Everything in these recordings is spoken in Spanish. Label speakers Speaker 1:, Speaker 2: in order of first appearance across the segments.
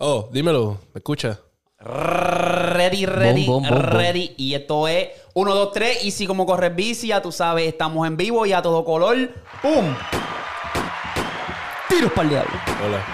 Speaker 1: Oh, dímelo, me escucha.
Speaker 2: Ready, ready,
Speaker 3: Bom, bom, bom, bom.
Speaker 2: ready. Y esto es 1, 2, 3. Y si como corres bici, ya tú sabes, estamos en vivo y a todo color. ¡Pum!
Speaker 3: Tiros para el diablo.
Speaker 1: Hola.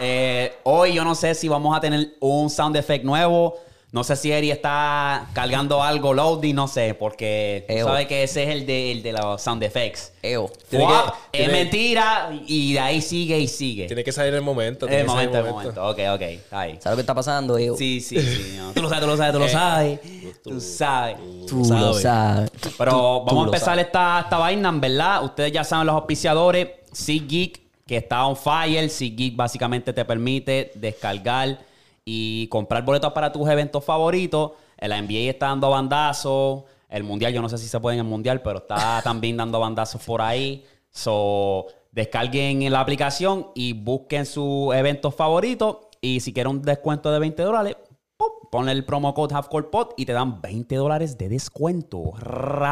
Speaker 2: Eh, hoy yo no sé si vamos a tener un sound effect nuevo. No sé si Eri está cargando algo, loading, no sé, porque tú
Speaker 3: Eo.
Speaker 2: sabes que ese es el de, el de los sound effects.
Speaker 3: Eo.
Speaker 1: Tiene que-
Speaker 2: Fuap, es
Speaker 1: tiene-
Speaker 2: mentira y de ahí sigue y sigue.
Speaker 1: Tiene que salir el momento.
Speaker 2: Es
Speaker 1: tiene
Speaker 2: el
Speaker 1: que salir
Speaker 2: momento, el momento. Ok, ok. está ahí.
Speaker 3: ¿Sabes lo que está pasando, Eo?
Speaker 2: Sí, sí, sí. no. Tú lo sabes, tú lo sabes, tú lo
Speaker 1: Eh,
Speaker 2: sabes. Tú sabes.
Speaker 3: Tú Eh, lo sabes.
Speaker 2: Pero
Speaker 3: tú
Speaker 2: vamos a
Speaker 3: lo
Speaker 2: empezar esta, esta vaina, en ¿verdad? Ustedes ya saben los auspiciadores. SeatGeek, que está on fire. SeatGeek básicamente te permite descargar y comprar boletos para tus eventos favoritos. La NBA está dando bandazos. El Mundial, yo no sé si se puede en el Mundial, pero está también dando bandazos por ahí. So, descarguen la aplicación y busquen sus eventos favoritos. Y si quieren un descuento de 20 dólares, ¡pum! ponle el promo code HalfCorePod y te dan 20 dólares de descuento.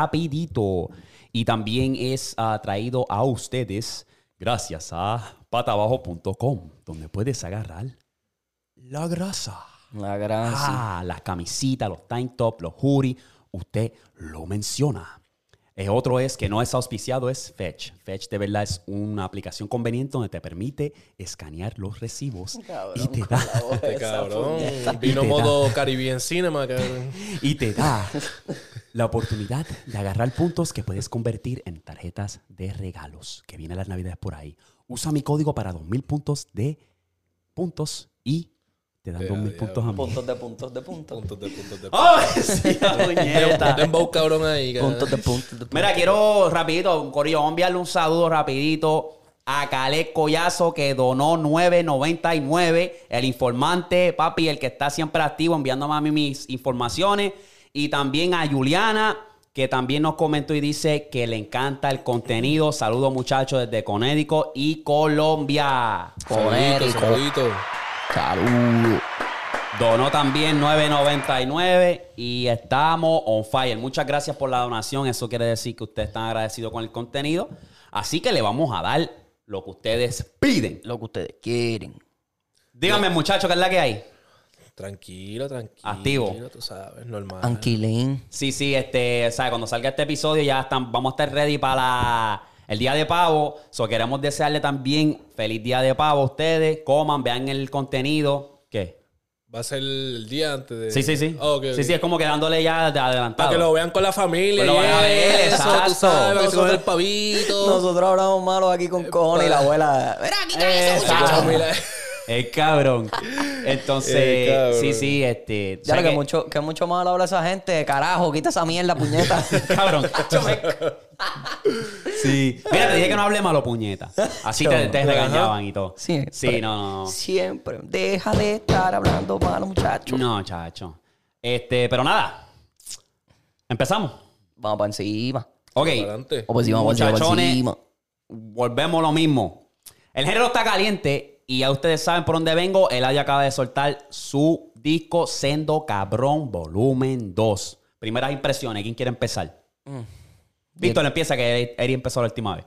Speaker 2: Rapidito. Y también es ah, traído a ustedes gracias a patabajo.com, donde puedes agarrar la grasa.
Speaker 3: La gracia.
Speaker 2: Ah, las camisitas, los tank top, los hoodies. Usted lo menciona. El otro es que no es auspiciado, es Fetch. Fetch de verdad es una aplicación conveniente donde te permite escanear los recibos
Speaker 3: Ah,
Speaker 2: y te da,
Speaker 1: Este cabrón.
Speaker 2: Y
Speaker 1: Vino
Speaker 2: te da.
Speaker 1: modo Caribbean Cinema, cabrón.
Speaker 2: y te da la oportunidad de agarrar puntos que puedes convertir en tarjetas de regalos que vienen las navidades por ahí. Usa mi código para 2000 puntos de puntos y te dan
Speaker 1: Ya,
Speaker 2: 2000
Speaker 1: ya,
Speaker 2: puntos a mí.
Speaker 3: Puntos de puntos de puntos.
Speaker 1: Puntos de puntos de puntos.
Speaker 2: ¡Oh, sí, puñeta!
Speaker 1: Dembow, cabrón, ahí,
Speaker 3: Puntos
Speaker 1: cabrón.
Speaker 3: de puntos de puntos.
Speaker 2: Mira, quiero rapidito, Corillo, vamos a enviarle un saludo rapidito a Caleb Collazo que donó 9.99, el informante, papi, el que está siempre activo enviándome a mí mis informaciones y también a Juliana que también nos comentó y dice que le encanta el contenido. Saludos muchachos desde Conédico y Colombia.
Speaker 1: Saludito,
Speaker 3: Conérico.
Speaker 1: saludito.
Speaker 3: Saludos.
Speaker 2: Donó también 9.99 y estamos on fire. Muchas gracias por la donación. Eso quiere decir que ustedes están agradecidos con el contenido. Así que le vamos a dar lo que ustedes piden.
Speaker 3: Lo que ustedes quieren.
Speaker 2: Díganme, muchachos, ¿qué es la que hay?
Speaker 1: Tranquilo, tranquilo.
Speaker 2: Activo.
Speaker 1: Tú sabes, normal.
Speaker 3: Anquilín.
Speaker 2: Sí, sí, este, ¿sabes? Cuando salga este episodio ya están, vamos a estar ready para la- el Día de Pavo. So, queremos desearle también feliz Día de Pavo a ustedes. Coman, vean el contenido. ¿Qué?
Speaker 1: Va a ser el día antes de.
Speaker 2: Sí, sí, sí.
Speaker 1: Ah, ok, ok.
Speaker 2: Sí, sí, es como que dándole ya de
Speaker 1: Para
Speaker 2: adelantado.
Speaker 1: que lo vean con la familia.
Speaker 2: Pues lo van a ver,
Speaker 1: y eso,
Speaker 2: exacto.
Speaker 1: tú sabes, para que
Speaker 2: Nosotros-
Speaker 1: cojan el pavito.
Speaker 3: Nosotros hablamos malos aquí con cojones y la abuela. eh, Mira, quítale eso,
Speaker 2: Exacto.
Speaker 3: muchacho.
Speaker 1: Mira,
Speaker 2: El cabrón. Entonces,
Speaker 1: El cabrón.
Speaker 2: sí, sí, este.
Speaker 3: Ya
Speaker 2: sé
Speaker 3: lo que,
Speaker 2: que-
Speaker 3: mucho, que mucho mal habla esa gente. Carajo, quita esa mierda, puñeta.
Speaker 2: Cabrón. sí. Mira, te dije que no hable malo, puñeta. Así te, te regañaban y todo.
Speaker 3: Sí,
Speaker 2: Sí, no, no, no.
Speaker 3: Siempre. Deja de estar hablando malo, muchacho.
Speaker 2: No, chacho. Este, pero nada. Empezamos.
Speaker 3: Vamos para encima.
Speaker 2: Ok.
Speaker 1: Adelante.
Speaker 3: O por encima, por encima, por
Speaker 2: Muchachones.
Speaker 3: encima.
Speaker 2: Volvemos a lo mismo. El género está caliente y ya ustedes saben por dónde vengo. El Eladio acaba de soltar su disco Sendo Cabrón Volumen 2. Primeras impresiones. ¿Quién quiere empezar?
Speaker 3: Mm.
Speaker 2: Víctor empieza, que Eri empezó la última vez.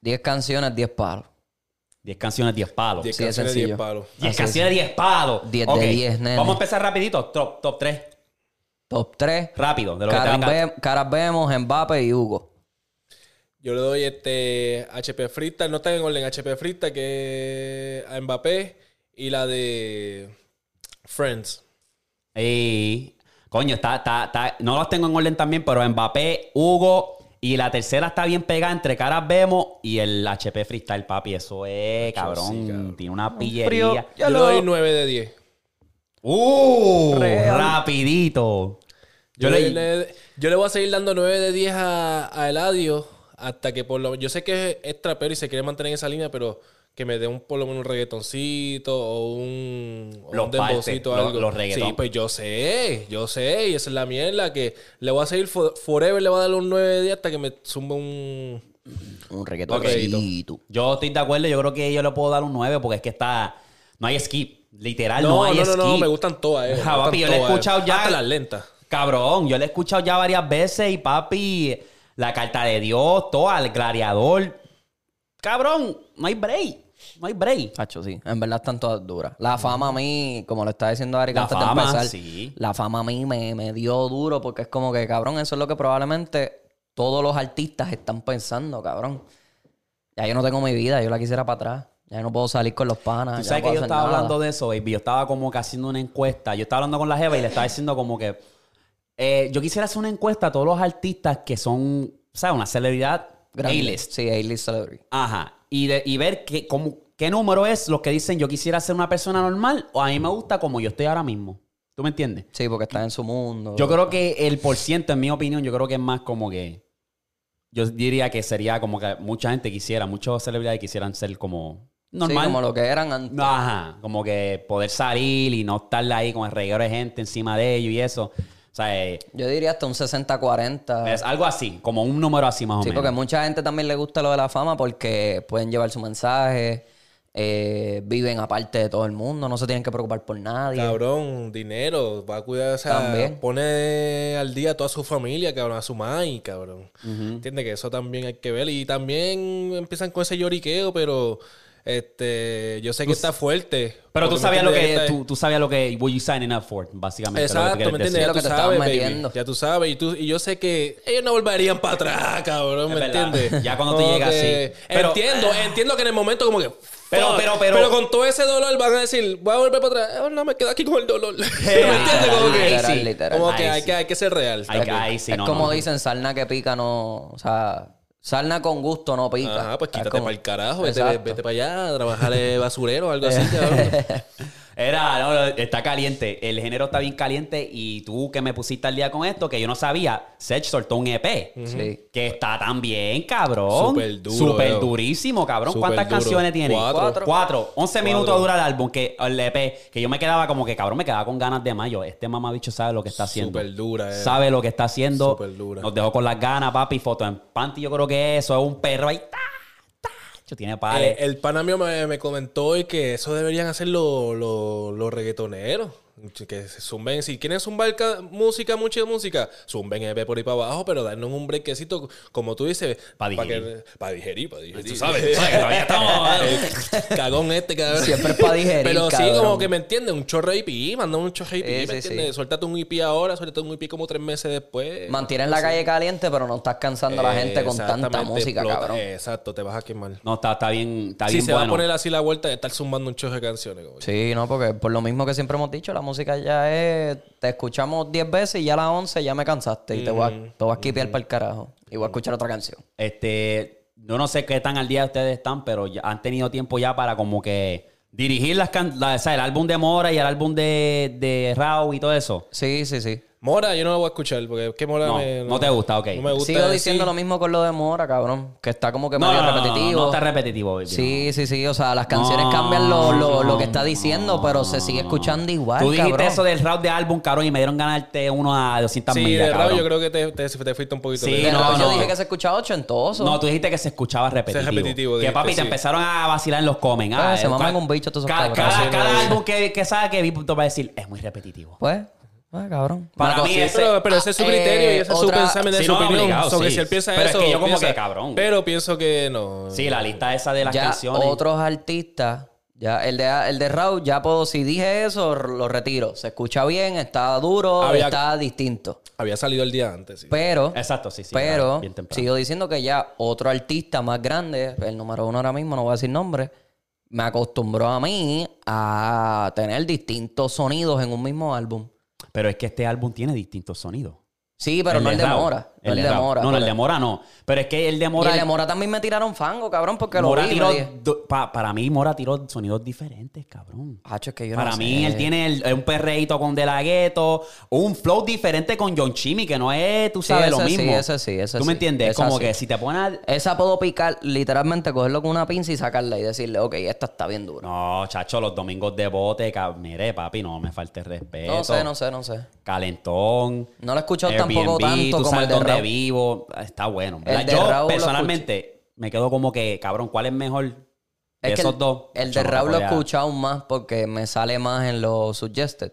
Speaker 3: 10 canciones, 10 palos.
Speaker 2: 10 canciones, 10 palos.
Speaker 1: Diez
Speaker 3: Sí, es
Speaker 1: canciones, diez
Speaker 3: sencillo.
Speaker 1: palos.
Speaker 2: 10
Speaker 3: Así
Speaker 2: canciones, 10 palos.
Speaker 3: 10 de
Speaker 2: Ok,
Speaker 3: 10, nene.
Speaker 2: Vamos a empezar rapidito. Top, top 3.
Speaker 3: Top 3.
Speaker 2: Rápido, de lo que te venga.
Speaker 3: Caras, vemos, Mbappe y Hugo.
Speaker 1: Yo le doy este HP Freestyle, no está en orden, HP Freestyle, que es a Mbappé y la de Friends.
Speaker 2: Ey, coño, está, está, está- no los tengo en orden también, pero Mbappé, Hugo y la tercera está bien pegada entre Caras Vemos y el HP Freestyle, papi. Eso es, cabrón.
Speaker 1: sí, cabrón.
Speaker 2: Tiene una
Speaker 3: frío.
Speaker 2: pillería.
Speaker 3: Ya
Speaker 1: Yo le
Speaker 3: lo-
Speaker 1: doy 9 de 10.
Speaker 2: ¡Uh!
Speaker 3: Real.
Speaker 2: Rapidito.
Speaker 1: Yo,
Speaker 2: Yo
Speaker 1: le,
Speaker 2: le...
Speaker 1: le- yo le voy a seguir dando 9 de 10 a, a Eladio hasta que por lo Yo sé que es, es trapero y se quiere mantener en esa línea, pero que me dé un, por lo menos un reggaetoncito o un, o
Speaker 2: Los
Speaker 1: un
Speaker 2: partes,
Speaker 1: dembowcito,
Speaker 2: los-
Speaker 1: algo.
Speaker 2: los reggaetón.
Speaker 1: Sí, pues yo sé, yo sé, y esa es la mierda que le voy a seguir fo- forever, le voy a dar un 9 de 10 hasta que me zumba un...
Speaker 3: Un
Speaker 1: reggaetoncito.
Speaker 3: reggaetoncito.
Speaker 2: Yo estoy de acuerdo. Yo creo que yo le puedo dar un 9 porque es que está... No hay skip. Literal, no,
Speaker 1: No,
Speaker 2: hay
Speaker 1: no, no,
Speaker 2: skip.
Speaker 1: no, me gustan todas. Eh, me
Speaker 2: Ja,
Speaker 1: gustan
Speaker 2: papi, yo le he
Speaker 1: todas, eh.
Speaker 2: escuchado ya-
Speaker 1: Hasta las lentas.
Speaker 2: Cabrón, yo le he escuchado ya varias veces y papi, la carta de Dios, todo, al gladiador. Cabrón, no hay break. No hay break.
Speaker 3: Hacho, sí. En verdad están todas duras. La fama a mí, como lo está diciendo Ari
Speaker 2: La
Speaker 3: antes
Speaker 2: fama,
Speaker 3: de empezar,
Speaker 2: sí.
Speaker 3: la fama a mí me, me dio duro porque es como que, cabrón, eso es lo que probablemente todos los artistas están pensando, cabrón. Ya yo no tengo mi vida, yo la quisiera para atrás. Ya no puedo salir con los panas.
Speaker 2: Tú
Speaker 3: Ah, ya
Speaker 2: sabes
Speaker 3: no puedo
Speaker 2: que yo
Speaker 3: hacer
Speaker 2: estaba
Speaker 3: nada.
Speaker 2: hablando de eso, baby. Yo estaba como que haciendo una encuesta. Yo estaba hablando con la Jeva y le estaba diciendo como que. eh, yo quisiera hacer una encuesta a todos los artistas que son, ¿sabes? Una celebridad
Speaker 3: Grande.
Speaker 2: A-list.
Speaker 3: Sí, A-list celebrity.
Speaker 2: Ajá. Y, de- y ver qué, cómo- qué número es los que dicen yo quisiera ser una persona normal o a mí me gusta como yo estoy ahora mismo. ¿Tú me entiendes?
Speaker 3: Sí, porque están en su mundo.
Speaker 2: Yo creo que el por ciento, en mi opinión, yo creo que es más como que. Yo diría que sería como que mucha gente quisiera, muchas celebridades quisieran ser como. Normal.
Speaker 3: Sí, como lo que eran antes.
Speaker 2: Ajá, como que poder salir y no estar ahí con el reguero de gente encima de ellos y eso. O sea, eh,
Speaker 3: Yo diría hasta un
Speaker 1: Ah.
Speaker 3: 60-40.
Speaker 2: es algo así, como un número así más o
Speaker 3: Sí,
Speaker 2: menos.
Speaker 3: porque mucha gente también le gusta lo de la fama porque pueden llevar su mensaje, eh, viven aparte de todo el mundo, no se tienen que preocupar por nadie.
Speaker 1: Cabrón, dinero, va a cuidar, o sea,
Speaker 3: También.
Speaker 1: pone al día a toda su familia, cabrón, a su mai, cabrón. Entiende que eso también hay que ver. Y también empiezan con ese lloriqueo, pero este, yo sé que está fuerte.
Speaker 2: Pero
Speaker 1: porque,
Speaker 2: tú
Speaker 1: ¿me
Speaker 2: sabías lo
Speaker 1: entiendes?
Speaker 2: que
Speaker 1: Está-
Speaker 2: tú, tú sabías lo que what you signing up for, básicamente. era lo que
Speaker 1: Exacto,
Speaker 2: tú
Speaker 1: ¿me
Speaker 2: querías
Speaker 1: entiendes?
Speaker 2: decir.
Speaker 1: Ya
Speaker 3: lo
Speaker 1: tú
Speaker 3: que te estabas
Speaker 1: sabes, baby.
Speaker 3: metiendo.
Speaker 1: Ya tú sabes. Y, tú, y yo sé que ellos no volverían para atrás, cabrón, ¿me
Speaker 2: Es verdad.
Speaker 1: entiendes?
Speaker 2: Ya cuando tú
Speaker 1: Como
Speaker 2: llegas,
Speaker 1: que-
Speaker 2: sí. Pero- ah.
Speaker 1: entiendo, entiendo que en el momento como que...
Speaker 2: Pero-
Speaker 1: fuck,
Speaker 2: pero- pero-
Speaker 1: con todo ese dolor van a decir, voy a volver para atrás. Oh, no, me quedo aquí con el dolor. ¿Me entiendes?
Speaker 3: literal,
Speaker 1: Como que...
Speaker 3: literal,
Speaker 2: sí.
Speaker 3: literal.
Speaker 1: Como que
Speaker 2: Ahí
Speaker 1: hay,
Speaker 2: sí.
Speaker 1: que hay que ser real.
Speaker 2: Hay que-
Speaker 1: también.
Speaker 2: ahí sí,
Speaker 3: es
Speaker 2: no,
Speaker 3: como
Speaker 2: no, no.
Speaker 3: dicen, sarna que pica no... O sea, sarna con gusto no pica.
Speaker 1: Ajá, pues
Speaker 3: Es
Speaker 1: quítate
Speaker 3: como-
Speaker 1: para el carajo, vete,
Speaker 3: Exacto.
Speaker 1: vete para allá, a trabajar de basurero o algo así, cabrón.
Speaker 2: Era, no, no, está caliente. El género está bien caliente y tú que me pusiste al día con esto, que yo no sabía, Sech soltó un EP.
Speaker 3: Sí.
Speaker 2: Que está tan bien, cabrón.
Speaker 1: Súper duro,
Speaker 2: Súper
Speaker 1: bro.
Speaker 2: durísimo, cabrón.
Speaker 1: Súper
Speaker 2: ¿Cuántas
Speaker 1: duro.
Speaker 2: canciones tiene?
Speaker 1: Cuatro.
Speaker 2: Cuatro. Cuatro. 11 minutos
Speaker 1: Cuatro.
Speaker 2: dura el álbum, que el EP, que yo me quedaba como que, cabrón, me quedaba con ganas de mayo. Este mamabicho sabe lo que está haciendo.
Speaker 1: Súper dura, eh.
Speaker 2: Sabe lo que está haciendo.
Speaker 1: Súper dura.
Speaker 2: Nos dejó con las ganas, papi. Foto en panty, yo creo que eso es un perro ahí. Ta, ta. Yo tiene
Speaker 1: Eh,
Speaker 2: pales.
Speaker 1: el pana mío me, me comentó hoy que eso deberían hacer los los- los reggaetoneros. Que se zumben. Si quieren zumbar ca- música, mucha música, zumben EP por ahí para abajo, pero darnos un brequecito, como tú dices.
Speaker 2: Pa'
Speaker 1: que-
Speaker 2: digerir.
Speaker 1: pa' digerir, pa' digerir.
Speaker 2: Tú sabes, tú sabes que todavía estamos.
Speaker 1: El cagón este, cabrón.
Speaker 3: Siempre es pa' digerir,
Speaker 1: Pero sí,
Speaker 3: cabrón.
Speaker 1: como que me entiendes, un chorro IP, manda un chorro IP,
Speaker 3: Sí,
Speaker 1: ¿me
Speaker 3: sí,
Speaker 1: entiendes?
Speaker 3: sí.
Speaker 1: Suéltate un IP ahora, suéltate un IP como tres meses después.
Speaker 3: Mantienes la calle caliente, pero no estás cansando a la gente con tanta
Speaker 1: Exactamente,
Speaker 3: música,
Speaker 1: explota.
Speaker 3: cabrón.
Speaker 1: Exacto, te vas a quemar.
Speaker 2: No, está, está bien, está
Speaker 1: Si
Speaker 2: bien
Speaker 1: se va a
Speaker 2: bueno.
Speaker 1: poner así la vuelta de estar zumbando un choque de canciones. como que-
Speaker 3: Sí, no, porque por lo mismo que siempre hemos dicho, la música ya es. Te escuchamos 10 veces y ya a las 11 ya me cansaste y te voy a, te voy a skipear para el carajo. Y voy a escuchar otra canción.
Speaker 2: Este, yo no sé qué tan al día ustedes están, pero ya han tenido tiempo ya para como que dirigir las can- la- o sea, el álbum de Mora y el álbum de, de Rao y todo eso.
Speaker 3: Sí, sí, sí.
Speaker 1: Mora, yo no la voy a escuchar porque es que Mora
Speaker 2: No,
Speaker 1: me-
Speaker 2: no te gusta, ok.
Speaker 1: No me gusta.
Speaker 3: Sigo diciendo
Speaker 1: sí.
Speaker 3: lo mismo con lo de Mora, cabrón. Que está como que
Speaker 2: No,
Speaker 3: medio
Speaker 2: no, no, no,
Speaker 3: repetitivo.
Speaker 2: no, no está repetitivo, baby,
Speaker 3: Sí, sí, sí. O sea, las canciones
Speaker 2: No,
Speaker 3: cambian lo, lo- lo que está
Speaker 2: no,
Speaker 3: diciendo, pero se sigue escuchando
Speaker 2: no.
Speaker 3: igual.
Speaker 2: Tú dijiste
Speaker 3: cabrón.
Speaker 2: eso del Rao de álbum, cabrón, y me dieron ganarte uno a 200
Speaker 1: Sí,
Speaker 2: millas,
Speaker 1: de
Speaker 2: cabrón.
Speaker 1: rabo yo creo que te, te, te fuiste un poquito.
Speaker 2: Sí,
Speaker 1: lejos.
Speaker 3: Pero
Speaker 2: no,
Speaker 3: yo
Speaker 2: no.
Speaker 3: dije que se escuchaba ochentoso.
Speaker 2: No, tú dijiste que se escuchaba repetitivo.
Speaker 1: repetitivo,
Speaker 2: que
Speaker 1: dijiste,
Speaker 2: papi, te
Speaker 1: sí.
Speaker 2: empezaron a vacilar en los comen. Ah,
Speaker 3: Ah, se
Speaker 2: eh,
Speaker 3: maman
Speaker 2: ca-
Speaker 3: un bicho todos esos
Speaker 2: ca- Cada,
Speaker 3: cabrones.
Speaker 1: Sí, no,
Speaker 2: cada
Speaker 1: sí.
Speaker 2: álbum que, que sabe que vi tú vas a decir, es muy repetitivo.
Speaker 3: Pues, ah, cabrón.
Speaker 2: Para
Speaker 3: Una
Speaker 2: mí
Speaker 3: cosa-
Speaker 2: es-
Speaker 1: Pero, pero ese es su criterio
Speaker 3: Eh,
Speaker 1: y ese es su
Speaker 3: otra-
Speaker 1: pensamiento,
Speaker 2: Sí,
Speaker 1: es su
Speaker 2: no,
Speaker 1: opinión.
Speaker 2: obligado,
Speaker 1: So que
Speaker 2: sí.
Speaker 1: si él piensa
Speaker 2: Pero es
Speaker 1: eso.
Speaker 2: que yo como
Speaker 1: piensa-
Speaker 2: que, cabrón.
Speaker 1: Pero pienso que no.
Speaker 2: Sí, la lista esa de las
Speaker 3: ya
Speaker 2: canciones.
Speaker 3: otros artistas, ya el de el de Raúl, ya puedo, si dije eso, r- lo retiro. Se escucha bien, está duro,
Speaker 1: Había-
Speaker 3: está distinto.
Speaker 1: Había salido el día antes.
Speaker 2: Pues,
Speaker 1: sí.
Speaker 3: Pero,
Speaker 2: Exacto, sí, sí.
Speaker 3: pero
Speaker 2: bien temprano.
Speaker 3: sigo diciendo que ya otro artista más grande, el número uno ahora mismo, no voy a decir nombre, me acostumbró a mí a tener distintos sonidos en un mismo álbum.
Speaker 2: Pero es que este álbum tiene distintos sonidos.
Speaker 3: Sí, pero no el de
Speaker 2: Raúl.
Speaker 3: Mora. No el
Speaker 2: de
Speaker 3: de
Speaker 2: Raúl.
Speaker 3: Mora.
Speaker 2: No, no, el
Speaker 3: porque-
Speaker 2: de Mora no. Pero es que el de
Speaker 3: Y
Speaker 2: Mora.
Speaker 3: el de Mora también me tiraron fango, cabrón, porque
Speaker 2: Mora
Speaker 3: lo vi. y
Speaker 2: tiró
Speaker 3: me dije,
Speaker 2: do- pa- para mí, Mora tiró sonidos diferentes, cabrón.
Speaker 3: "Hacho, es que yo no
Speaker 2: Para
Speaker 3: sé".
Speaker 2: mí, él tiene el- un perreíto con De La Ghetto, un flow diferente con John Chimmy, que no es, tú
Speaker 3: Sí,
Speaker 2: sabes, lo
Speaker 3: ese sí,
Speaker 2: mismo.
Speaker 3: ese sí, ese
Speaker 2: ¿Tú me
Speaker 3: sí.
Speaker 2: entiendes? Es
Speaker 3: Esa
Speaker 2: como
Speaker 3: sí.
Speaker 2: que si te pones. a-
Speaker 3: Esa puedo picar, literalmente cogerlo con una pinza y sacarla y decirle, ok, esta está bien dura.
Speaker 2: No, chacho, los domingos de bote, cab- mire, papi, no me falte el respeto.
Speaker 3: No, sé, no sé, no sé.
Speaker 2: Calentón.
Speaker 3: No lo he escuchado
Speaker 2: Airbnb,
Speaker 3: tampoco tanto
Speaker 2: tú
Speaker 3: como el
Speaker 2: sabes
Speaker 3: de
Speaker 2: dónde
Speaker 3: Raúl.
Speaker 2: vivo. Está bueno. ¿verdad?
Speaker 3: El de
Speaker 2: Yo
Speaker 3: Raúl lo
Speaker 2: personalmente me quedo como que, cabrón, ¿cuál es mejor de
Speaker 3: Es que
Speaker 2: esos
Speaker 3: el,
Speaker 2: dos?
Speaker 3: el
Speaker 2: Yo
Speaker 3: de
Speaker 2: no
Speaker 3: Raúl lo he
Speaker 2: podría-
Speaker 3: escuchado aún más porque me sale más en los suggested.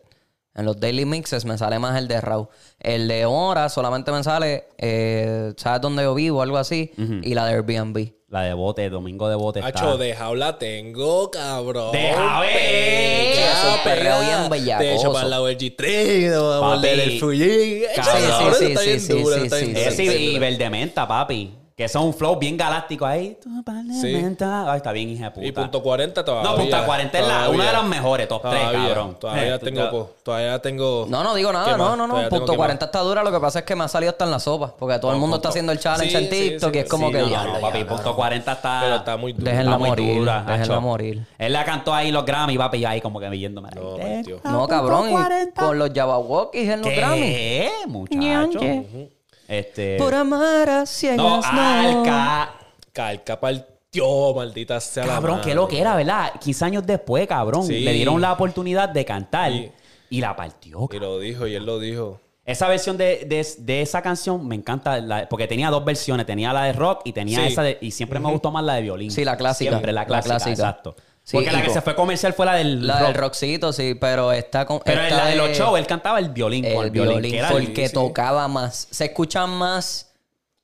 Speaker 3: En los daily mixes me sale más el de Raúl. El de Hora solamente me sale, eh, ¿sabes dónde yo vivo? Algo así. Y la de Airbnb.
Speaker 2: La de bote, domingo de bote.
Speaker 1: Hacho,
Speaker 2: está.
Speaker 1: de jaula tengo, cabrón.
Speaker 2: Deja ver.
Speaker 1: Pega,
Speaker 3: Eso es un perreo
Speaker 1: pega.
Speaker 3: bien bellacoso.
Speaker 1: De hecho, para el lado del G3, vamos a
Speaker 2: Papi,
Speaker 1: morder el Fuji.
Speaker 2: cabrón.
Speaker 1: Cabrón,
Speaker 3: Sí,
Speaker 1: está
Speaker 3: sí,
Speaker 1: bien
Speaker 3: sí,
Speaker 1: duro,
Speaker 3: sí,
Speaker 1: está
Speaker 3: sí,
Speaker 1: bien
Speaker 3: sí,
Speaker 1: duro.
Speaker 2: Ese y, y verde menta, papi. Que son un flow bien galáctico ahí. Tú, vale,
Speaker 1: Sí.
Speaker 2: menta. Ay, está bien, hija de puta.
Speaker 1: Y punto 40 todavía.
Speaker 2: no, punta 40 es la,
Speaker 1: Todavía.
Speaker 2: una de las mejores, top 3,
Speaker 1: Todavía,
Speaker 2: cabrón.
Speaker 1: Todavía
Speaker 2: Eh,
Speaker 1: tengo,
Speaker 2: tú-
Speaker 1: po- todavía tengo.
Speaker 3: No, no digo nada,
Speaker 1: ¿Qué
Speaker 3: no,
Speaker 1: más?
Speaker 3: no, no.
Speaker 1: Todavía tengo
Speaker 3: Punto
Speaker 1: que
Speaker 3: 40 está dura, lo que pasa es que me ha salido hasta en la sopa. Porque todo el mundo está haciendo el challenge
Speaker 1: Sí,
Speaker 3: en
Speaker 1: sí,
Speaker 3: TikTok
Speaker 1: sí,
Speaker 3: y es como
Speaker 1: sí,
Speaker 3: que.
Speaker 2: no,
Speaker 3: "Diablo,
Speaker 2: no, no, papi,
Speaker 3: ya,
Speaker 2: punto 40 está.
Speaker 1: Pero está muy duro.
Speaker 3: Déjenla
Speaker 2: Está muy
Speaker 3: morir,
Speaker 2: dura,
Speaker 3: déjenla
Speaker 2: macho.
Speaker 3: morir.
Speaker 2: Él la cantó ahí los Grammy, papi, yo ahí como que viéndome. la
Speaker 1: No,
Speaker 2: gente.
Speaker 1: mintió.
Speaker 3: No, cabrón, y
Speaker 2: 40.
Speaker 3: con los Jabawokis en los Grammy.
Speaker 2: ¿Qué, muchacho?
Speaker 3: Ñanque.
Speaker 2: Este.
Speaker 3: Por amar a ciegas,
Speaker 2: No, ah,
Speaker 3: no.
Speaker 2: Alca.
Speaker 1: Calca partió, maldita sea la
Speaker 2: Cabrón,
Speaker 1: madre.
Speaker 2: qué lo que era, ¿verdad? 15 años después, cabrón.
Speaker 1: Sí.
Speaker 2: Le dieron la oportunidad de cantar
Speaker 1: Sí.
Speaker 2: y la partió.
Speaker 1: Y
Speaker 2: cabrón.
Speaker 1: lo dijo, y él lo dijo.
Speaker 2: Esa versión de, de- de esa canción me encanta, la- porque tenía dos versiones. Tenía la de rock y tenía
Speaker 1: Sí.
Speaker 2: esa de- Y siempre me gustó más la de violín.
Speaker 3: Sí, la clásica.
Speaker 2: Siempre la
Speaker 3: La
Speaker 2: clásica,
Speaker 3: clásica.
Speaker 2: exacto.
Speaker 3: Sí,
Speaker 2: porque la
Speaker 3: y
Speaker 2: que
Speaker 3: con-
Speaker 2: se fue comercial fue la del
Speaker 3: La
Speaker 2: rock.
Speaker 3: del rockcito, sí, pero está con.
Speaker 2: Pero en
Speaker 3: esta
Speaker 2: la de los
Speaker 3: es-
Speaker 2: shows, él cantaba el violín
Speaker 3: el,
Speaker 2: con el violín.
Speaker 3: violín,
Speaker 2: que era el-
Speaker 3: porque tocaba más. Se escucha más.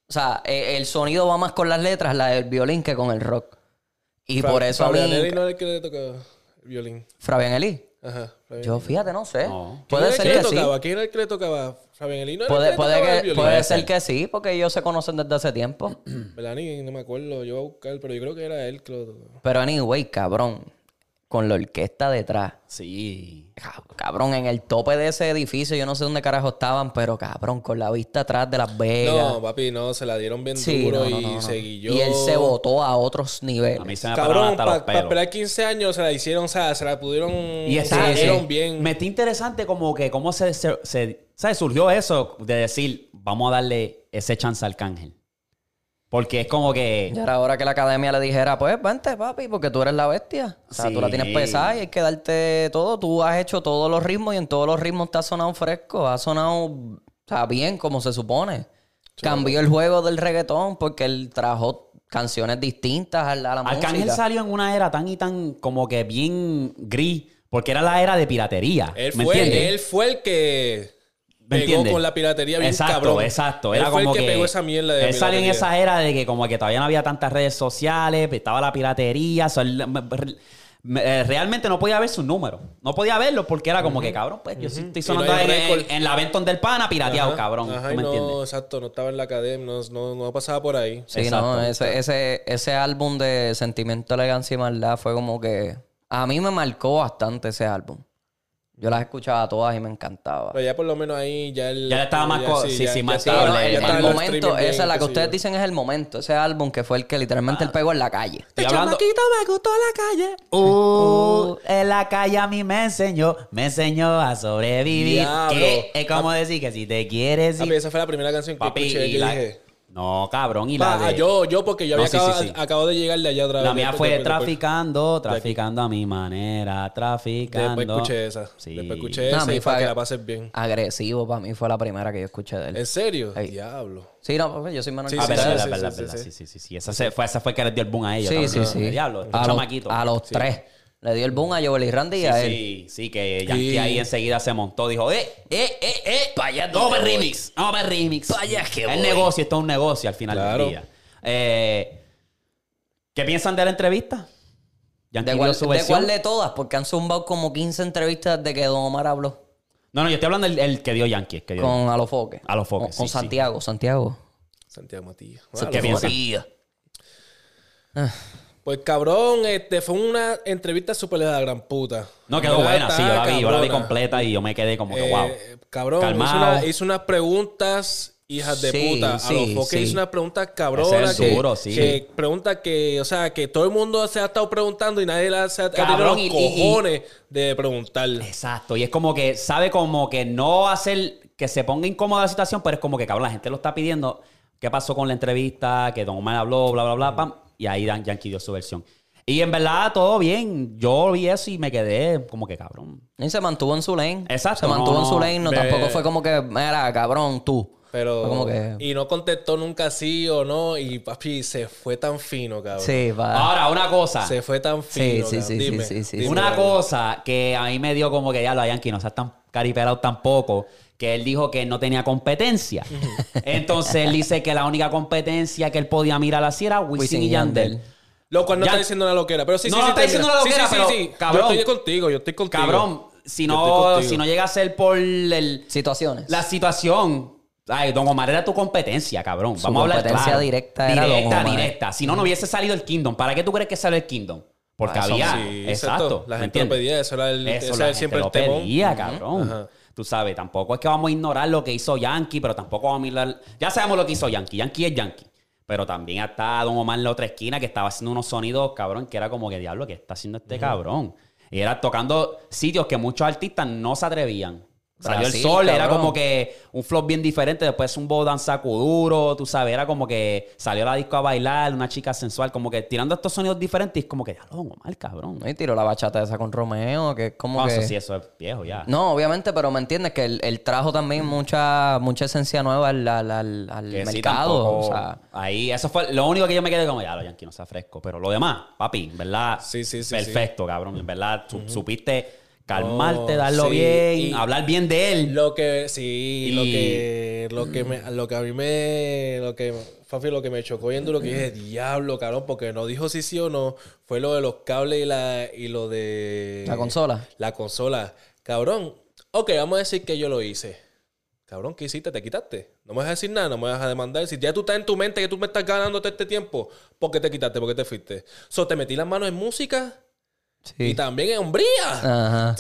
Speaker 3: O sea, e- el, sonido va más con las letras, la del violín, que con el rock. Y por eso a mí.
Speaker 1: Fabianelli no es el que le toca el violín.
Speaker 3: Fabián Eli.
Speaker 1: Ajá. Fabianelli.
Speaker 3: Yo fíjate, no sé.
Speaker 2: No.
Speaker 1: ¿Quién
Speaker 3: Puede
Speaker 1: era el
Speaker 3: ser
Speaker 1: que
Speaker 3: que
Speaker 1: le
Speaker 3: sí.
Speaker 1: tocaba? ¿Quién era el que le tocaba? Fabián Elino era
Speaker 3: Puede,
Speaker 1: el que le
Speaker 3: puede,
Speaker 1: tocaba
Speaker 3: que-
Speaker 1: el violín.
Speaker 3: puede ser que sí, porque ellos se conocen desde hace tiempo.
Speaker 1: ¿Verdad? Ni- no me acuerdo. Yo voy a buscar, pero yo creo que era él que lo tocó.
Speaker 3: Pero anyway, cabrón. Con la orquesta detrás.
Speaker 2: Sí.
Speaker 3: Cab- Cabrón, en el tope de ese edificio, yo no sé dónde carajo estaban, pero cabrón, con la vista atrás de Las Vegas.
Speaker 1: No, papi, no. Se la dieron bien
Speaker 3: sí,
Speaker 1: duro
Speaker 3: no, no,
Speaker 1: y
Speaker 3: no, no.
Speaker 1: se guilló.
Speaker 3: Y él se botó a otros
Speaker 2: A mí
Speaker 3: niveles.
Speaker 2: se me paraban
Speaker 1: Cabrón,
Speaker 2: hasta
Speaker 1: para
Speaker 2: los pelos.
Speaker 1: esperar 15 años se la hicieron, o sea, se la pudieron...
Speaker 2: Y
Speaker 1: se
Speaker 2: está,
Speaker 1: la
Speaker 2: eh,
Speaker 1: hicieron bien.
Speaker 2: Me está interesante como que cómo se, se- se- ¿sabes? surgió eso de decir, vamos a darle ese chance al cángel. Porque es como que...
Speaker 3: Y era hora que la academia le dijera, pues vente, papi, porque tú eres la bestia. O sea,
Speaker 2: Sí.
Speaker 3: tú la tienes pesada y hay que darte todo. Tú has hecho todos los ritmos y en todos los ritmos te ha sonado fresco. Ha sonado, o sea, bien como se supone. Cambió el juego del reggaetón porque él trajo canciones distintas a la, a la
Speaker 2: Arcángel
Speaker 3: música.
Speaker 2: salió en una era tan y tan como que bien gris, porque era la era de piratería.
Speaker 1: Él
Speaker 2: ¿Me
Speaker 1: fue,
Speaker 2: entiendes?
Speaker 1: él fue el que
Speaker 2: ¿Me
Speaker 1: pegó
Speaker 2: entiendes?
Speaker 1: con la piratería bien
Speaker 2: exacto,
Speaker 1: cabrón.
Speaker 2: Exacto,
Speaker 1: Él
Speaker 2: Era
Speaker 1: fue
Speaker 2: como
Speaker 1: el que, pegó esa mierda de
Speaker 2: Él salió en
Speaker 1: piratería.
Speaker 2: esa era de que como que todavía no había tantas redes sociales, estaba la piratería. o sea, él- me- me- eh, realmente no podía ver sus números. No podía verlos porque era como que, cabrón, pues yo sí estoy
Speaker 1: Y
Speaker 2: sonando
Speaker 1: no hay
Speaker 2: en,
Speaker 1: récord.
Speaker 2: en- en la Benton del Pana pirateado,
Speaker 1: Ajá,
Speaker 2: cabrón.
Speaker 1: ajá,
Speaker 2: ¿Tú
Speaker 1: y
Speaker 2: me
Speaker 1: no,
Speaker 2: entiendes?
Speaker 1: exacto, no estaba en la academia, no, no, no pasaba por ahí.
Speaker 3: Sí,
Speaker 2: Exacto.
Speaker 3: no, ese, ese, ese álbum de Sentimiento, Elegancia y Maldad fue como que... A mí me marcó bastante ese álbum. Yo las escuchaba todas y me encantaba.
Speaker 1: Pero ya por lo menos ahí ya él...
Speaker 2: Ya le estaba más co- sí, sí, más
Speaker 3: Sí,
Speaker 1: estaba-
Speaker 2: estable,
Speaker 3: no,
Speaker 1: ya
Speaker 3: el,
Speaker 1: estaba
Speaker 3: el
Speaker 1: en los
Speaker 3: momento,
Speaker 1: streaming bien,
Speaker 3: esa es la que
Speaker 1: qué sé yo.
Speaker 3: ustedes dicen es el momento. Ese álbum que fue el que literalmente él pegó en la calle.
Speaker 2: Estoy hablando-
Speaker 3: Este me gustó la calle.
Speaker 2: Uh, en la calle a mí me enseñó, me enseñó a sobrevivir.
Speaker 1: Diablo.
Speaker 2: Que es como decir que si te quieres
Speaker 1: Papi,
Speaker 2: ir-
Speaker 1: esa fue la primera canción que
Speaker 2: Papi,
Speaker 1: escuché
Speaker 2: y
Speaker 1: yo
Speaker 2: la-
Speaker 1: dije...
Speaker 2: No, cabrón, y la
Speaker 1: "Pa,
Speaker 2: de...
Speaker 1: yo, yo, porque yo
Speaker 2: No,
Speaker 1: había
Speaker 2: sí, sí,
Speaker 1: acabado,
Speaker 2: sí.
Speaker 1: acabo de llegar de allá otra vez.
Speaker 2: La mía
Speaker 1: Después-
Speaker 2: fue
Speaker 1: después- después-
Speaker 2: traficando, traficando a mi manera, traficando.
Speaker 1: Después escuché esa.
Speaker 2: Sí.
Speaker 1: Después escuché
Speaker 3: No, a
Speaker 1: esa
Speaker 3: mí
Speaker 1: y para
Speaker 3: fue-
Speaker 1: que la pases bien.
Speaker 3: Agresivo para mí fue la primera que yo escuché de él.
Speaker 1: ¿En serio?
Speaker 3: Ey.
Speaker 1: Diablo.
Speaker 3: Sí, no, pues, yo soy menos
Speaker 1: Sí,
Speaker 2: Ah,
Speaker 1: sí,
Speaker 2: verdad,
Speaker 1: sí,
Speaker 2: verdad,
Speaker 1: sí,
Speaker 2: verdad,
Speaker 1: sí,
Speaker 2: verdad.
Speaker 1: sí.
Speaker 2: Sí, sí, sí, sí. Esa, se fue, esa fue que les dio el boom a ellos.
Speaker 3: Sí, sí,
Speaker 2: cabrón.
Speaker 3: sí.
Speaker 2: Diablo, estos
Speaker 3: a, los,
Speaker 2: chamaquitos.
Speaker 3: a los tres. Le dio el boom a Joel y Randy y
Speaker 2: Sí,
Speaker 3: a él.
Speaker 2: sí, sí, que Yankee
Speaker 1: Sí.
Speaker 2: ahí enseguida se montó. Dijo, eh, eh, eh, eh. Vaya, no me remix. No me remix. Vaya que El negocio, esto es un negocio al final
Speaker 1: Claro.
Speaker 2: del día. Eh, ¿Qué piensan de la entrevista? Yankee
Speaker 3: ¿De
Speaker 2: dio
Speaker 3: cuál,
Speaker 2: su
Speaker 3: de
Speaker 2: versión.
Speaker 3: cuál de todas? Porque han zumbado como 15 entrevistas de que Don Omar habló
Speaker 2: No, no, yo estoy hablando del el que dio Yankee. el que dio
Speaker 3: con Alofoque.
Speaker 2: Alofoque,
Speaker 3: Con,
Speaker 2: sí, sí.
Speaker 3: con Santiago, Santiago.
Speaker 1: Santiago Matías.
Speaker 2: ¿Qué
Speaker 1: Bueno,
Speaker 2: piensan?
Speaker 1: Pues cabrón, este fue una entrevista súper de la gran puta.
Speaker 2: No, quedó
Speaker 1: ¿Verdad?
Speaker 2: buena, sí, yo la
Speaker 1: Está
Speaker 2: vi, yo la vi
Speaker 1: cabrona.
Speaker 2: completa y yo me quedé como que,
Speaker 1: Eh,
Speaker 2: wow.
Speaker 1: Cabrón, hizo,
Speaker 2: Calmao.
Speaker 1: una- hizo unas preguntas, hijas de
Speaker 3: Sí,
Speaker 1: puta.
Speaker 3: sí,
Speaker 1: a los foques
Speaker 3: sí.
Speaker 1: hizo unas preguntas cabronas.
Speaker 2: Ese es duro, sí.
Speaker 1: Que pregunta que, o sea, que todo el mundo se ha estado preguntando y nadie la, se ha ha tenido
Speaker 2: Cabrón, y-
Speaker 1: los
Speaker 2: y- y-
Speaker 1: cojones de preguntarle.
Speaker 2: Exacto, y es como que sabe como que no hacer que se ponga incómoda la situación, pero es como que, cabrón, la gente lo está pidiendo. ¿Qué pasó con la entrevista? Que Don Omar habló, bla, bla,
Speaker 1: Mm.
Speaker 2: bla, pam. Y ahí Dan Yankee dio su versión. Y en verdad, todo bien. Yo vi eso y me quedé como que, cabrón.
Speaker 3: Y se mantuvo en su lane.
Speaker 2: Exacto,
Speaker 3: Se mantuvo
Speaker 2: no,
Speaker 3: en su lane. No,
Speaker 1: ve-
Speaker 3: tampoco fue como que, mira, cabrón, tú.
Speaker 1: Pero,
Speaker 3: Fue como que-
Speaker 1: y no contestó nunca sí o no. Y papi, se fue tan fino, cabrón.
Speaker 3: Sí, va.
Speaker 2: Ahora, una cosa.
Speaker 1: Se fue tan fino.
Speaker 3: sí,
Speaker 1: cabrón.
Speaker 3: sí, sí,
Speaker 1: Dime,
Speaker 3: sí, sí,
Speaker 1: dime,
Speaker 2: Una
Speaker 1: cabrón.
Speaker 2: cosa que a mí me dio como que ya lo Yankee no seas tan caripelado tampoco, que él dijo que él no tenía competencia. Entonces él dice que la única competencia que él podía mirar así era Wisin,
Speaker 3: Wisin
Speaker 2: y
Speaker 3: y
Speaker 2: Yandel.
Speaker 3: Yandel.
Speaker 1: Lo cual no
Speaker 2: Ya-
Speaker 1: está diciendo una loquera. Pero sí,
Speaker 2: No,
Speaker 1: sí,
Speaker 2: no
Speaker 1: sí,
Speaker 2: está diciendo
Speaker 1: termina.
Speaker 2: una loquera,
Speaker 1: Sí, sí,
Speaker 2: pero,
Speaker 1: sí, sí.
Speaker 2: cabrón.
Speaker 1: Yo estoy contigo, yo estoy contigo.
Speaker 2: Cabrón, si
Speaker 1: Yo estoy
Speaker 2: no,
Speaker 1: contigo.
Speaker 2: si no llega a ser por el-
Speaker 3: Situaciones.
Speaker 2: la situación. Ay, Don Omar era tu competencia, cabrón.
Speaker 3: Su
Speaker 2: Vamos a hablar
Speaker 3: competencia
Speaker 2: claro.
Speaker 3: directa era Don
Speaker 2: Directa,
Speaker 3: Omar.
Speaker 2: directa. Si no, no hubiese salido el Kingdom. ¿Para qué tú crees que salió el Kingdom? Porque
Speaker 1: Ah, eso
Speaker 2: había.
Speaker 1: sí,
Speaker 2: exacto.
Speaker 1: La
Speaker 2: ¿me
Speaker 1: gente lo
Speaker 2: entiendes?
Speaker 1: pedía, eso era, el,
Speaker 2: Eso
Speaker 1: ese
Speaker 2: la
Speaker 1: era
Speaker 2: gente
Speaker 1: siempre
Speaker 2: lo
Speaker 1: el temón.
Speaker 2: pedía, cabrón.
Speaker 1: Ajá.
Speaker 2: Tú sabes, tampoco es que vamos a ignorar lo que hizo Yankee, pero tampoco vamos a ignorar... Ya sabemos lo que hizo Yankee. Yankee es Yankee. Pero también está Don Omar en la otra esquina que estaba haciendo unos sonidos, cabrón, que era como que diablo, que está haciendo este cabrón? Y era tocando sitios que muchos artistas no se atrevían. Salió el
Speaker 3: Brasil,
Speaker 2: sol, era
Speaker 3: cabrón.
Speaker 2: como que un flop bien diferente, después un bodan saco duro, tú sabes, era como que salió a la disco a bailar, una chica sensual, como que tirando estos sonidos diferentes, y es como que, diablo, Don Omar, cabrón.
Speaker 3: Y tiró la bachata esa con Romeo, que es como
Speaker 2: No,
Speaker 3: que...
Speaker 2: Ah, eso sí, eso es viejo ya.
Speaker 3: No, obviamente, pero me entiendes que él, él trajo también mucha, mucha esencia nueva al, al- al- al
Speaker 2: Que sí,
Speaker 3: mercado.
Speaker 2: tampoco-
Speaker 3: o sea,
Speaker 2: ahí, eso fue lo único que yo me quedé como, ya, lo Yankee no se fresco. Pero lo demás, papi, en verdad,
Speaker 1: Sí, sí, sí,
Speaker 2: perfecto, cabrón. En verdad, su- supiste calmarte,
Speaker 1: No,
Speaker 2: darlo
Speaker 1: Oh, sí,
Speaker 2: bien,
Speaker 1: y-
Speaker 2: hablar bien de él.
Speaker 1: Lo que sí,
Speaker 2: Y-
Speaker 1: lo que lo que me, lo que a mí me lo que Fafi, lo que me chocó bien duro que dije, diablo, cabrón, porque no dijo si sí o no, fue lo de los cables y la y lo de
Speaker 3: La consola.
Speaker 1: La consola. Cabrón. Ok, vamos a decir que yo lo hice. Cabrón, ¿qué hiciste? ¿Te quitaste? No me vas a decir nada, no me vas a demandar. Si ya tú estás en tu mente que tú me estás ganando todo este tiempo, ¿por qué te quitaste? ¿Por qué te fuiste? So, te metí las manos en música y
Speaker 3: sí.
Speaker 1: también en hombría.
Speaker 3: Ajá.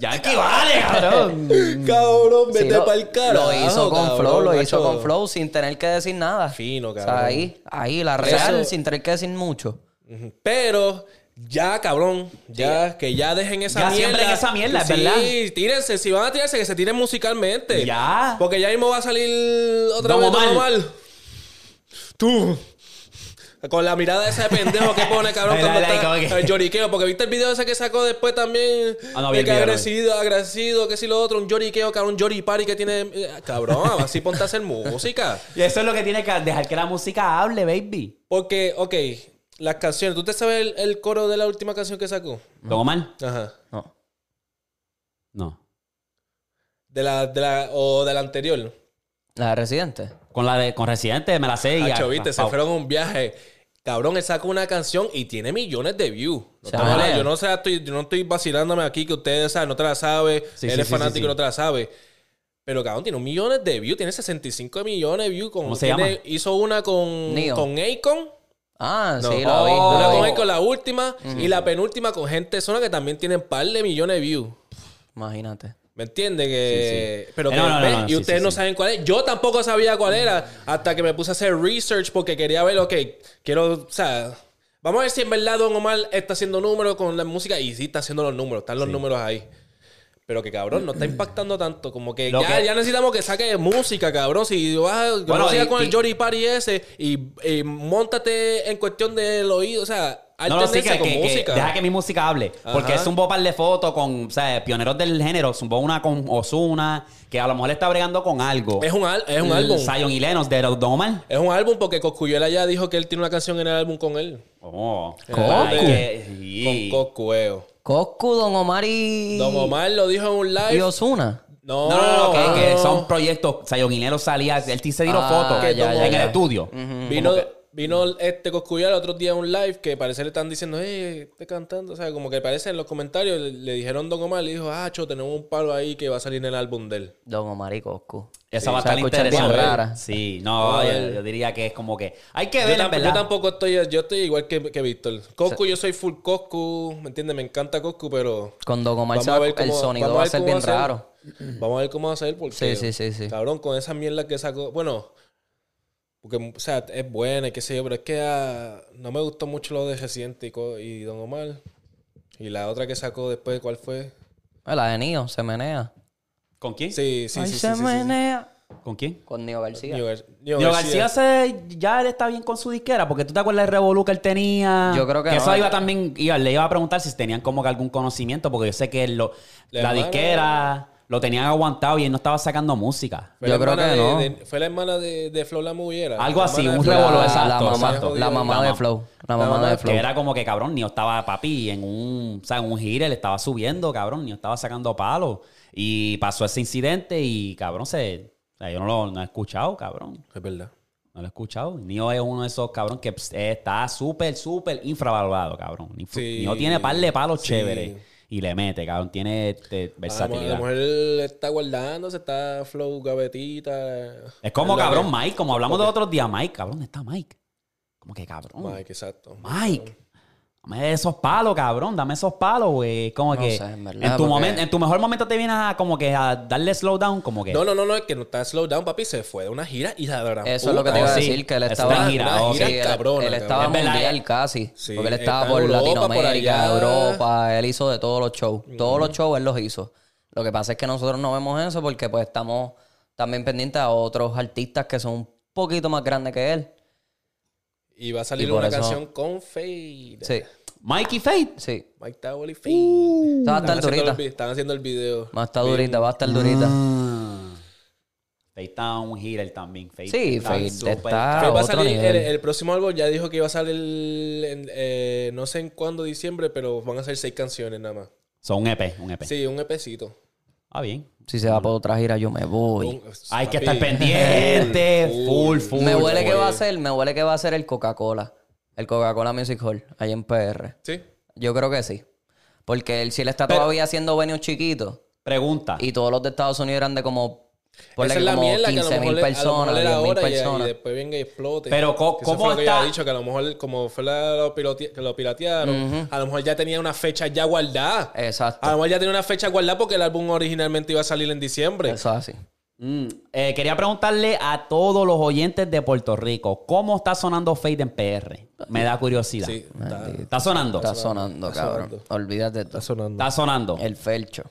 Speaker 2: Yankee vale, cabrón.
Speaker 1: Cabrón,
Speaker 3: Mm. Sí,
Speaker 1: vete
Speaker 3: lo-
Speaker 1: pa'l carajo,
Speaker 3: Lo hizo con
Speaker 1: cabrón,
Speaker 3: Flow, lo
Speaker 1: macho.
Speaker 3: hizo con Flow sin tener que decir nada.
Speaker 1: Fino,
Speaker 3: O sea,
Speaker 1: cabrón.
Speaker 3: ahí, ahí, la real,
Speaker 1: Eso-
Speaker 3: sin tener que decir mucho.
Speaker 1: Ujú. Pero ya, cabrón, ya que ya dejen esa
Speaker 2: Ya
Speaker 1: mierda.
Speaker 2: siembren esa mierda, es
Speaker 1: sí,
Speaker 2: verdad.
Speaker 1: tírense, si van a tirarse que se tiren musicalmente.
Speaker 2: Ya.
Speaker 1: Porque ya mismo va a salir otra
Speaker 2: Don
Speaker 1: vez Don
Speaker 2: Omar.
Speaker 1: Omar. Tú con la mirada esa de pendejo que pone, cabrón,
Speaker 2: Ay,
Speaker 1: cuando
Speaker 2: ay, ay,
Speaker 1: está
Speaker 2: como que-
Speaker 1: el lloriqueo. Porque viste el video ese que sacó después también.
Speaker 2: Ah, no, vi
Speaker 1: de
Speaker 2: el
Speaker 1: que
Speaker 2: video, no vi.
Speaker 1: agradecido, agradecido, que si lo otro, un lloriqueo, cabrón, llori party que tiene. eh, Cabrón, así ponte a hacer música.
Speaker 2: Y eso es lo que tiene que dejar que la música hable, baby.
Speaker 1: Porque, ok, las canciones. ¿Tú te sabes el, el coro de la última canción que sacó?
Speaker 3: Mm.
Speaker 2: ¿Don Omar?
Speaker 1: Ajá.
Speaker 3: No.
Speaker 2: No.
Speaker 1: De la, de la, o de la anterior.
Speaker 3: La de Residente.
Speaker 2: Con la de con Residente me la sé. y-
Speaker 1: Hacho, viste, se
Speaker 2: pa-
Speaker 1: fueron a un viaje. Cabrón, él sacó una canción y tiene millones de views. No
Speaker 3: Se
Speaker 1: te vale,
Speaker 3: vale.
Speaker 1: yo no sé, estoy, yo no estoy vacilándome aquí que ustedes saben, no te la sabe.
Speaker 2: Sí,
Speaker 1: Él
Speaker 2: sí,
Speaker 1: es
Speaker 2: sí, sí,
Speaker 1: fanático y
Speaker 2: sí.
Speaker 1: no te la sabe. Pero cabrón, tiene un millones de views, tiene 65 millones de views. Con,
Speaker 2: ¿Cómo se
Speaker 1: tiene-
Speaker 2: llama?
Speaker 1: Hizo una con,
Speaker 3: Neo.
Speaker 1: con Akon.
Speaker 3: Ah,
Speaker 1: No.
Speaker 3: sí, la vi.
Speaker 2: Oh.
Speaker 3: la
Speaker 1: Una
Speaker 3: vi.
Speaker 1: con Akon, la última. Y la penúltima con gente zona que también tiene un par de millones de views.
Speaker 3: Imagínate.
Speaker 1: ¿Me entiende? Que... Pero
Speaker 2: Eh,
Speaker 1: que
Speaker 2: no, no,
Speaker 1: ven,
Speaker 2: no, no,
Speaker 1: y
Speaker 2: sí,
Speaker 1: ustedes
Speaker 2: sí,
Speaker 1: no
Speaker 2: sí.
Speaker 1: saben cuál es. Yo tampoco sabía cuál era hasta que me puse a hacer research porque quería ver, ok, quiero, o sea, vamos a ver si en verdad Don Omar está haciendo números con la música y sí está haciendo los números, están los números ahí. Pero que cabrón, no está impactando tanto. Como que
Speaker 2: Mm. Lo
Speaker 1: ya,
Speaker 2: que-
Speaker 1: ya necesitamos que saque música, cabrón. Si vas a
Speaker 2: Bueno,
Speaker 1: no sigas
Speaker 2: y-
Speaker 1: con
Speaker 2: y-
Speaker 1: el Jory Party ese y, y montate en cuestión del oído. O sea, hay
Speaker 2: No, no, sí, que,
Speaker 1: con
Speaker 2: que- que
Speaker 1: música.
Speaker 2: deja que mi música hable. Porque
Speaker 1: Ajá.
Speaker 2: es un par de fotos con, o sea, pioneros del género. Zumbó una con Osuna, que a lo mejor está bregando con algo.
Speaker 1: Es un, al- es un
Speaker 2: L-
Speaker 1: álbum.
Speaker 2: Zion y Lennox de los Domal.
Speaker 1: Es un álbum porque Coscuyuela ya dijo que él tiene una canción en el álbum con él.
Speaker 2: Oh,
Speaker 1: Cocu.
Speaker 2: Hay que- sí.
Speaker 1: Con Coscueo.
Speaker 3: Coscu, Don Omar y...
Speaker 1: Don Omar lo dijo en un live.
Speaker 3: y Ozuna.
Speaker 1: No,
Speaker 2: No, no, no, que,
Speaker 1: ah,
Speaker 2: que son proyectos. Zion y Lennox salía, él sí se tiró
Speaker 3: Ah,
Speaker 2: fotos
Speaker 3: ya,
Speaker 1: ya,
Speaker 2: en el
Speaker 1: ya.
Speaker 2: estudio.
Speaker 1: Vino, vino este Coscuyuela otro día en un live que parece le están diciendo, hey, esté cantando. O sea, como que parece en los comentarios le, le dijeron Don Omar, le dijo, ah, cho, tenemos un palo ahí que va a salir en el álbum de él.
Speaker 3: Don Omar y Coscu.
Speaker 2: Esa
Speaker 3: Sí,
Speaker 2: va a
Speaker 3: se la
Speaker 2: estar
Speaker 3: escuchan bien
Speaker 2: interesante.
Speaker 3: rara.
Speaker 2: Sí, no,
Speaker 1: Ah,
Speaker 2: yo,
Speaker 1: bien.
Speaker 2: yo diría que es como que hay que
Speaker 1: Yo,
Speaker 2: ver, en
Speaker 1: tam- yo
Speaker 2: verdad.
Speaker 1: tampoco estoy, yo estoy igual que, que Víctor. Coscu, yo soy full Coscu, ¿me entiendes? Me encanta Coscu, pero...
Speaker 3: Con Don Omar
Speaker 1: Vamos
Speaker 3: se
Speaker 1: a
Speaker 3: va-
Speaker 1: ver
Speaker 3: el
Speaker 1: cómo-
Speaker 3: sonido
Speaker 1: vamos
Speaker 3: va a
Speaker 1: ver
Speaker 3: ser
Speaker 1: cómo
Speaker 3: bien raro.
Speaker 1: Vamos a ver cómo va a ser porque...
Speaker 3: Sí, sí, sí, sí.
Speaker 1: Cabrón, con esa mierda que sacó... Bueno, porque, o sea, es buena y qué sé yo, pero es que ah, no me gustó mucho lo de Residente y, co- y Don Omar. Y la otra que sacó después, ¿cuál fue?
Speaker 3: Ah, La de Nio, se menea.
Speaker 2: ¿Con quién?
Speaker 1: Sí, sí,
Speaker 3: Ay,
Speaker 1: sí, sí,
Speaker 3: se
Speaker 1: sí, sí, sí.
Speaker 3: menea.
Speaker 2: ¿Con quién?
Speaker 3: Con Nio García.
Speaker 1: Nio Gar- Nio
Speaker 2: Neo
Speaker 1: García.
Speaker 2: García se- ya él está bien con su disquera, porque tú te acuerdas del revolú que él tenía.
Speaker 3: Yo creo que no.
Speaker 2: eso iba también, iba- le iba a preguntar si tenían como que algún conocimiento, porque yo sé que lo-
Speaker 1: La
Speaker 2: la
Speaker 1: hermana-
Speaker 2: disquera lo tenían aguantado y él no estaba sacando música.
Speaker 1: Fue
Speaker 3: Yo
Speaker 1: la
Speaker 3: creo
Speaker 1: hermana
Speaker 3: que
Speaker 1: de-
Speaker 3: no.
Speaker 1: de- fue la hermana de, de Flow la Muguera.
Speaker 2: Algo
Speaker 1: La
Speaker 2: así,
Speaker 1: hermana de
Speaker 2: un
Speaker 1: Flow.
Speaker 2: revolú,
Speaker 3: la,
Speaker 2: exacto,
Speaker 3: la mamá,
Speaker 2: exacto.
Speaker 3: la mamá
Speaker 2: La
Speaker 3: de
Speaker 2: mamá.
Speaker 3: Flow. La
Speaker 1: La
Speaker 3: mamá,
Speaker 1: mamá
Speaker 3: de
Speaker 1: que
Speaker 2: Que
Speaker 3: Flow.
Speaker 2: era como que cabrón, ni estaba papi en un, o sea, en un gire, le estaba subiendo, cabrón, ni estaba sacando palos. Y pasó ese incidente y cabrón se. o sea, yo no lo no he escuchado, cabrón.
Speaker 1: Es verdad.
Speaker 2: No lo he escuchado. Nio es uno de esos cabrón que pss, eh, está súper, súper infravalorado, cabrón. Ni-
Speaker 1: Sí.
Speaker 2: Nio tiene par de palos
Speaker 1: Sí.
Speaker 2: chéveres. Y le mete, cabrón. Tiene este,
Speaker 1: A lo mejor- a
Speaker 2: versatilidad.
Speaker 1: lo mejor él está guardando, se está Flow gavetita.
Speaker 2: es como,
Speaker 1: la-
Speaker 2: cabrón, Mike. Como hablamos de otros días, Mike, cabrón, ¿dónde está Mike? Como que, cabrón.
Speaker 3: Oh.
Speaker 2: Mike.
Speaker 1: Mike, exacto.
Speaker 2: Dame esos palos, cabrón. Dame esos palos, güey. Como
Speaker 3: No
Speaker 2: que.
Speaker 3: sé, en
Speaker 2: en,
Speaker 3: verdad,
Speaker 2: tu
Speaker 3: porque-
Speaker 2: momento, en tu mejor momento te vienes a como que a darle slowdown, como que.
Speaker 1: No, no, no, no, es que no está slow down, papi. Se fue de una gira y la verdad.
Speaker 3: Eso es lo que te
Speaker 2: Oh,
Speaker 3: iba a
Speaker 2: sí.
Speaker 3: decir, que él
Speaker 2: Eso
Speaker 3: estaba
Speaker 2: está en gira,
Speaker 3: Sí,
Speaker 1: oh, sí.
Speaker 3: él-
Speaker 1: cabrona,
Speaker 3: él
Speaker 1: cabrón.
Speaker 3: estaba
Speaker 2: Es verdad,
Speaker 3: mundial
Speaker 2: él-
Speaker 3: casi.
Speaker 1: Sí,
Speaker 3: porque él
Speaker 1: él
Speaker 3: estaba
Speaker 1: estaba
Speaker 3: por
Speaker 1: en Europa, por
Speaker 3: Latinoamérica,
Speaker 1: allá.
Speaker 3: Europa, él hizo de todos los shows. Todos los shows él los hizo. Lo que pasa es que nosotros no vemos eso porque pues estamos también pendientes a otros artistas que son un poquito más grandes que él.
Speaker 1: Y va a salir
Speaker 3: Y por
Speaker 1: una
Speaker 3: eso-
Speaker 1: canción con Fade.
Speaker 3: Sí,
Speaker 2: Mikey Fate.
Speaker 3: sí.
Speaker 1: Mike Tower y Fade.
Speaker 3: Esta va
Speaker 1: Están
Speaker 3: a estar
Speaker 1: haciendo el
Speaker 3: durita.
Speaker 1: vi- Están haciendo el video.
Speaker 3: Va a estar durita, va a estar durita.
Speaker 2: Ah. Fate está un hitter también. Fate
Speaker 3: Sí, Fate
Speaker 2: súper-
Speaker 3: está-
Speaker 1: Pero va a
Speaker 3: otro
Speaker 1: salir
Speaker 3: nivel.
Speaker 1: el, el próximo álbum. Ya dijo que iba a salir en, eh, no sé en cuándo, diciembre, pero van a ser seis canciones nada más.
Speaker 2: Son un EP, un EP.
Speaker 1: Sí, un EPcito.
Speaker 2: Ah, bien.
Speaker 3: Si se va por otra gira, yo me voy.
Speaker 1: Un-
Speaker 2: Hay que
Speaker 1: papi,
Speaker 2: estar pendiente. Full,
Speaker 1: full.
Speaker 2: full.
Speaker 3: Uh, me huele
Speaker 1: full,
Speaker 3: que va a
Speaker 1: full.
Speaker 3: ser, me huele que va a ser el Coca-Cola. El Coca-Cola Music Hall, ahí en PR.
Speaker 1: Sí.
Speaker 3: Yo creo que sí. Porque él, si él está todavía haciendo venues chiquitos
Speaker 2: Pregunta.
Speaker 3: y todos los de Estados Unidos eran de como,
Speaker 1: Esa
Speaker 3: ponle
Speaker 1: es
Speaker 3: que
Speaker 1: la
Speaker 3: como
Speaker 1: mierda que a lo
Speaker 3: 15
Speaker 1: mejor,
Speaker 3: mil
Speaker 1: le- a lo mejor
Speaker 3: personas,
Speaker 1: le da
Speaker 3: 10 mil
Speaker 1: ahora y- Y,
Speaker 3: personas.
Speaker 1: después venga y explote.
Speaker 2: Pero, co-
Speaker 1: Que eso
Speaker 2: ¿cómo
Speaker 1: fue lo que yo
Speaker 2: está?
Speaker 1: había dicho, que a lo mejor, como fue la, lo, pilote- que lo piratearon, a lo mejor ya tenía una fecha ya guardada.
Speaker 3: Exacto.
Speaker 1: A lo mejor ya tenía una fecha guardada porque el álbum originalmente iba a salir en diciembre.
Speaker 3: Eso es así.
Speaker 2: Mm, eh, quería preguntarle a todos los oyentes de Puerto Rico, ¿cómo está sonando Fate en PR? Me da curiosidad.
Speaker 1: Sí, está,
Speaker 2: ¿Está sonando?
Speaker 3: Está
Speaker 2: Está,
Speaker 3: sonando, cabrón. Olvídate de
Speaker 1: está
Speaker 3: todo.
Speaker 1: sonando.
Speaker 2: sonando. El,
Speaker 3: El felcho.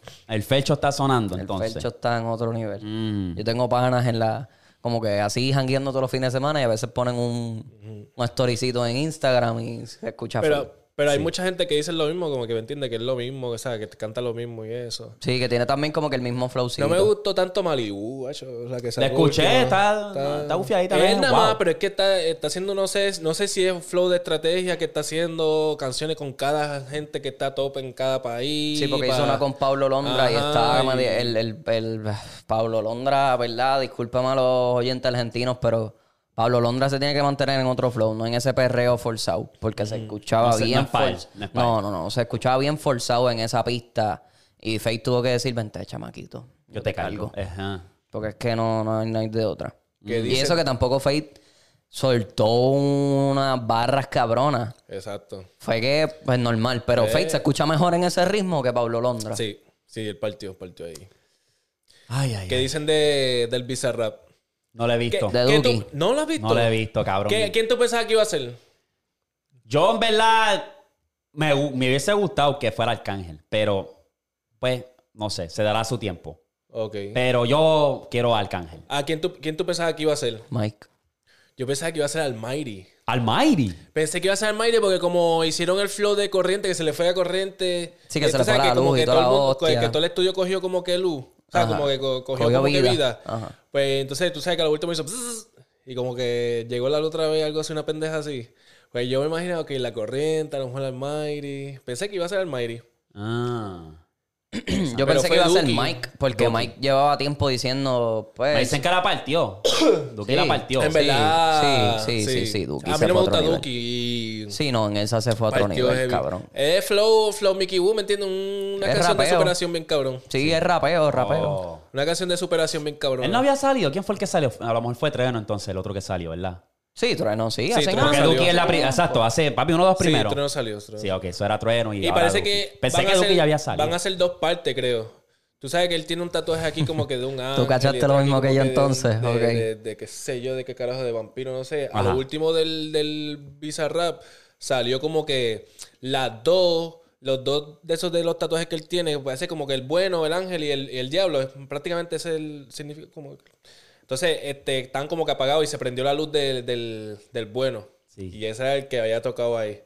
Speaker 2: fecho está sonando,
Speaker 3: El
Speaker 2: entonces.
Speaker 3: felcho está en otro nivel.
Speaker 2: Mm.
Speaker 3: Yo tengo páginas en la... Como que así jangueando todos los fines de semana y a veces ponen un, un storycito en Instagram y se escucha full.
Speaker 1: Pero, pero hay mucha gente que dice lo mismo, como que me entiende que es lo mismo, que, sabe, que te canta lo mismo y eso.
Speaker 3: Sí, que tiene también como que el mismo flowcito.
Speaker 1: No me gustó tanto Malibu, hecho, la que
Speaker 2: La
Speaker 1: sacó
Speaker 2: escuché,
Speaker 1: última.
Speaker 2: está, está, gufiadita.
Speaker 1: Es
Speaker 2: bien,
Speaker 1: nada
Speaker 2: wow.
Speaker 1: más, pero es que está, está haciendo, no sé, no sé si es un flow de estrategia que está haciendo canciones con cada gente que está top en cada país.
Speaker 3: Sí, porque hizo
Speaker 1: para-
Speaker 3: una con Pablo Londra y
Speaker 1: Ajá,
Speaker 3: estaba
Speaker 1: y-
Speaker 3: madi- El, el, el- Pablo Londra, ¿verdad? Discúlpame a los oyentes argentinos, pero Pablo Londra se tiene que mantener en otro flow, no en ese perreo forzado, porque
Speaker 1: Mm.
Speaker 3: se escuchaba
Speaker 2: No sé, no
Speaker 3: bien
Speaker 2: es pa' él,
Speaker 3: forzado.
Speaker 2: no es pa'
Speaker 3: No, no, no, se escuchaba bien forzado en esa pista y Faith tuvo que decir, vente, chamaquito.
Speaker 2: Yo te cargo. Ajá.
Speaker 3: Porque es que no, no, hay- no hay de otra.
Speaker 1: ¿Qué
Speaker 3: Y
Speaker 1: dice?
Speaker 3: eso que tampoco Faith soltó unas barras cabronas.
Speaker 1: Exacto.
Speaker 3: Fue que, pues normal, pero Faith se escucha mejor en ese ritmo que Pablo Londra.
Speaker 1: Eh. Sí, sí, el partido, el partido ahí.
Speaker 2: Ay, ay,
Speaker 1: ¿Qué
Speaker 2: ay.
Speaker 1: dicen de, del Bizarrap?
Speaker 2: No lo he visto.
Speaker 3: De
Speaker 1: ¿Qué
Speaker 3: Duki.
Speaker 1: tú- ¿No lo has visto?
Speaker 2: No lo he visto, cabrón.
Speaker 1: ¿Qué- ¿Quién tú pensabas que iba a ser?
Speaker 2: Yo, en verdad, me, gu- me hubiese gustado que fuera Arcángel, pero, pues, no sé, se dará su tiempo.
Speaker 1: Ok.
Speaker 2: Pero yo quiero a Arcángel.
Speaker 1: ¿A quién tú, quién tú pensabas que iba a ser?
Speaker 3: Mike.
Speaker 1: Yo pensaba que iba a ser Almighty.
Speaker 2: Almighty.
Speaker 1: Pensé que iba a ser Mayre porque como hicieron el flow de corriente, que se le fue a corriente.
Speaker 3: Sí, que se
Speaker 1: tú
Speaker 3: le fue
Speaker 1: sabes
Speaker 3: la
Speaker 1: como
Speaker 3: luz y
Speaker 1: que
Speaker 3: toda
Speaker 1: todo el
Speaker 3: la
Speaker 1: mundo- que-
Speaker 3: hostia.
Speaker 1: Que todo el estudio cogió como que luz. O sea,
Speaker 3: Ajá.
Speaker 1: como que co- cogió,
Speaker 3: Cogió
Speaker 1: como que
Speaker 3: vida.
Speaker 1: vida.
Speaker 3: Ajá.
Speaker 1: Pues entonces tú sabes que a lo último hizo... bzzz, Y como que llegó la luz otra vez, algo así, una pendeja así. Pues yo me imaginaba que la corriente, a lo mejor Almighty. Pensé que iba a ser Almighty.
Speaker 2: Ah.
Speaker 1: Pero
Speaker 3: Yo pensé que
Speaker 1: fue
Speaker 3: iba a ser
Speaker 1: Duki.
Speaker 3: Mike, porque Mike llevaba tiempo diciendo, pues.
Speaker 2: Me dicen que la partió. Duque
Speaker 3: Sí.
Speaker 2: la partió.
Speaker 1: en
Speaker 2: sí.
Speaker 1: verdad.
Speaker 3: sí, sí, sí, sí, Duki
Speaker 1: A
Speaker 3: se
Speaker 1: mí no me
Speaker 3: fue a
Speaker 1: gusta
Speaker 3: otro nivel.
Speaker 1: Duki. y-
Speaker 3: Sí, no, en esa se fue a otro
Speaker 1: partió
Speaker 3: nivel,
Speaker 1: heavy.
Speaker 3: cabrón.
Speaker 1: Es flow, flow Mickey Woo, ¿me entiendes? Una
Speaker 3: Es
Speaker 1: canción de
Speaker 3: rapeo.
Speaker 1: superación bien cabrón.
Speaker 3: Sí, es rapeo, rapeo.
Speaker 2: Oh.
Speaker 1: Una canción de superación bien cabrón.
Speaker 2: Él no había salido. ¿Quién fue el que salió? A lo mejor fue Treno entonces, el otro que salió, ¿verdad?
Speaker 3: Sí, Trueno, sí,
Speaker 1: Sí,
Speaker 3: hacen
Speaker 1: Trueno
Speaker 2: Porque
Speaker 1: Ah, salió.
Speaker 2: Duki es la primera. Exacto, hace, papi, uno de los
Speaker 1: Sí,
Speaker 2: primeros.
Speaker 1: Trueno salió. Trueno.
Speaker 2: Sí, ok, eso era Trueno. Y,
Speaker 1: Y
Speaker 2: ahora
Speaker 1: parece
Speaker 2: Duki.
Speaker 1: que.
Speaker 2: Pensé
Speaker 1: van
Speaker 2: que
Speaker 1: a
Speaker 2: Duki
Speaker 1: ser-
Speaker 2: ya había salido.
Speaker 1: Van a ser dos partes, creo. Tú sabes que él tiene un tatuaje aquí como que de un ángel. y
Speaker 3: cachaste
Speaker 1: otro
Speaker 3: lo
Speaker 1: aquí
Speaker 3: mismo
Speaker 1: como
Speaker 3: que yo
Speaker 1: de-
Speaker 3: entonces,
Speaker 1: De,
Speaker 3: ok.
Speaker 1: de- de qué sé yo, de qué carajo, de vampiro, no sé. A
Speaker 2: Ajá.
Speaker 1: lo último del, del Bizarrap salió como que las dos. Los dos de esos de los tatuajes que él tiene, parece como que el bueno, el ángel y el, y el diablo. es- Prácticamente ese es el significado. Como... Entonces, este, están como que apagados y se prendió la luz del, del, del bueno.
Speaker 2: Sí.
Speaker 1: Y ese era el que había tocado ahí.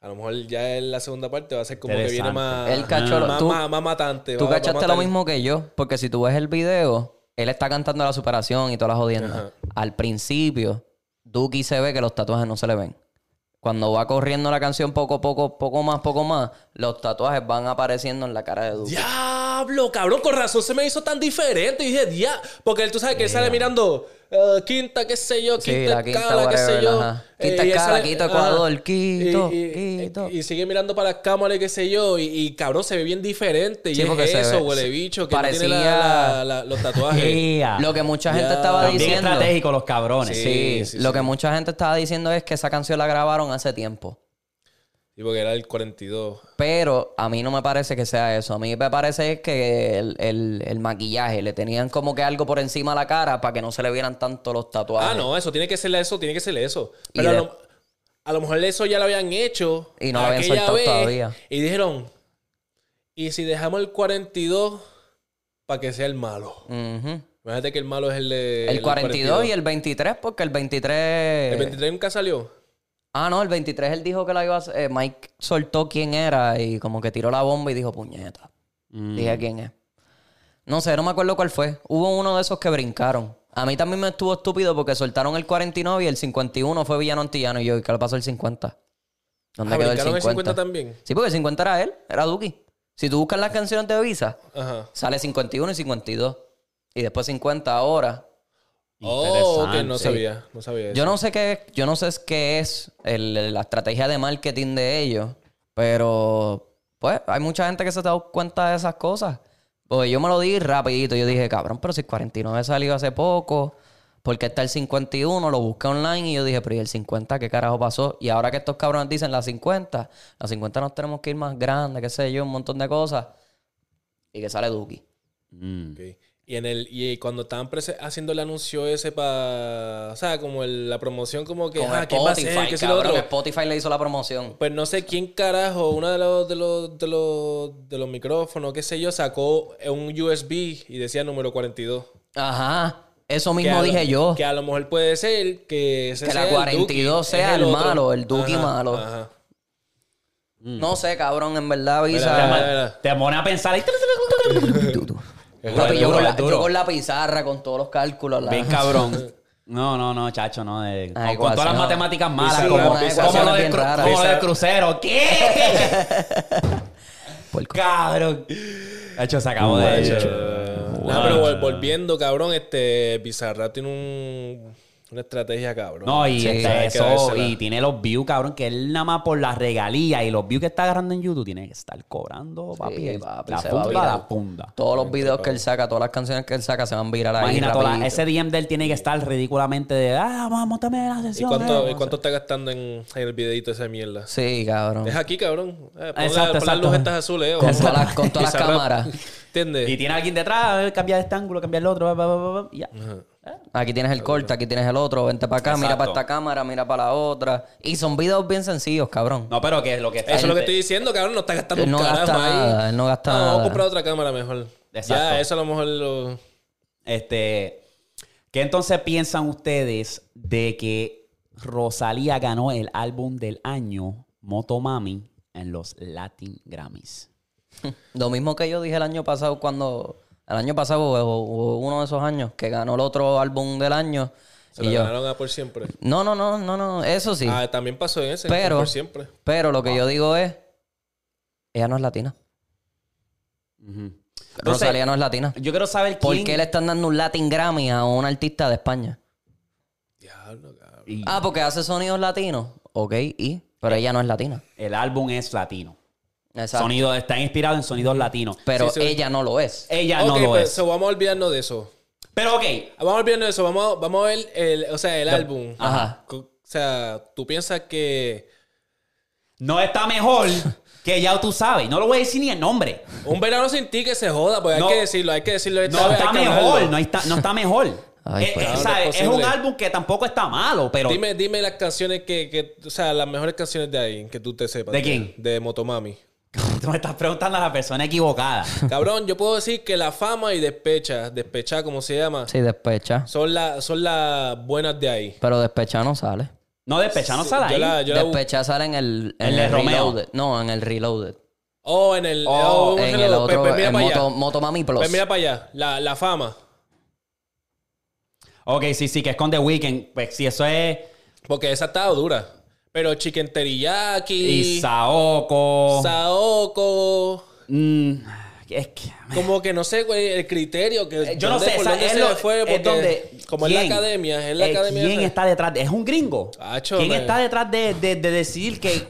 Speaker 1: A lo mejor ya en la segunda parte va a ser como que
Speaker 2: Interesante.
Speaker 1: viene más,
Speaker 3: Él cachó lo-
Speaker 1: más,
Speaker 3: tú-
Speaker 1: más- más matante.
Speaker 3: Tú
Speaker 1: va- va a
Speaker 3: cachaste lo
Speaker 1: matar.
Speaker 3: mismo que yo, porque si tú ves el video, él está cantando la superación y todas las jodiendas.
Speaker 1: Ajá.
Speaker 3: Al principio, Duki se ve que los tatuajes no se le ven. Cuando va corriendo la canción poco, poco, poco más, poco más, los tatuajes van apareciendo en la cara de Duki.
Speaker 1: Diablo, cabrón, con razón se me hizo tan diferente. Y dije, ya. Porque él, tú sabes que él sale mirando eh, quinta, qué sé yo,
Speaker 3: Sí,
Speaker 1: quinta,
Speaker 3: la quinta,
Speaker 1: escala, qué sé
Speaker 3: whatever,
Speaker 1: yo. Eh,
Speaker 3: ajá. Quinta
Speaker 1: y él
Speaker 3: escala, quinto Ecuador,
Speaker 1: ajá.
Speaker 3: quito,
Speaker 1: Y- y-
Speaker 3: quito.
Speaker 1: Y sigue mirando para las cámaras, qué sé yo. Y, y, cabrón, se ve bien diferente. Y
Speaker 3: Sí,
Speaker 1: es
Speaker 3: porque se
Speaker 1: eso,
Speaker 3: ve-
Speaker 1: huele
Speaker 3: se-
Speaker 1: bicho, que no tiene
Speaker 3: parecía-
Speaker 1: la- la- la- los tatuajes.
Speaker 2: Ea.
Speaker 3: Lo que mucha gente
Speaker 1: Ya.
Speaker 3: estaba
Speaker 2: También
Speaker 3: diciendo.
Speaker 2: estratégico los cabrones.
Speaker 3: Sí,
Speaker 1: Sí, sí,
Speaker 3: lo
Speaker 1: sí.
Speaker 3: que mucha gente estaba diciendo es que esa canción la grabaron hace tiempo.
Speaker 1: y porque era el 42.
Speaker 3: Pero a mí no me parece que sea eso. A mí me parece que el, el- el maquillaje le tenían como que algo por encima de la cara para que no se le vieran tanto los tatuajes.
Speaker 1: Ah, no, eso tiene que ser eso, tiene que ser eso.
Speaker 3: Y
Speaker 1: Pero a,
Speaker 3: de-
Speaker 1: lo, a lo mejor eso ya lo habían hecho.
Speaker 3: Y no lo habían
Speaker 1: aquella
Speaker 3: soltado todavía.
Speaker 1: Y dijeron, ¿y si dejamos el 42 para que sea el malo?
Speaker 3: Ujú.
Speaker 1: Imagínate que el malo es el de...
Speaker 3: El 42 y el 23, porque el 23.
Speaker 1: El 23 nunca salió.
Speaker 3: Ah, no, el 23 él dijo que la iba a. hacer- eh, Mike soltó quién era y como que tiró la bomba y dijo, puñeta.
Speaker 1: Mm.
Speaker 3: Dije quién es. No sé, no me acuerdo cuál fue. Hubo uno de esos que brincaron. A mí también me estuvo estúpido porque soltaron el 49 y el 51 fue Villano Antillano y yo, ¿y qué le pasó el 50? ¿Dónde
Speaker 1: Ah,
Speaker 3: quedó el
Speaker 1: brincaron
Speaker 3: 50?
Speaker 1: el 50 también.
Speaker 3: Sí, porque el 50 era él, era Duki. Si tú buscas las canciones de Visa,
Speaker 1: Ajá.
Speaker 3: sale 51 y 52. Y después 50 ahora.
Speaker 1: Oh, que no
Speaker 2: Interesante.
Speaker 1: sabía, no sabía eso.
Speaker 3: Yo no sé qué, yo no sé qué es el- la estrategia de marketing de ellos, pero pues hay mucha gente que se ha dado cuenta de esas cosas. Pues yo me lo di rapidito, yo dije, cabrón, pero si el 49 salió hace poco, porque está el 51, lo busqué online y yo dije, pero ¿y el 50 qué carajo pasó? Y ahora que estos cabrones dicen la 50, la 50 nos tenemos que ir más grande, qué sé yo, un montón de cosas. Y que sale Duki.
Speaker 2: Mm.
Speaker 1: Ok. Y, en el, y cuando estaban prese- haciendo el anuncio ese para... O sea, como el- la promoción como que...
Speaker 3: Con
Speaker 1: ah, ¿quién va a
Speaker 3: Spotify,
Speaker 1: ser? ¿Qué es lo
Speaker 3: cabrón,
Speaker 1: otro?
Speaker 3: Spotify le hizo la promoción.
Speaker 1: Pues no sé quién carajo, uno de los, de los, de los, de los micrófonos, qué sé yo, sacó un USB y decía número 42.
Speaker 3: Ajá, eso
Speaker 1: Que
Speaker 3: mismo
Speaker 1: a lo-
Speaker 3: dije yo.
Speaker 1: Que a lo mejor puede ser que ese
Speaker 3: Que la
Speaker 1: sea el
Speaker 3: 42
Speaker 1: Duki,
Speaker 3: sea
Speaker 1: es
Speaker 3: el
Speaker 1: otro.
Speaker 3: malo, el Duki
Speaker 1: Ajá,
Speaker 3: malo.
Speaker 1: Ajá.
Speaker 3: No sé, cabrón, en verdad,
Speaker 1: Mira,
Speaker 3: Visa.
Speaker 1: mira, mira.
Speaker 2: Te pone a pensar.
Speaker 3: Papi, yo,
Speaker 2: Duro,
Speaker 3: con la,
Speaker 2: duro.
Speaker 3: yo con la pizarra, con todos los cálculos. la-
Speaker 2: Bien cabrón. No, no, no, chacho, no. de- con- con,
Speaker 3: ecuación.
Speaker 2: todas las matemáticas malas,
Speaker 1: Sí,
Speaker 2: como,
Speaker 1: una ecuación
Speaker 2: como lo
Speaker 3: es
Speaker 2: del
Speaker 3: bien
Speaker 2: cru- como
Speaker 3: rara.
Speaker 2: lo del
Speaker 1: Pizarra.
Speaker 2: crucero. ¿Qué?
Speaker 3: Puerco.
Speaker 2: cabrón. Chacho, se acabó de
Speaker 1: Guacho. Nah, pero vol-
Speaker 2: Guau.
Speaker 1: volviendo, cabrón, este Pizarra tiene un, una estrategia, cabrón.
Speaker 2: No, y
Speaker 3: Sí,
Speaker 2: este,
Speaker 1: hay que
Speaker 2: eso,
Speaker 1: dársela.
Speaker 2: y tiene los views, cabrón, que él nada más por las regalías y los views que está agarrando en YouTube tiene que estar cobrando, papi.
Speaker 3: Sí,
Speaker 2: el-
Speaker 3: papi,
Speaker 2: la
Speaker 3: se va a
Speaker 2: funda,
Speaker 3: virar.
Speaker 2: la funda.
Speaker 3: Todos los videos que él saca, todas las canciones que él saca se van a virar ahí.
Speaker 2: Imagina, toda la-
Speaker 3: rapidito.
Speaker 2: ese DM de él tiene que estar ridículamente de, ah, vamos, también la
Speaker 1: ¿Y
Speaker 2: sesión.
Speaker 1: cuánto,
Speaker 2: eh".
Speaker 1: y cuánto está gastando en, en el videito esa mierda?
Speaker 3: Sí, cabrón.
Speaker 1: Es aquí, cabrón. Eh, ponga-
Speaker 2: Exacto,
Speaker 1: pon las
Speaker 2: exacto.
Speaker 1: luces estas azules. eh,
Speaker 3: Con
Speaker 1: ojo.
Speaker 3: todas las- con todas las
Speaker 1: Pizarra,
Speaker 3: cámaras.
Speaker 1: ¿Entiendes?
Speaker 2: Y tiene alguien detrás, eh, cambiar este ángulo, cambiar el otro, bla, bla, bla, bla, y ya.
Speaker 3: Aquí tienes el corte, aquí tienes el otro. Vente para acá, mira
Speaker 2: Exacto.
Speaker 3: para esta cámara, mira para la otra. Y son videos bien sencillos, cabrón.
Speaker 2: No, pero que lo que está
Speaker 1: Eso es lo que
Speaker 2: él-
Speaker 1: estoy diciendo, cabrón. No está gastando
Speaker 3: Él no
Speaker 1: un
Speaker 3: gasta
Speaker 1: carajo
Speaker 3: nada,
Speaker 1: ahí.
Speaker 3: él no gasta
Speaker 1: Ah, Vamos
Speaker 3: nada.
Speaker 1: a comprar otra cámara mejor.
Speaker 2: Exacto.
Speaker 1: Ya, eso a lo mejor lo...
Speaker 2: Este, ¿qué entonces piensan ustedes de que Rosalía ganó el álbum del año Motomami en los Latin Grammys?
Speaker 3: Lo mismo que yo dije el año pasado cuando... El año pasado hubo hubo uno de esos años que ganó el otro álbum del año.
Speaker 1: Se
Speaker 3: y
Speaker 1: lo
Speaker 3: yo...
Speaker 1: ganaron a por siempre.
Speaker 3: No, no, no, no, no. Eso sí.
Speaker 1: Ah, también pasó en ese.
Speaker 3: Pero-
Speaker 1: Por siempre.
Speaker 3: Pero lo que
Speaker 1: Ah.
Speaker 3: yo digo es, ella no es latina.
Speaker 2: Entonces-
Speaker 3: Rosalía no es latina.
Speaker 2: Yo quiero saber
Speaker 3: ¿Por
Speaker 2: quién.
Speaker 3: qué le están dando un Latin Grammy a un artista de España?
Speaker 1: Diablo, cabrón.
Speaker 2: Y
Speaker 3: Ah, porque hace sonidos latinos. Ok, y. Pero ella no es latina.
Speaker 2: El álbum es latino.
Speaker 3: Exacto.
Speaker 2: Sonido, está inspirado en sonidos latinos.
Speaker 3: Pero
Speaker 1: Sí, Eh, sí.
Speaker 3: ella no lo es.
Speaker 2: Ella
Speaker 1: Ok,
Speaker 2: no lo
Speaker 1: pero
Speaker 2: es.
Speaker 1: so vamos a olvidarnos de eso.
Speaker 2: Pero ok,
Speaker 1: Vamos a olvidarnos de eso. Vamos a, vamos a ver el, o sea, el álbum.
Speaker 3: Ajá.
Speaker 1: Co- O sea, tú piensas que...
Speaker 2: no está mejor que ya tú sabes. No lo voy a decir ni el nombre.
Speaker 1: Un verano sin ti que se joda, pues
Speaker 2: No.
Speaker 1: hay que decirlo, hay que decirlo. esta
Speaker 2: No
Speaker 1: vez,
Speaker 2: está
Speaker 1: hay que
Speaker 2: mejor,
Speaker 1: hablarlo.
Speaker 2: no está, no está mejor.
Speaker 3: Ay,
Speaker 2: Eh,
Speaker 3: pues.
Speaker 2: eh,
Speaker 1: Claro,
Speaker 2: ¿sabes?
Speaker 1: no es
Speaker 2: es un
Speaker 1: posible.
Speaker 2: álbum que tampoco está malo, pero
Speaker 1: Dime, dime las canciones que, que, o sea, las mejores canciones de ahí, que tú te sepas.
Speaker 2: ¿De quién?
Speaker 1: De Motomami.
Speaker 2: tú me estás preguntando a la persona equivocada.
Speaker 1: Cabrón, yo puedo decir que la fama y despecha, despecha como se llama,
Speaker 3: Sí, despecha.
Speaker 1: son, la, son las buenas de ahí.
Speaker 3: Pero despecha no sale.
Speaker 2: No, despechando sala
Speaker 1: Yo
Speaker 2: ahí.
Speaker 1: la, yo la bu-
Speaker 3: Despechar sale en el, en
Speaker 2: En
Speaker 3: el,
Speaker 2: el Romeo.
Speaker 3: Reloaded. No, en el Reloaded.
Speaker 1: Oh, en el.
Speaker 2: Oh,
Speaker 1: oh,
Speaker 3: en
Speaker 1: búscalo.
Speaker 3: el
Speaker 1: Pues-
Speaker 3: otro,
Speaker 1: pues mira
Speaker 3: en
Speaker 1: para
Speaker 3: Moto,
Speaker 1: allá.
Speaker 3: Motomami Plus.
Speaker 1: Pues mira para allá. La, la fama.
Speaker 2: Ok, sí, sí, que es con The Weeknd. Pues sí, eso es
Speaker 1: Porque esa estaba dura. Pero chicken teriyaki.
Speaker 2: Isaoco.
Speaker 1: Saoko.
Speaker 2: Mm, es que...
Speaker 1: Como que no sé cuál es el criterio que
Speaker 2: Eh, Yo no
Speaker 1: dónde-
Speaker 2: sé,
Speaker 1: por
Speaker 2: esa-
Speaker 1: dónde
Speaker 2: es
Speaker 1: se
Speaker 2: lo-
Speaker 1: le fue
Speaker 2: es
Speaker 1: porque
Speaker 2: donde-
Speaker 1: como es la
Speaker 2: ¿quién?
Speaker 1: academia, es la
Speaker 2: Eh,
Speaker 1: academia.
Speaker 2: ¿Quién
Speaker 1: esa.
Speaker 2: está detrás? de- ¿Es un gringo?
Speaker 1: Acho,
Speaker 2: ¿Quién
Speaker 1: man.
Speaker 2: está detrás de, de- de decir que...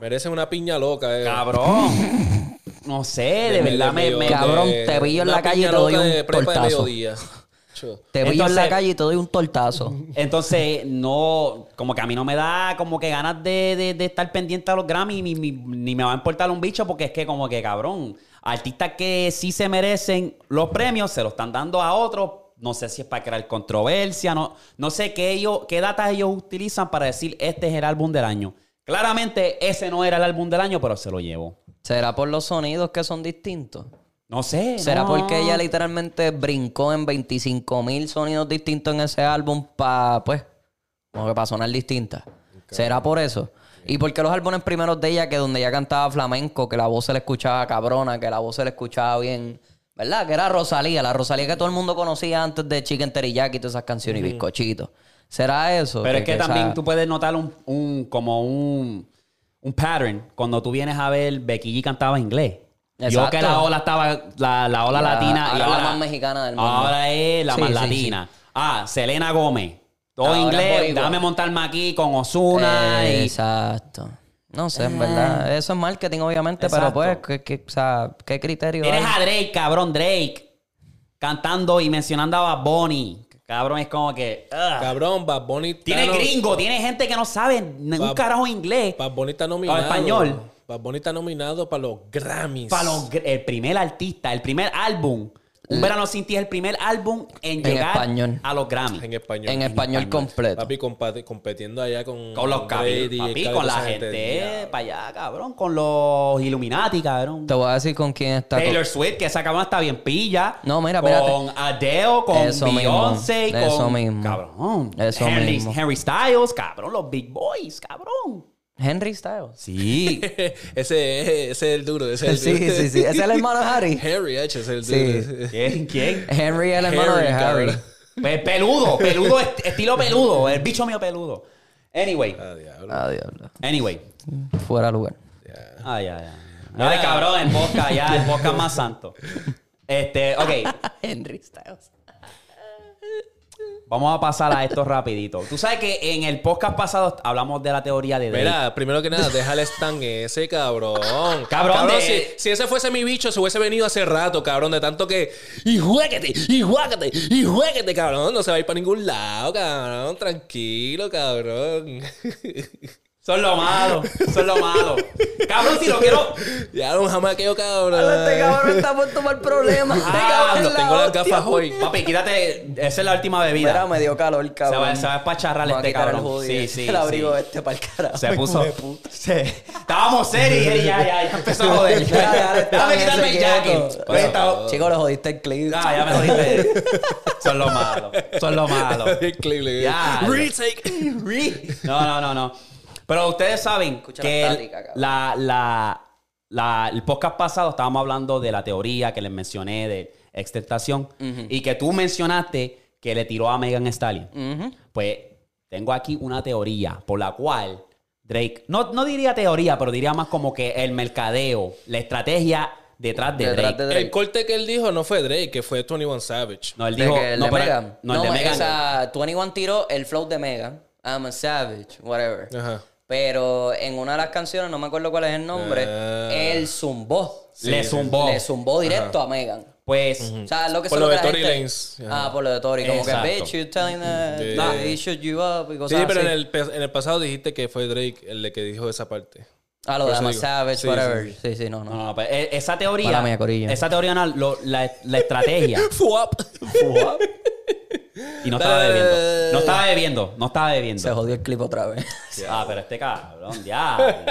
Speaker 1: Merece una piña loca, eh.
Speaker 2: Cabrón. No sé, de,
Speaker 1: De-
Speaker 2: verdad
Speaker 1: de
Speaker 2: me...
Speaker 1: medio-
Speaker 2: me-
Speaker 3: Cabrón.
Speaker 1: de-
Speaker 3: te pillo en
Speaker 1: una
Speaker 3: la calle y
Speaker 1: piña
Speaker 3: te doy
Speaker 1: loca
Speaker 3: un
Speaker 1: de prepa de
Speaker 3: tortazo.
Speaker 1: mediodía. Acho.
Speaker 3: Te pillo en
Speaker 2: Entonces-
Speaker 3: la calle y te doy un tortazo.
Speaker 2: Entonces, no... Como que a mí no me da como que ganas de, de- de estar pendiente a los Grammy ni, ni- ni me va a importar un bicho porque es que como que, cabrón, artistas que sí se merecen los premios se los están dando a otros. No sé si es para crear controversia, no, no sé qué, ellos, qué datas ellos utilizan para decir este es el álbum del año. Claramente ese no era el álbum del año, pero se lo llevó.
Speaker 3: ¿Será por los sonidos que son distintos?
Speaker 2: No sé.
Speaker 3: ¿Será
Speaker 2: no.
Speaker 3: porque ella literalmente brincó en 25 mil sonidos distintos en ese álbum para, pues, como que para sonar distinta? ¿Será por eso? Y porque los álbumes primeros de ella, que donde ella cantaba flamenco, que la voz se le escuchaba cabrona, que la voz se le escuchaba bien, ¿verdad? Que era Rosalía, la Rosalía que todo el mundo conocía antes de Chicken Teriyaki y todas esas canciones y bizcochitos. ¿Será eso?
Speaker 2: Pero es que
Speaker 3: esa-
Speaker 2: también tú puedes notar un, un- como un, un pattern. Cuando tú vienes a ver, Becky G cantaba inglés. Yo
Speaker 3: Exacto.
Speaker 2: que la ola estaba, la, la ola
Speaker 3: La-
Speaker 2: latina.
Speaker 3: ahora
Speaker 2: y
Speaker 3: la más mexicana del mundo.
Speaker 2: Ahora es la
Speaker 3: Sí,
Speaker 2: más
Speaker 3: sí,
Speaker 2: latina. Ah, Selena Gómez. Todo
Speaker 3: Ahora es
Speaker 2: inglés.
Speaker 3: boricua. Eh,
Speaker 2: Dame montarme aquí con Osuna.
Speaker 3: Exacto. No sé, en verdad. Eso es marketing, obviamente,
Speaker 2: Exacto.
Speaker 3: pero pues, ¿qué, qué- o sea, ¿qué criterio hay?
Speaker 2: Tienes a Drake, cabrón, Drake. Cantando y mencionando a Bad Bunny. Cabrón, es como que. ah.
Speaker 1: Cabrón, Bad Bunny está
Speaker 2: Tiene
Speaker 1: no-
Speaker 2: gringo, tiene gente que no sabe ni un
Speaker 1: Bad-
Speaker 2: carajo inglés.
Speaker 1: Bad Bunny está nominado.
Speaker 2: español.
Speaker 1: Bad Bunny está nominado para los Grammys.
Speaker 2: Para los gr- el primer artista, el primer álbum. Un verano sin ti es el primer álbum en,
Speaker 3: Mm. En
Speaker 2: llegar
Speaker 3: español.
Speaker 2: a los Grammy.
Speaker 1: En español.
Speaker 3: En español completo.
Speaker 1: Papi compa- competiendo allá con.
Speaker 2: Con los
Speaker 1: Brady,
Speaker 2: capi, papi,
Speaker 1: Cardi,
Speaker 2: con
Speaker 1: esa
Speaker 2: la gente
Speaker 1: diablo.
Speaker 2: para allá, cabrón. Con los Illuminati, cabrón.
Speaker 3: Te voy a decir con quién está. con-
Speaker 2: Taylor Swift, que esa cabrón está bien pilla.
Speaker 3: No, mira,
Speaker 2: con
Speaker 3: espérate.
Speaker 2: Adele, con
Speaker 3: Eso mismo,
Speaker 2: Beyoncé, con.
Speaker 3: eso mismo.
Speaker 2: Cabrón.
Speaker 3: Eso
Speaker 2: Henry,
Speaker 3: mismo.
Speaker 2: Henry Styles, cabrón. Los Big Boys, cabrón.
Speaker 3: Henry Styles.
Speaker 2: Sí.
Speaker 1: ese, ese es el duro. Ese es el
Speaker 3: Sí,
Speaker 1: duro.
Speaker 3: sí, sí. ¿Es el hermano de Harry?
Speaker 1: Harry H. es el duro.
Speaker 3: Sí.
Speaker 1: ese.
Speaker 2: ¿Quién? ¿Quién?
Speaker 3: Henry es el hermano
Speaker 1: Harry,
Speaker 3: de Harry.
Speaker 1: cabrón.
Speaker 2: Pe- Peludo, peludo, est- estilo peludo. El bicho mío peludo. Anyway,
Speaker 1: Ah, diablo.
Speaker 3: Ah, diablo.
Speaker 2: anyway.
Speaker 3: Fuera de lugar.
Speaker 2: Ah, ya, ya. Dale, cabrón, en boca, ya, en boca más santo. Este, ok,
Speaker 3: Henry Styles.
Speaker 2: vamos a pasar a esto rapidito. Tú sabes que en el podcast pasado hablamos de la teoría de Drake.
Speaker 1: Mira, primero que nada, déjale Stan ese, cabrón. Cabrón,
Speaker 2: de-
Speaker 1: si, si ese fuese mi bicho, se hubiese venido hace rato, cabrón, de tanto que. ¡Y juéguete! ¡Y juéguete! ¡Y juéguete, cabrón! No se va a ir para ningún lado, cabrón. Tranquilo, cabrón.
Speaker 2: Son lo malo, son lo malo. Cabrón, si lo quiero...
Speaker 1: ya no jamás quedó, cabrón.
Speaker 3: Este cabrón está por tomar
Speaker 2: Ah,
Speaker 3: problemas. Este cabrón
Speaker 2: Diablo,
Speaker 3: es la
Speaker 1: tengo las
Speaker 3: hostia.
Speaker 1: gafas hoy.
Speaker 2: Papi, quítate, esa es la última
Speaker 3: Mira,
Speaker 2: bebida.
Speaker 3: me dio calor,
Speaker 2: Se
Speaker 3: cabrón.
Speaker 2: va, se va a espacharrar
Speaker 3: Me va a
Speaker 2: este
Speaker 3: quitar el
Speaker 2: cabrón. Sí,
Speaker 3: hoodie,
Speaker 2: sí,
Speaker 3: El abrigo
Speaker 2: sí.
Speaker 3: este para el carajo.
Speaker 2: Se puso... Se... Estábamos serios y ya, ya, ya empezó a joder. Dame quitarme el jacket. Oye, está-
Speaker 3: Chicos, lo jodiste el clip.
Speaker 2: Ah, ya me jodiste. son lo malo, son lo malo.
Speaker 1: Cleveland.
Speaker 2: Ya.
Speaker 1: Retake.
Speaker 2: Re- No, no, no, no. Pero ustedes saben
Speaker 3: la
Speaker 2: que el-
Speaker 3: estática, cabrón.
Speaker 2: la, la- la- el podcast pasado estábamos hablando de la teoría que les mencioné de extentación y que tú mencionaste que le tiró a Megan Stallion. Pues tengo aquí una teoría por la cual Drake, no, no diría teoría, pero diría más como que el mercadeo, la estrategia detrás de
Speaker 3: Detrás
Speaker 2: Drake.
Speaker 3: de
Speaker 1: El corte que él dijo no fue Drake, que fue 21 Savage.
Speaker 2: No, él
Speaker 3: De
Speaker 2: dijo,
Speaker 3: que el
Speaker 2: no,
Speaker 3: de
Speaker 2: pero-
Speaker 3: Megan.
Speaker 2: no, el de Megan.
Speaker 3: Esa, 21 tiró el flow de Megan. I'm a savage, whatever.
Speaker 1: Ajá.
Speaker 3: Pero en una de las canciones, no me acuerdo cuál es el nombre,
Speaker 1: Ah.
Speaker 3: él zumbó.
Speaker 2: le zumbó.
Speaker 3: Le zumbó directo a Megan.
Speaker 2: Pues,
Speaker 3: O sea, lo que
Speaker 1: Por
Speaker 3: se
Speaker 1: lo de
Speaker 3: la
Speaker 1: Tory
Speaker 3: gente-
Speaker 1: Lanez. Ajá. Mm,
Speaker 3: Ah, por lo de Tory. Como
Speaker 2: Exacto.
Speaker 3: que, bitch, you're telling that
Speaker 1: Yeah.
Speaker 3: he shoot you up y
Speaker 1: Sí,
Speaker 3: cosas
Speaker 1: pero
Speaker 3: así.
Speaker 1: en el, pe- en el pasado dijiste que fue Drake el de que dijo esa parte.
Speaker 3: Ah, lo
Speaker 1: por
Speaker 3: de
Speaker 1: eso
Speaker 3: I'm a
Speaker 1: digo.
Speaker 3: savage,
Speaker 1: Sí,
Speaker 3: whatever.
Speaker 1: sí, Ah,
Speaker 3: Sí sí. no,
Speaker 2: No,
Speaker 3: no.
Speaker 2: no, no, pero e- esa teoría.
Speaker 3: Mala mía, Corillo.
Speaker 2: Esa teoría no, lo- la, la estrategia.
Speaker 1: Fuap.
Speaker 2: y no estaba bebiendo. No estaba bebiendo, no estaba
Speaker 3: Se
Speaker 2: bebiendo.
Speaker 3: jodió el clip otra vez.
Speaker 2: Ah, pero este cabrón, ya.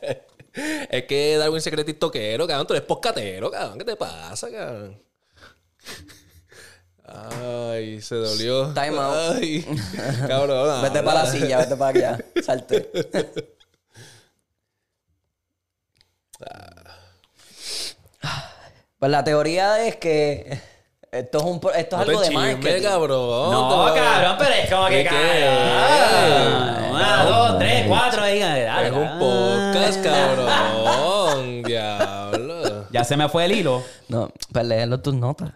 Speaker 1: es que Darwin Secret es toquero, cabrón. Tú eres poscatero, cabrón. ¿Qué te pasa, cabrón? Ay, se dolió.
Speaker 3: Time out.
Speaker 1: Ay, cabrón.
Speaker 3: Vete para la silla, vete para allá. Salte. Pues la teoría es que esto es, un, pro- esto es algo de marketing.
Speaker 1: cabrón.
Speaker 2: No,
Speaker 1: Te-
Speaker 2: cabrón, pero es como que
Speaker 1: ¿Qué?
Speaker 2: cabrón. Una, dos, tres, cuatro, ahí. dale,
Speaker 1: Es un
Speaker 2: dale.
Speaker 1: podcast, cabrón. Diablo.
Speaker 2: Ya se me fue el hilo.
Speaker 3: No, pues léelo tus notas.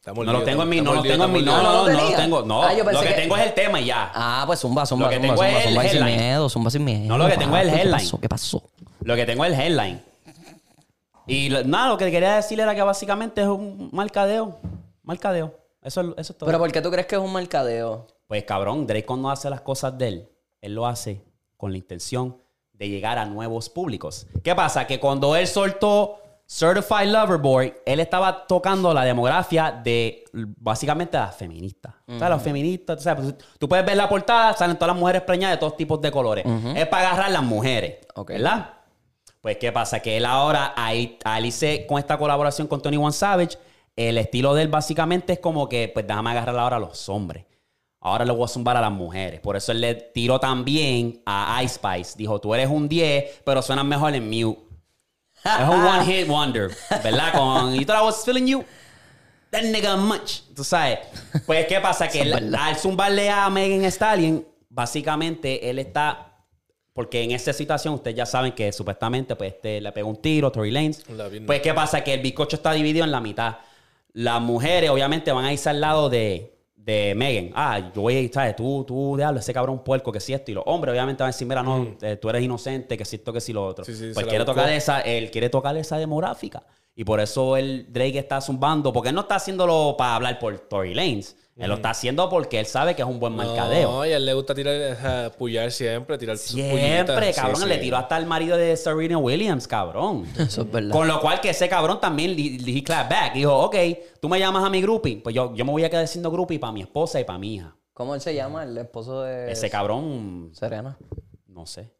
Speaker 1: Estamos
Speaker 2: No lo
Speaker 1: líos,
Speaker 2: tengo en mi,
Speaker 1: estamos
Speaker 2: no lo
Speaker 1: líos,
Speaker 2: tengo en mi,
Speaker 1: estamos
Speaker 2: no,
Speaker 1: líos.
Speaker 2: no, no,
Speaker 3: ¿No lo
Speaker 2: no lo
Speaker 3: tenía?
Speaker 2: tengo. No,
Speaker 3: Ah, yo
Speaker 2: lo
Speaker 3: pensé
Speaker 2: que
Speaker 3: que-
Speaker 2: tengo es el tema y ya.
Speaker 3: Ah, pues zumba, zumba,
Speaker 2: Lo que
Speaker 3: zumba,
Speaker 2: tengo
Speaker 3: zumba,
Speaker 2: es el
Speaker 3: zumba, y sin
Speaker 2: headline.
Speaker 3: miedo, zumba sin miedo.
Speaker 2: No, lo que tengo es el
Speaker 3: papi,
Speaker 2: headline.
Speaker 3: ¿Qué pasó? ¿Qué pasó?
Speaker 2: Lo que tengo es el headline. Y lo- nada, lo que quería decir era que básicamente es un marcadeo. Marcadeo. Eso, es- eso es todo.
Speaker 3: Pero ¿por qué tú crees que es un mercadeo?
Speaker 2: Pues cabrón, Drake cuando hace las cosas de él, él lo hace con la intención de llegar a nuevos públicos. ¿Qué pasa? Que cuando él soltó Certified Lover Boy, él estaba tocando la demografía de básicamente las feministas. O sea, las feministas, tú sabes, pues, tú puedes ver la portada, salen todas las mujeres preñadas de todos tipos de colores. Es para agarrar las mujeres,
Speaker 3: Ok.
Speaker 2: ¿verdad? Pues, ¿qué pasa? Que él ahora, ahí, ahí se- con esta colaboración con Tony One Savage, el estilo de él básicamente es como que, pues déjame agarrar ahora a los hombres. Ahora le voy a zumbar a las mujeres. Por eso él le tiró también a Ice Spice. Dijo, tú eres un 10, pero suenas mejor en mute. Es un one hit wonder, ¿verdad? Con You Thought I Was Feeling You. That nigga much. Tú sabes. Pues, ¿qué pasa? Que él- al zumbarle a Megan Thee Stallion, básicamente él está. Porque en esa situación, ustedes ya saben que supuestamente pues, este, le pegó un tiro, Tory Lanez.
Speaker 1: La vi-
Speaker 2: Pues, ¿qué pasa? Que el bizcocho está dividido en la mitad. Las mujeres, obviamente, van a irse al lado de, de Megan. Ah, yo voy a ir, ¿sabes? Tú, tú, diablo, ese cabrón puerco, que si esto. Y los hombres, obviamente, van a decir, mira, no, eh, tú eres inocente, que si esto, que si lo otro.
Speaker 1: Mm. Sí, sí, se
Speaker 2: pues
Speaker 1: la
Speaker 2: quiere
Speaker 1: buscó.
Speaker 2: tocar esa, él quiere tocar esa demográfica. Y por eso el Drake está zumbando, porque él no está haciéndolo para hablar por Tory Lanez. Él lo está haciendo porque él sabe que es un buen mercadeo.
Speaker 1: No, y a él le gusta tirar, ajá, pullar siempre, tirar sus
Speaker 2: Siempre,
Speaker 1: pullitas. Sí,
Speaker 2: cabrón,
Speaker 1: sí.
Speaker 2: le tiró hasta el marido de Serena Williams, cabrón.
Speaker 3: Eso es verdad.
Speaker 2: Con lo cual que ese cabrón también le le- he clapped back. Dijo, ok, tú me llamas a mi groupie. Pues yo, yo me voy a quedar siendo groupie para mi esposa y para mi hija.
Speaker 3: ¿Cómo él se llama? El esposo de
Speaker 2: Ese cabrón
Speaker 3: Serena.
Speaker 2: No sé.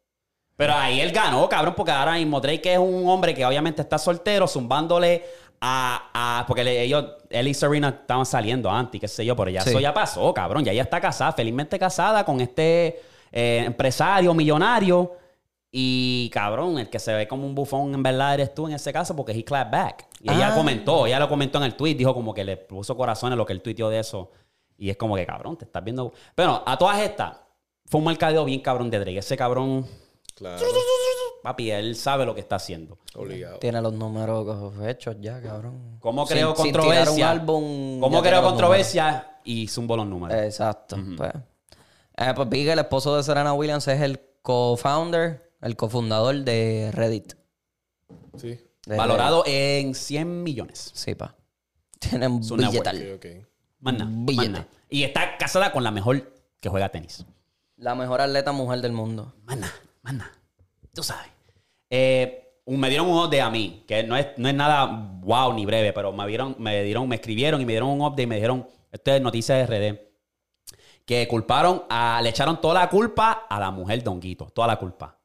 Speaker 2: Pero ahí él ganó, cabrón, porque ahora mismo Drake es un hombre que obviamente está soltero, zumbándole a. a- porque le- ellos, él y Serena estaban saliendo antes, qué sé yo, pero ya
Speaker 3: Sí.
Speaker 2: eso ya pasó, cabrón. Ya ella está casada, felizmente casada con este eh, empresario millonario. Y cabrón, el que se ve como un bufón en verdad eres tú en ese caso porque he clapped back. Y ella
Speaker 3: Ah.
Speaker 2: comentó, ella lo comentó en el tweet, dijo como que le puso corazones lo que él tuiteó de eso. Y es como que cabrón, te estás viendo. Pero a todas estas, fue un mercadeo bien cabrón de Drake. Ese cabrón,
Speaker 1: Claro,
Speaker 2: papi, él sabe lo que está haciendo.
Speaker 1: obligado.
Speaker 3: Tiene los números hechos ya, cabrón.
Speaker 2: ¿Cómo
Speaker 3: Sin-
Speaker 2: creo
Speaker 3: sin tirar
Speaker 2: controversia?
Speaker 3: un álbum,
Speaker 2: ¿Cómo
Speaker 3: ya tiene
Speaker 2: creo
Speaker 3: los
Speaker 2: controversia? Y zumbo los números.
Speaker 3: números. Exacto. pues. Eh, pues vi que el esposo de Serena Williams es el co-founder, el cofundador de Reddit.
Speaker 1: Sí,
Speaker 3: De
Speaker 2: Valorado en 100 millones.
Speaker 3: Reddit. Sí, pa. Tienen un
Speaker 2: Es una
Speaker 3: billetal.
Speaker 1: ok, ok.
Speaker 2: Más nada, más
Speaker 3: Billete.
Speaker 2: nada. Y está casada con la mejor que juega tenis.
Speaker 3: La mejor atleta mujer del mundo.
Speaker 2: Mana, mana. Tú sabes. Eh, un- me dieron un update a mí, que no es, no es nada wow ni breve, pero me dieron, me dieron, me escribieron y me dieron un update y me dijeron, esto es noticia de RD, que culparon a, le echaron toda la culpa a la mujer de Honguito, toda la culpa.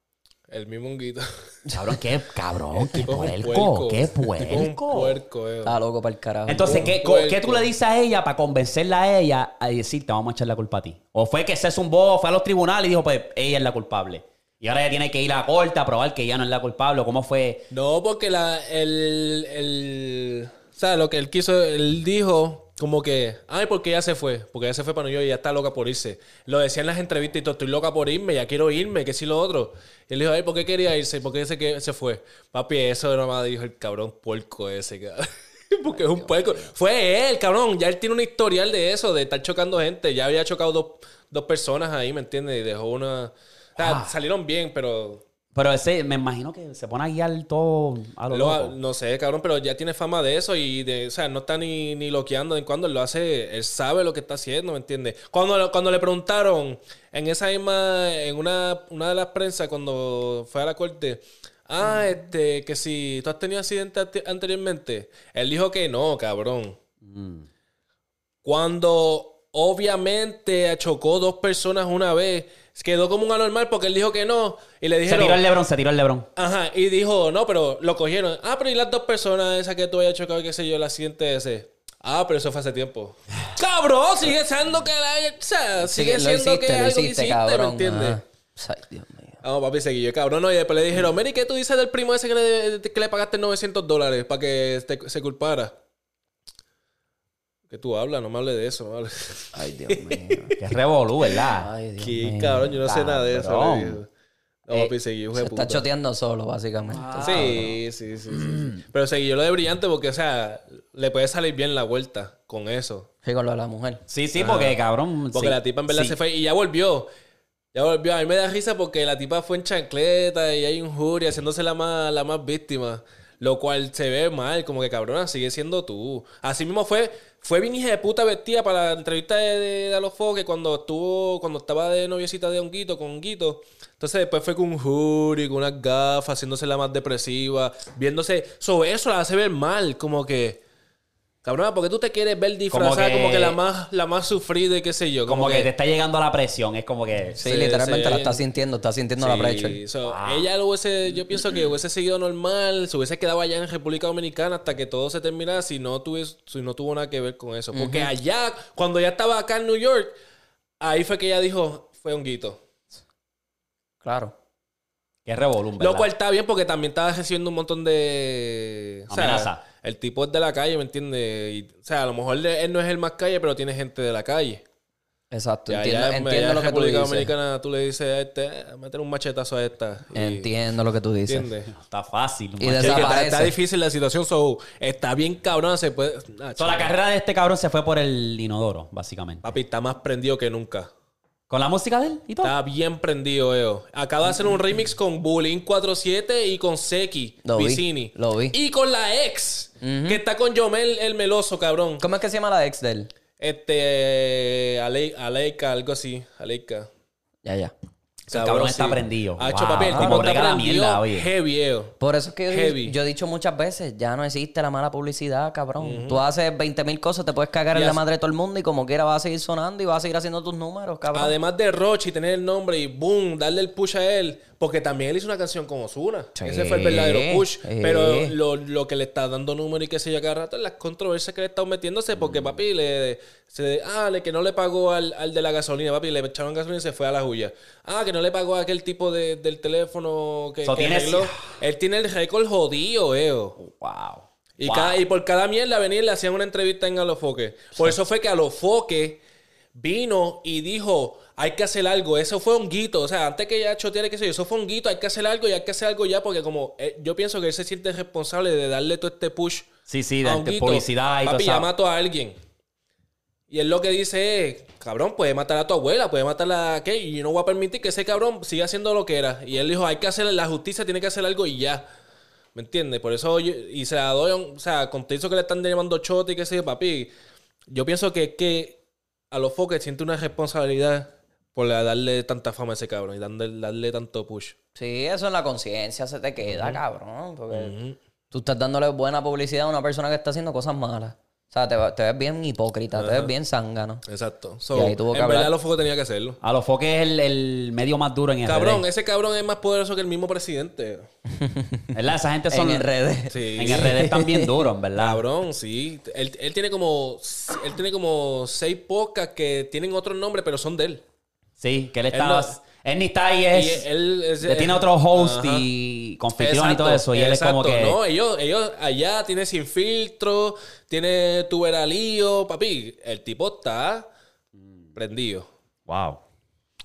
Speaker 1: El mismo honguito.
Speaker 2: Cabrón, qué cabrón, qué
Speaker 1: Tipo es un
Speaker 2: puerco, qué
Speaker 1: Tipo es un
Speaker 2: puerco.
Speaker 1: puerco, eh.
Speaker 3: Está loco para el carajo.
Speaker 2: Entonces,
Speaker 1: Un
Speaker 2: ¿qué,
Speaker 1: puerco.
Speaker 2: ¿qué tú le dices a ella para convencerla a ella a decirte, vamos a echar la culpa a ti? ¿O fue que se zumbó, fue a los tribunales y dijo, pues ella es la culpable? Y ahora ella tiene que ir a la corte a probar que ella no es la culpable. ¿O ¿Cómo fue?
Speaker 1: No, porque la, el, el. O sea, lo que él quiso, él dijo como que. Ay, porque ella se fue. Porque ella se fue para New York y ya está loca por irse. Lo decía en las entrevistas y todo. Estoy loca por irme, ya quiero irme, que si lo otro. Y él dijo, ay, ¿por qué quería irse? ¿Por qué se, que, se fue? Papi, eso nomás dijo el cabrón puerco ese, cabrón. Porque es un puerco. Fue él, cabrón. Ya él tiene un historial de eso, de estar chocando gente. Ya había chocado dos, dos personas ahí, ¿me entiendes? Y dejó una. O sea, salieron bien, pero.
Speaker 2: Pero ese, me imagino que se pone a guiar todo a lo
Speaker 1: Lo-
Speaker 2: loco.
Speaker 1: no sé, cabrón, pero ya tiene fama de eso y de, o sea, no está ni, ni loqueando en cuando él lo hace, él sabe lo que está haciendo, ¿me entiendes? Cuando, cuando le preguntaron en esa misma, en una, una de las prensas cuando fue a la corte, ah, este, que si tú has tenido accidente ante- anteriormente, él dijo que no, cabrón.
Speaker 2: Mm.
Speaker 1: Cuando obviamente chocó dos personas una vez, quedó como un anormal porque él dijo que no y le
Speaker 2: Se
Speaker 1: dijeron...
Speaker 2: tiró el Lebron, se tiró el Lebron.
Speaker 1: Ajá, y dijo, no, pero lo cogieron. Ah, pero y las dos personas esas que tú habías chocado, qué sé yo, el accidente ese. Ah, pero eso fue hace tiempo. Cabrón, sigue siendo que la. o sea, sigue
Speaker 3: Sí,
Speaker 1: siendo que algo que hiciste, ¿me
Speaker 3: cabrón.
Speaker 1: entiendes?
Speaker 3: Ajá. Ay, Dios mío.
Speaker 1: Vamos, papi, seguí yo, cabrón. No, y después le dijeron, Mary, ¿qué tú dices del primo ese que le, que le pagaste 900 dólares para que te- se culpara? Que tú hablas, no me hables de eso. No me hables.
Speaker 3: Ay, Dios mío.
Speaker 2: Que es revolú, ¿verdad?
Speaker 3: Ay, Dios
Speaker 1: Qué
Speaker 3: mío.
Speaker 1: cabrón, yo no sé nada de eso. le
Speaker 2: Cabrón.
Speaker 1: digo. No, papi, seguí, hijo de
Speaker 3: Se está
Speaker 1: puta. Ah.
Speaker 3: choteando solo, básicamente.
Speaker 1: Sí, sí, sí, sí, sí. Pero seguí yo lo de brillante porque, o sea, le puede salir bien la vuelta con eso.
Speaker 3: Sí, con lo de la mujer.
Speaker 2: Sí, sí, porque cabrón.
Speaker 1: Ah. Porque
Speaker 2: Mm, sí,
Speaker 1: la tipa en verdad
Speaker 2: sí.
Speaker 1: se fue y ya volvió. Ya volvió. A mí me da risa porque la tipa fue en chancleta y hay injuria, haciéndose la más, la más víctima. Lo cual se ve mal, como que cabrona, sigue siendo tú. Así mismo fue, fue bien hija de puta vestida para la entrevista de, de, de A los Fuegos, que cuando estuvo, cuando estaba de noviecita de Honguito, con Honguito. Entonces después fue con un jury, con unas gafas, haciéndose la más depresiva, viéndose. Sobre eso la hace ver mal, como que. Cabrona, ¿por qué tú te quieres ver disfrazada como que,
Speaker 2: que-
Speaker 1: la más, la más sufrida y qué sé yo?
Speaker 2: Como que te está llegando a la presión. Es como que.
Speaker 3: Sí,
Speaker 1: Sí,
Speaker 3: literalmente
Speaker 1: sí.
Speaker 3: la está sintiendo, está sintiendo la
Speaker 1: Sí,
Speaker 3: brecha.
Speaker 1: so, Ella lo hubiese, yo pienso que hubiese seguido normal, se hubiese quedado allá en República Dominicana hasta que todo se terminara si no, tuvies- si no tuvo nada que ver con eso. Porque allá, cuando ella estaba acá en New York, ahí fue que ella dijo, fue honguito.
Speaker 3: Claro.
Speaker 2: Que es revolú, ¿verdad?
Speaker 1: Lo cual está bien porque también estaba recibiendo un montón de... o sea,
Speaker 2: Amenaza.
Speaker 1: el tipo es de la calle, ¿me entiendes? Y, O sea, a lo mejor él no es el más calle, pero tiene gente de la calle.
Speaker 3: Exacto.
Speaker 1: Ya,
Speaker 3: entiendo
Speaker 1: ya en-
Speaker 3: entiendo
Speaker 1: ya
Speaker 3: lo
Speaker 1: en
Speaker 3: que tú
Speaker 1: República
Speaker 3: dices.
Speaker 1: Dominicana tú le dices a este, "Eh, métele un machetazo a esta. y-
Speaker 3: Entiendo lo que tú dices.
Speaker 1: ¿Entiendes?
Speaker 2: Está fácil.
Speaker 1: Sí,
Speaker 2: macho.
Speaker 3: Y
Speaker 1: que está,
Speaker 3: Desaparece.
Speaker 1: está difícil la situación, so, está bien cabrón, se puede... Ah,
Speaker 2: So, la carrera de este cabrón se fue por el inodoro, básicamente.
Speaker 1: Papi, está más prendido que nunca.
Speaker 2: Con la música de él y todo.
Speaker 1: Está bien prendido, Eo. Acaba de hacer un remix con Bullying 47 y con Seki
Speaker 3: Lo vi,
Speaker 1: Vicini.
Speaker 3: lo vi.
Speaker 1: Y con la ex, que está con Yomel el meloso, cabrón.
Speaker 3: ¿Cómo es que se llama la ex de él?
Speaker 1: Este, Ale- Aleika, algo así. Aleika. Ah,
Speaker 3: Ya, ya.
Speaker 2: Sí, el cabrón está prendido.
Speaker 1: Ha hecho
Speaker 2: Wow.
Speaker 1: papel,
Speaker 2: Como
Speaker 1: tipo
Speaker 2: brega
Speaker 1: está
Speaker 2: la
Speaker 1: prendido.
Speaker 2: mierda, oye.
Speaker 1: Heavy, Eo.
Speaker 3: Por eso es que yo,
Speaker 1: Heavy.
Speaker 3: yo he dicho muchas veces, ya no existe la mala publicidad, cabrón. Tú haces 20 mil cosas, te puedes cagar en la
Speaker 1: hace-
Speaker 3: madre de todo el mundo y como quiera vas a seguir sonando y vas a seguir haciendo tus números, cabrón.
Speaker 1: Además de Rochi tener el nombre y boom, darle el push a él, porque también él hizo una canción con Osuna.
Speaker 3: Sí.
Speaker 1: Ese fue el verdadero push.
Speaker 3: Sí.
Speaker 1: Pero lo, lo que le está dando número y qué sé yo cada rato es las controversias que le están metiéndose,
Speaker 3: Mm.
Speaker 1: porque papi le. Se, ah, le- que no le pagó al, al de la gasolina, papi, le echaron gasolina y se fue a la huya. Ah, que no le pagó a aquel tipo de- del teléfono que,
Speaker 2: So,
Speaker 1: que
Speaker 2: tiene-
Speaker 1: arregló. Él tiene el récord jodido, eo.
Speaker 2: Wow.
Speaker 1: Y,
Speaker 2: Wow.
Speaker 1: cada- y por cada mierda venía y le hacían una entrevista en Alofoque. Por eso fue que Alofoque vino y dijo, hay que hacer algo. Eso fue honguito. O sea, antes que ya choteara, qué sé yo, eso fue honguito, hay que hacer algo y hay que hacer algo ya porque como eh, yo pienso que él se siente responsable de darle todo este push.
Speaker 2: Sí, sí, de
Speaker 1: a
Speaker 2: de
Speaker 1: Honguito.
Speaker 2: publicidad y todo
Speaker 1: Papi,
Speaker 2: eso.
Speaker 1: ya mató a alguien. Y él lo que dice es, cabrón, puede matar a tu abuela, puede matar a qué, y yo no voy a permitir que ese cabrón siga haciendo lo que era. Y él dijo, hay que hacer, la justicia tiene que hacer algo y ya. ¿Me entiendes? Por eso, yo- y se la doy, a un- o sea, con todo eso que le están llamando chote y qué sé yo, papi, yo pienso que es que a los foques siente una responsabilidad por la- darle tanta fama a ese cabrón y darle, darle tanto push.
Speaker 3: Sí, eso en la conciencia se te queda, cabrón. Porque tú estás dándole buena publicidad a una persona que está haciendo cosas malas. O sea, te, va- te ves bien hipócrita, te ves bien zángano.
Speaker 1: Exacto. So,
Speaker 3: Y ahí tuvo que
Speaker 1: en verdad,
Speaker 3: hablar.
Speaker 1: los foques tenía que hacerlo.
Speaker 2: A los foques es el, el medio más duro en RD.
Speaker 1: Cabrón, ese cabrón es más poderoso que el mismo presidente.
Speaker 2: ¿Verdad? Esa gente son.
Speaker 3: En redes.
Speaker 1: Sí.
Speaker 2: En RD están bien duros, en ¿verdad?
Speaker 1: Cabrón, sí. Él, él tiene como él tiene como seis podcasts que tienen otro nombre, pero son de él.
Speaker 2: Sí, que él
Speaker 1: Él no-
Speaker 2: está. Él ni está ahí,
Speaker 1: Y
Speaker 2: es.
Speaker 1: él es-
Speaker 2: le tiene
Speaker 1: es-
Speaker 2: otro host
Speaker 1: Ajá.
Speaker 2: y confitrión y
Speaker 1: Exacto,
Speaker 2: todo eso. Y él es como
Speaker 1: exacto.
Speaker 2: que.
Speaker 1: No, ellos, ellos allá tiene sin filtro, tiene tuberalío, papi. El tipo está prendido.
Speaker 2: Wow.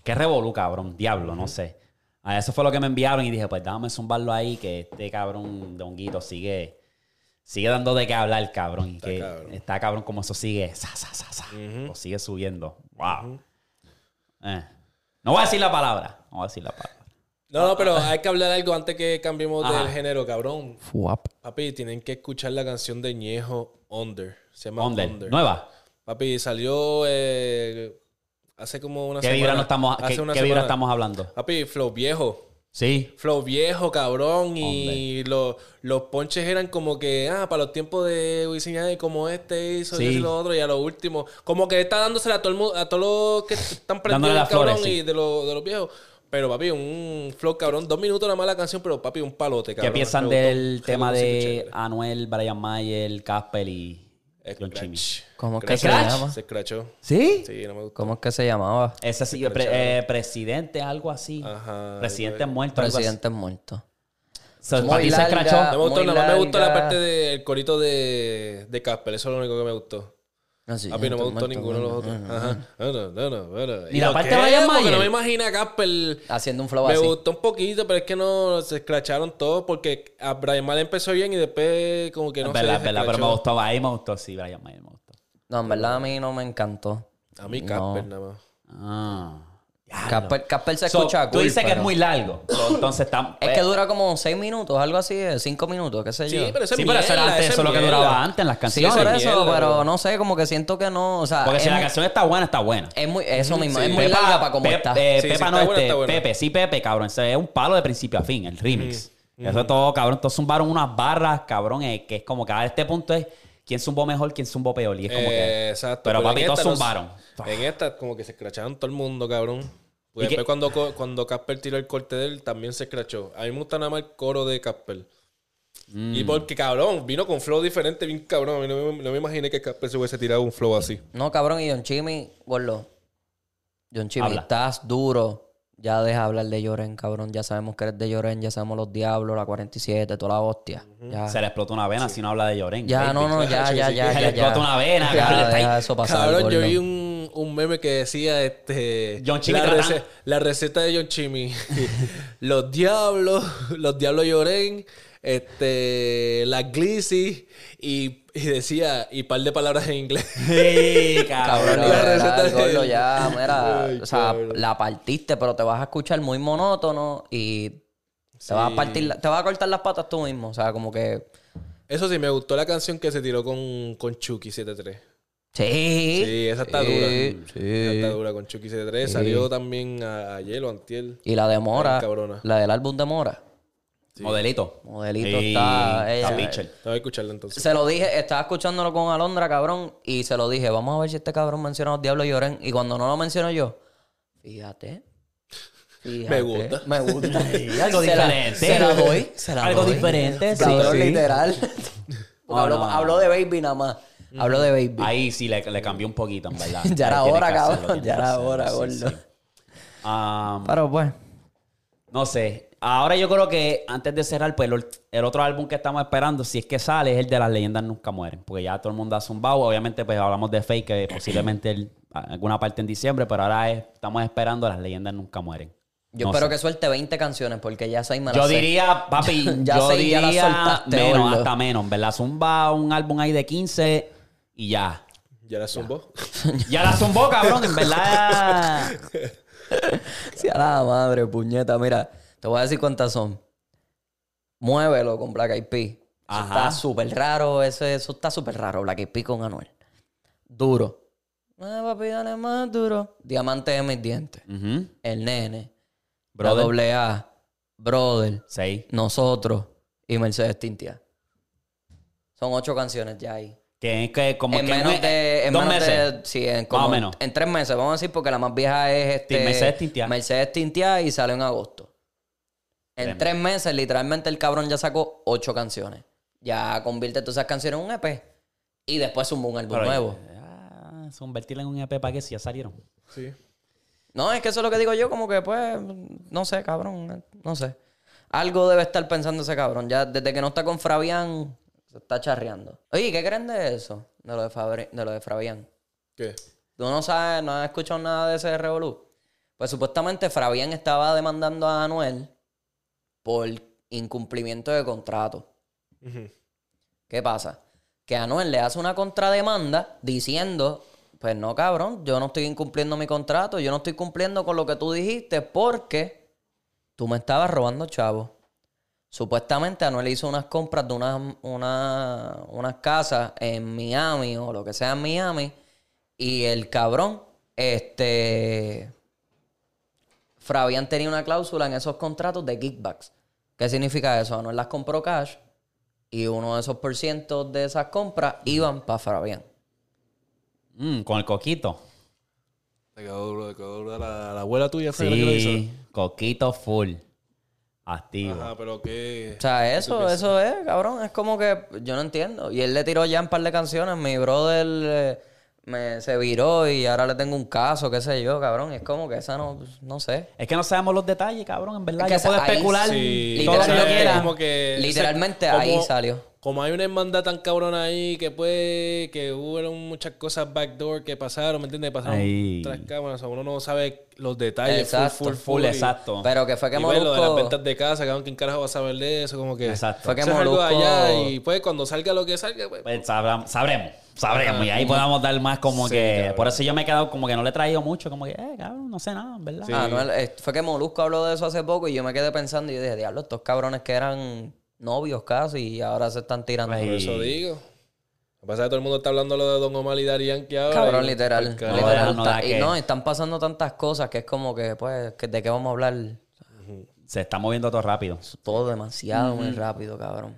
Speaker 2: Qué revolú, cabrón. Diablo, no sé. A eso fue lo que me enviaron y dije, pues déjame zumbarlo ahí, que este cabrón de honguito sigue, sigue dando de qué hablar, cabrón. Y que
Speaker 1: cabrón.
Speaker 2: está cabrón como eso sigue. sa, sa, sa, sa, Lo sigue subiendo. Wow. Eh. No voy a decir la palabra. No voy a decir la palabra.
Speaker 1: No, no, pero hay que hablar algo antes que cambiemos
Speaker 2: Ah, Ajá.
Speaker 1: del género, cabrón.
Speaker 3: Fuap.
Speaker 1: Papi, tienen que escuchar la canción de Ñejo Under. Se llama
Speaker 2: Onder.
Speaker 1: Under.
Speaker 2: Nueva.
Speaker 1: Papi, salió eh, hace como una
Speaker 2: ¿Qué
Speaker 1: semana.
Speaker 2: vibra, no estamos,
Speaker 1: Hace
Speaker 2: qué,
Speaker 1: una
Speaker 2: qué vibra
Speaker 1: semana.
Speaker 2: estamos hablando?
Speaker 1: Papi, flow viejo.
Speaker 2: Sí.
Speaker 1: Flow viejo, cabrón. Y lo- los ponches eran como que, ah, para los tiempos de Wisin y Yandel, como este hizo,
Speaker 2: Sí.
Speaker 1: y lo otro, y a lo último. Como que está dándosela a todo el mundo, a todos los que están
Speaker 2: Dándole
Speaker 1: prendidos,
Speaker 2: las
Speaker 1: cabrón,
Speaker 2: flores, sí.
Speaker 1: y de, lo- de los viejos. Pero, papi, un flow, cabrón. Dos minutos nada más la canción, pero, papi, un palote,
Speaker 2: ¿Qué
Speaker 1: cabrón. Me
Speaker 2: piensan
Speaker 1: gustó.
Speaker 2: del
Speaker 1: Qué
Speaker 2: tema
Speaker 1: música
Speaker 2: de
Speaker 1: chévere.
Speaker 2: Anuel, Brian Mayer, Casper y Clonchini.
Speaker 1: Scratch.
Speaker 3: ¿Cómo es que se
Speaker 1: Scratch.
Speaker 3: llama?
Speaker 1: Se scratchó.
Speaker 2: ¿Sí?
Speaker 1: Sí, no me gustó.
Speaker 3: ¿Cómo es que se llamaba?
Speaker 2: Ese sí, yo, pre- eh, presidente, algo así.
Speaker 1: Ajá, eh,
Speaker 2: Presidente muerto. algo así.
Speaker 3: Presidente muerto.
Speaker 2: So,
Speaker 3: Muy
Speaker 2: para ti se
Speaker 3: larga.
Speaker 1: No
Speaker 2: escrachó.
Speaker 1: me gustó,
Speaker 3: Muy
Speaker 1: nada más me gustó la
Speaker 3: larga.
Speaker 1: parte del corito de, de Casper. Eso es lo único que me gustó.
Speaker 3: No, sí,
Speaker 1: A mí no me
Speaker 3: muerto,
Speaker 1: gustó ninguno de los otros.
Speaker 3: bueno, bueno.
Speaker 1: Ajá. No, no, no, no, bueno.
Speaker 2: Ni la
Speaker 1: lo
Speaker 2: parte
Speaker 1: que
Speaker 2: de Brian
Speaker 1: es, porque
Speaker 2: Mayer.
Speaker 1: No me imagino a Casper.
Speaker 3: Haciendo un flow
Speaker 1: Me
Speaker 3: así.
Speaker 1: gustó un poquito, pero es que no se escracharon todos porque a Brian Mal empezó bien y después como que no
Speaker 2: Es verdad,
Speaker 1: se
Speaker 2: es verdad, pero me
Speaker 1: escrachó.
Speaker 2: gustó. Ahí me gustó, sí, Brian Mayer me gustó.
Speaker 3: No, en verdad a mí no me encantó.
Speaker 1: A mí Casper nada más.
Speaker 2: Ah.
Speaker 3: Casper, Casper se
Speaker 2: So,
Speaker 3: escucha
Speaker 2: tú
Speaker 3: cool,
Speaker 2: dices que
Speaker 3: pero-
Speaker 2: es muy largo. So, entonces eh, estamos.
Speaker 3: Es que dura como seis minutos, algo así, eh, cinco minutos, qué sé
Speaker 1: Sí,
Speaker 3: yo.
Speaker 1: pero eso es
Speaker 2: sí, pero eso, era
Speaker 1: mierda,
Speaker 2: antes,
Speaker 1: eso
Speaker 2: eso es lo que
Speaker 1: mierda.
Speaker 2: duraba antes en las
Speaker 3: Sí,
Speaker 2: canciones.
Speaker 3: por eso,
Speaker 1: mierda,
Speaker 3: pero
Speaker 1: bro.
Speaker 3: no sé, como que siento que no, o sea,
Speaker 2: Porque
Speaker 3: es,
Speaker 2: si la
Speaker 3: muy-
Speaker 2: canción está buena, está buena.
Speaker 3: es muy, eso mismo, es muy
Speaker 2: Pepa-
Speaker 3: larga para como
Speaker 2: Pep-
Speaker 3: está.
Speaker 2: eh,
Speaker 1: Sí, sí,
Speaker 2: Pepa
Speaker 1: está
Speaker 2: no,
Speaker 1: buena,
Speaker 2: este,
Speaker 1: está buena.
Speaker 2: Pepe, sí, Pepe, cabrón. Ese es un palo de principio a fin, el remix. Eso es todo, cabrón. Todos zumbaron unas barras, cabrón, eh, que es como que a este punto es quién zumbó mejor, quién zumbó peor. Y es como
Speaker 1: Eh,
Speaker 2: que.
Speaker 1: Exacto.
Speaker 2: Pero
Speaker 1: en
Speaker 2: papi, todos
Speaker 1: esta no-
Speaker 2: zumbaron.
Speaker 1: En esta como que se escracharon todo el mundo, cabrón.
Speaker 2: ¿Y
Speaker 1: Porque
Speaker 2: qué-
Speaker 1: después cuando, co- cuando Casper tiró el corte de él, también se escrachó. A mí me gusta nada más el coro de Casper. Y
Speaker 2: Mm.
Speaker 1: porque, cabrón, vino con flow diferente, bien cabrón. A mí no, me- no me imaginé que Casper se hubiese tirado un flow así.
Speaker 3: No, cabrón, y John Chimmy, gordo. John Chimmy,
Speaker 2: Habla.
Speaker 3: estás duro. Ya deja hablar de Lloren, cabrón. Ya sabemos que eres de Lloren, ya sabemos los diablos, la 47, toda la hostia. Ya,
Speaker 2: Se le explotó una vena si no habla de Lloren.
Speaker 3: Ah. ya no, no, ya, ya,
Speaker 2: Se
Speaker 3: ya.
Speaker 2: le
Speaker 3: ya, ya.
Speaker 2: explota una vena,
Speaker 3: Ya,
Speaker 2: cabrón, está ahí.
Speaker 3: deja eso pasar,
Speaker 1: Cabrón, yo
Speaker 3: gordo.
Speaker 1: vi un, un meme que decía este
Speaker 2: John Chimmy
Speaker 1: la,
Speaker 2: Tatán.
Speaker 1: la receta de John Chimmy. los diablos, los diablos lloren, este, la glissy y, y decía, y par de palabras en inglés.
Speaker 2: Sí, cabrón.
Speaker 1: La
Speaker 3: Cabrón, ya,
Speaker 1: receta
Speaker 3: ya,
Speaker 1: de-
Speaker 3: gordo, ya, mira,
Speaker 1: Ay,
Speaker 3: o sea,
Speaker 1: cabrón.
Speaker 3: la partiste, pero te vas a escuchar muy monótono y te vas a partir, la- te vas a cortar las patas tú mismo, o sea, como que
Speaker 1: Eso sí, me gustó la canción que se tiró con, con Chucky 73.
Speaker 3: sí,
Speaker 1: Sí, esa está
Speaker 3: sí,
Speaker 1: dura.
Speaker 3: sí.
Speaker 1: Esa está dura con Chucky 73. Salió también a, ayer o antier.
Speaker 3: Y la de Mora,
Speaker 1: Ay, cabrona.
Speaker 3: la del álbum de Mora,
Speaker 2: Modelito.
Speaker 3: modelito
Speaker 2: Sí,
Speaker 3: está, eh,
Speaker 2: está
Speaker 3: ella-
Speaker 2: Mitchell.
Speaker 1: Voy a escucharla entonces.
Speaker 3: se lo dije, estaba escuchándolo con Alondra, cabrón, y se lo dije, vamos a ver si este cabrón menciona a los diablos lloren, y cuando no lo menciono yo, fíjate. fíjate,
Speaker 1: gusta.
Speaker 3: Me gusta.
Speaker 2: Sí, algo
Speaker 3: Se la-
Speaker 2: diferente.
Speaker 3: se la doy, se la
Speaker 2: Algo
Speaker 3: doy.
Speaker 2: diferente, sí.
Speaker 3: Cabrón,
Speaker 2: Sí.
Speaker 3: literal.
Speaker 2: No,
Speaker 3: habló,
Speaker 2: no.
Speaker 3: habló de baby nada más. Habló de baby.
Speaker 2: Ahí sí le, le cambió un poquito, en verdad.
Speaker 3: ya era
Speaker 2: Ahí tiene
Speaker 3: hora,
Speaker 2: que hacerlo,
Speaker 3: cabrón.
Speaker 2: tiene
Speaker 3: Ya
Speaker 2: que
Speaker 3: era
Speaker 2: hacerlo,
Speaker 3: hora,
Speaker 2: sí,
Speaker 3: gordo.
Speaker 2: sí. Ah,
Speaker 3: Pero pues.
Speaker 2: No sé. Ahora yo creo que antes de cerrar, pues el, el otro álbum que estamos esperando, si es que sale, es el de Las Leyendas Nunca Mueren. Porque ya todo el mundo ha zumbado. Obviamente, pues hablamos de Fake, que posiblemente el- alguna parte en diciembre, pero ahora es- estamos esperando Las Leyendas Nunca Mueren.
Speaker 3: Yo
Speaker 2: No
Speaker 3: espero
Speaker 2: sé.
Speaker 3: que suelte 20 canciones porque ya seis me las
Speaker 2: Yo
Speaker 3: sé.
Speaker 2: diría, papi,
Speaker 3: Ya
Speaker 2: yo
Speaker 3: sé, ya la
Speaker 2: diría
Speaker 3: soltaste,
Speaker 2: menos,
Speaker 3: gordo.
Speaker 2: hasta menos. en ¿Verdad? Zumba un álbum ahí de 15 y ya.
Speaker 1: Ya la zumbó.
Speaker 2: Ya la zumbó, cabrón, en verdad.
Speaker 3: Sí, a la madre, puñeta. Mira, te voy a decir cuántas son. Muévelo con Black Eyed Peas. Eso
Speaker 2: Ajá.
Speaker 3: Está súper raro. Eso, eso está súper raro. Black Eyed Peas con Anuel. Duro. Eh, papi, dale más duro. Diamante de mis dientes.
Speaker 2: Ujú.
Speaker 3: El nene.
Speaker 2: Brother.
Speaker 3: La doble A. Brother.
Speaker 2: Seis.
Speaker 3: Nosotros y Mercedes Tintia. Son ocho canciones ya ahí.
Speaker 2: Que es que como
Speaker 3: en
Speaker 2: que
Speaker 3: menos
Speaker 2: un-
Speaker 3: de. En
Speaker 2: dos
Speaker 3: menos
Speaker 2: meses.
Speaker 3: de- sí, en como
Speaker 2: Más o menos.
Speaker 3: En tres meses, vamos a decir, porque la más vieja es este.
Speaker 2: Sí, Mercedes Tintia.
Speaker 3: Mercedes Tintia y sale en agosto. En
Speaker 2: Tremendo.
Speaker 3: tres meses, literalmente, el cabrón ya sacó ocho canciones. Ya convierte todas esas canciones en un EP. Y después sumó un álbum
Speaker 2: Pero,
Speaker 3: nuevo.
Speaker 2: ah, se convertirla en un EP para que si ya salieron.
Speaker 1: Sí.
Speaker 3: No, es que eso es lo que digo yo, como que pues, no sé, cabrón, eh, no sé. Algo debe estar pensando ese cabrón. Ya desde que no está con Fabián, se está charreando. Oye, ¿qué creen de eso? De lo de, Fabri- de, lo de Fabián.
Speaker 1: ¿Qué?
Speaker 3: Tú no sabes, no has escuchado nada de ese revolú. Pues supuestamente Fabián estaba demandando a Anuel por incumplimiento de contrato.
Speaker 1: Ujú.
Speaker 3: ¿Qué pasa? Que Anuel le hace una contrademanda diciendo, pues no, cabrón, yo no estoy incumpliendo mi contrato, yo no estoy cumpliendo con lo que tú dijiste porque tú me estabas robando chavo. Supuestamente Anuel hizo unas compras de unas, una- unas casas en Miami o lo que sea en Miami y el cabrón, este... Fabián tenía una cláusula en esos contratos de kickbacks. ¿Qué significa eso? Anuel las compró cash y uno de esos por cientos de esas compras iban para Fabián.
Speaker 2: Mm, con el coquito.
Speaker 1: Te quedó duro, te quedó duro la, la abuela tuya. fue la que lo hizo.
Speaker 2: Sí, coquito full. activo.
Speaker 1: Ajá, pero qué.
Speaker 3: O sea, eso, eso es, cabrón. Es como que yo no entiendo. Y él le tiró ya un par de canciones. Mi brother eh, me, se viró y ahora le tengo un caso, qué sé yo, cabrón. Y es como que esa no, no sé.
Speaker 2: Es que no sabemos los detalles, cabrón, en verdad.
Speaker 3: Es que
Speaker 2: yo puedo
Speaker 3: ahí
Speaker 2: especular
Speaker 1: Sí,
Speaker 2: todo lo que yo
Speaker 3: literalmente,
Speaker 2: quiera.
Speaker 1: como que-
Speaker 3: Literalmente
Speaker 1: como-
Speaker 3: ahí salió.
Speaker 1: Como hay una hermandad tan cabrona ahí que puede, que hubo muchas cosas backdoor que pasaron, ¿me entiendes? Pasaron
Speaker 2: Ahí.
Speaker 1: tras cámaras, o sea, uno no sabe los detalles.
Speaker 3: Exacto,
Speaker 1: full, full, full,
Speaker 2: Full,
Speaker 1: y-
Speaker 2: exacto.
Speaker 3: Pero que fue que
Speaker 1: Y ve lo de las
Speaker 3: Molusco...
Speaker 1: ventas de casa, cabrón, ¿quién carajo va a saber de eso? Como que.
Speaker 2: Exacto.
Speaker 3: Fue que
Speaker 1: Eso es algo
Speaker 3: Molusco-
Speaker 1: allá y pues cuando salga lo que salga, pues.
Speaker 2: Pues sabram- sabremos, sabremos. Y ahí podamos dar más como
Speaker 1: Sí,
Speaker 2: que.
Speaker 1: cabrón.
Speaker 2: Por eso yo me he quedado como que no le he traído mucho. Como que, eh, cabrón, no sé nada, en ¿verdad?
Speaker 3: Ah, no, él- eh, fue que Molusco habló de eso hace poco y yo me quedé pensando y yo dije, diablo, estos cabrones que eran novios casi y ahora se están tirando.
Speaker 2: Ay,
Speaker 1: Por eso digo. Lo que pasa es que todo el mundo está hablando lo de Don Omar y Darían que ahora.
Speaker 3: Cabrón,
Speaker 1: y- pues,
Speaker 3: literal.
Speaker 1: Ay, cabrón.
Speaker 3: literal,
Speaker 2: No, no,
Speaker 3: está-
Speaker 2: da
Speaker 3: y
Speaker 2: que-
Speaker 3: no, están pasando tantas cosas que es como que, pues, que- ¿de qué vamos a hablar?
Speaker 2: Se está moviendo todo rápido.
Speaker 3: Todo demasiado muy rápido, cabrón.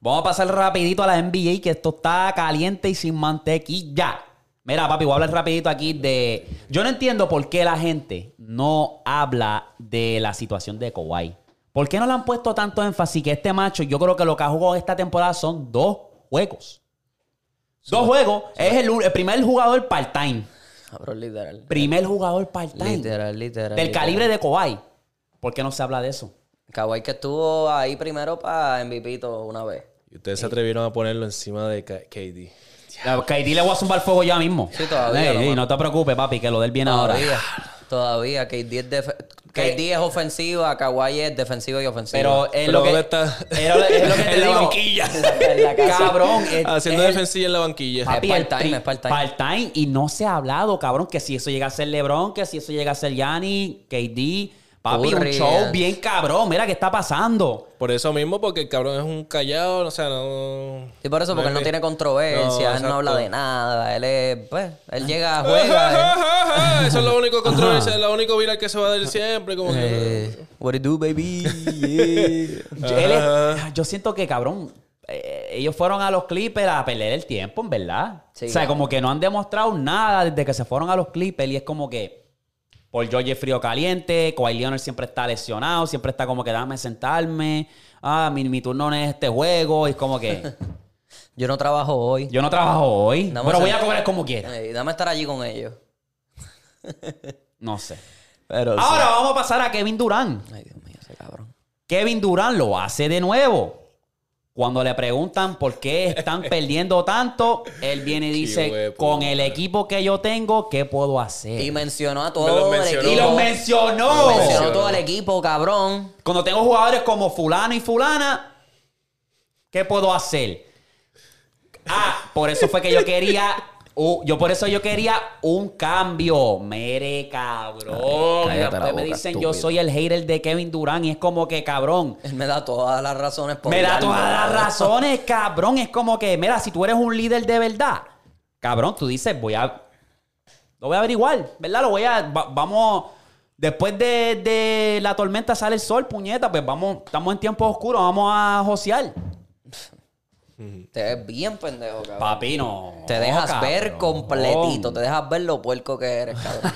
Speaker 2: Vamos a pasar rapidito a la NBA, que esto está caliente y sin mantequilla. Mira, papi, voy a hablar rapidito aquí de... Yo no entiendo por qué la gente no habla de la situación de Kawhi. ¿Por qué no le han puesto tanto énfasis que este macho, yo creo que lo que ha jugado esta temporada son dos juegos? Dos juegos. Es el, u- el primer jugador part-time.
Speaker 3: Cabrón, literal.
Speaker 2: Primer jugador part-time.
Speaker 3: Literal, literal.
Speaker 2: Del
Speaker 3: literal.
Speaker 2: calibre de Kawhi. ¿Por qué no se habla de eso?
Speaker 3: Kawhi que estuvo ahí primero para MVPito una vez.
Speaker 1: Y ustedes se atrevieron a ponerlo encima de Ka- KD.
Speaker 2: La- Katie le voy a zumbar fuego ya mismo.
Speaker 3: Sí, todavía,
Speaker 2: Ey,
Speaker 3: lo
Speaker 2: ey,
Speaker 3: mando.
Speaker 2: no te preocupes, papi, que lo del bien ahora.
Speaker 3: Todavía. Todavía. KD es, def- KD es ofensiva, Kawhi es defensiva y ofensiva.
Speaker 2: Pero es
Speaker 1: Pero eh,
Speaker 2: lo que
Speaker 1: ¿dónde está?
Speaker 2: era lo- es lo que te
Speaker 1: En la
Speaker 2: digo.
Speaker 1: banquilla.
Speaker 3: En la casa.
Speaker 2: Cabrón, es-
Speaker 1: Haciendo
Speaker 2: es el- Ah.
Speaker 1: defensilla en la banquilla.
Speaker 2: papi,
Speaker 3: Es
Speaker 2: el
Speaker 3: part-time,
Speaker 2: tri-
Speaker 3: es part-time.
Speaker 2: part-time, y no se ha hablado, cabrón, que si eso llega a ser LeBron, que si eso llega a ser Yanni, KD, papi, un
Speaker 3: Curry,
Speaker 2: show
Speaker 3: eh.
Speaker 2: bien cabrón, mira qué está pasando.
Speaker 1: Por eso mismo, porque el cabrón es un callado, o sea, no.
Speaker 3: Sí, por eso, porque él no
Speaker 1: es-
Speaker 3: tiene controversia,
Speaker 1: No,
Speaker 3: él no habla
Speaker 1: exacto.
Speaker 3: de nada, él es, pues, él llega, juega. eh.
Speaker 1: Eso es lo único controversia, es lo único viral que se va a decir siempre. Como que,
Speaker 3: Eh, what it do, baby? Yeah.
Speaker 2: Yo, él es- yo siento que, cabrón, eh, ellos fueron a los Clippers a perder el tiempo, en verdad.
Speaker 3: Sí,
Speaker 2: o sea,
Speaker 3: claro.
Speaker 2: como que no han demostrado nada desde que se fueron a los Clippers y es como que por George Frío Caliente, Kawhi Leonard siempre está lesionado, siempre está como que dame sentarme, ah, mi, mi turno no es este juego, y es como que
Speaker 3: Yo no trabajo hoy.
Speaker 2: yo no trabajo hoy,
Speaker 3: Dame
Speaker 2: pero voy a
Speaker 3: sent-
Speaker 2: cobrar como quiera.
Speaker 3: Eh, dame estar allí con ellos.
Speaker 2: No sé.
Speaker 3: Pero
Speaker 2: Ahora vamos a pasar a Kevin Durant.
Speaker 3: Ay, Dios mío, ese cabrón.
Speaker 2: Kevin Durant lo hace de nuevo. Cuando le preguntan por qué están perdiendo tanto, él viene y dice,
Speaker 1: huevo,
Speaker 2: con el equipo que yo tengo, ¿qué puedo hacer?
Speaker 3: Y
Speaker 2: Y,
Speaker 3: mencionó
Speaker 1: Me
Speaker 3: a
Speaker 1: lo
Speaker 3: todo el
Speaker 1: mencionó.
Speaker 3: equipo.
Speaker 1: Y
Speaker 2: lo
Speaker 3: Lo
Speaker 2: mencionó.
Speaker 3: mencionó todo el equipo, cabrón.
Speaker 2: Cuando tengo jugadores como fulano y fulana, ¿qué puedo hacer? Ah, por eso fue que yo quería... u- yo por eso yo quería un cambio. Mere, cabrón.
Speaker 3: Cállate la
Speaker 2: Después me
Speaker 3: boca,
Speaker 2: dicen,
Speaker 3: estúpido.
Speaker 2: yo soy el hater de Kevin Durant. Y es como que, cabrón,
Speaker 3: Él me da todas las razones por
Speaker 2: Me da
Speaker 3: darlo,
Speaker 2: todas las
Speaker 3: cabrón.
Speaker 2: razones, cabrón. Es como que, mira, si tú eres un líder de verdad, cabrón, tú dices, voy a. Lo voy a averiguar, ¿verdad? Lo voy a. va- vamos. Después de, de la tormenta sale el sol, puñeta, pues vamos. Estamos en tiempo oscuro, vamos a josear.
Speaker 3: Te ves bien pendejo, cabrón.
Speaker 2: Papi, no.
Speaker 3: Te dejas
Speaker 2: cabrón.
Speaker 3: ver completito, te dejas ver lo puerco que eres, cabrón.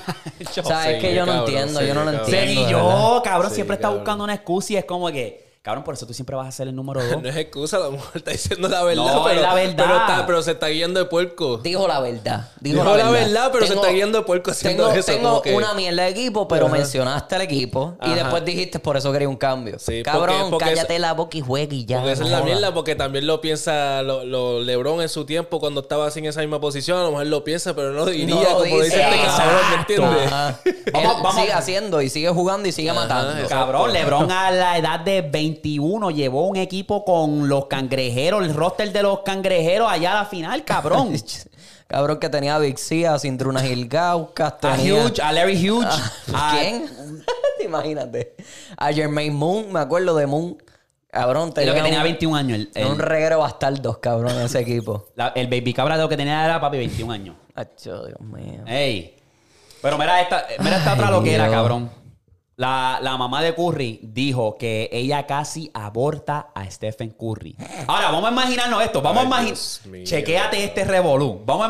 Speaker 2: Yo
Speaker 3: o sea,
Speaker 1: sí,
Speaker 3: es que yo no
Speaker 1: cabrón,
Speaker 3: entiendo,
Speaker 1: sí,
Speaker 3: yo no lo
Speaker 1: cabrón.
Speaker 3: entiendo.
Speaker 2: Sí,
Speaker 3: de verdad.
Speaker 2: yo, cabrón,
Speaker 1: Sí,
Speaker 2: siempre está
Speaker 1: cabrón.
Speaker 2: buscando una excusa y es como que. Cabrón, por eso tú siempre vas a ser el número dos.
Speaker 1: No es excusa, la mujer está diciendo la verdad.
Speaker 2: No,
Speaker 1: pero,
Speaker 2: es la verdad.
Speaker 1: Pero, está- pero se está guiando de puerco.
Speaker 3: Dijo la verdad. Dijo,
Speaker 1: Dijo la verdad, pero se está guiando de puerco haciendo
Speaker 3: tengo,
Speaker 1: eso,
Speaker 3: Tengo
Speaker 1: como que-
Speaker 3: una mierda de equipo, pero mencionaste al equipo. Y
Speaker 1: Ajá.
Speaker 3: después dijiste, por eso quería un cambio.
Speaker 1: Sí, porque-
Speaker 3: Cabrón,
Speaker 1: porque
Speaker 3: cállate
Speaker 1: es-
Speaker 3: la boca y juega y ya.
Speaker 1: Porque esa
Speaker 3: no
Speaker 1: es la
Speaker 3: jodas.
Speaker 1: mierda, porque también lo piensa lo, lo- LeBron en su tiempo cuando estaba así en esa misma posición. A lo mejor lo piensa, pero no lo diría
Speaker 3: No lo
Speaker 1: como dice
Speaker 3: dice,
Speaker 1: este cabrón, ¿me
Speaker 2: exacto.
Speaker 1: entiendes?
Speaker 3: Ajá.
Speaker 2: Vamos-
Speaker 3: Él
Speaker 2: vamos-
Speaker 3: sigue haciendo y sigue jugando y sigue matando.
Speaker 2: Cabrón, LeBron a la edad de 21 llevó un equipo con los cangrejeros, el roster de los cangrejeros allá a la final, cabrón.
Speaker 3: Cabrón que tenía a Vixia, Sindruna Gilgauskas,
Speaker 2: a
Speaker 3: tenía...
Speaker 2: Huge, a Larry Huge. a-
Speaker 3: Ah. ¿Quién? Imagínate. A Jermaine Moon, me acuerdo de Moon. Cabrón,
Speaker 2: de
Speaker 3: tenía,
Speaker 2: lo que tenía
Speaker 3: un,
Speaker 2: 21 años. El,
Speaker 3: un
Speaker 2: el-
Speaker 3: reguero bastardos, cabrón, ese equipo.
Speaker 2: la- el baby cabra de lo que tenía era papi 21 años.
Speaker 3: Acho, Dios mío.
Speaker 2: Ey. Pero mira esta, mira esta otra
Speaker 3: Ay,
Speaker 2: loquera,
Speaker 3: Dios.
Speaker 2: cabrón. La, la mamá de Curry dijo que ella casi aborta a Stephen Curry. Ahora, vamos a imaginarnos esto.
Speaker 1: Ay,
Speaker 2: Vamos a
Speaker 1: Dios
Speaker 2: imaginar.
Speaker 1: mío.
Speaker 2: Chequéate este revolú. Vamos a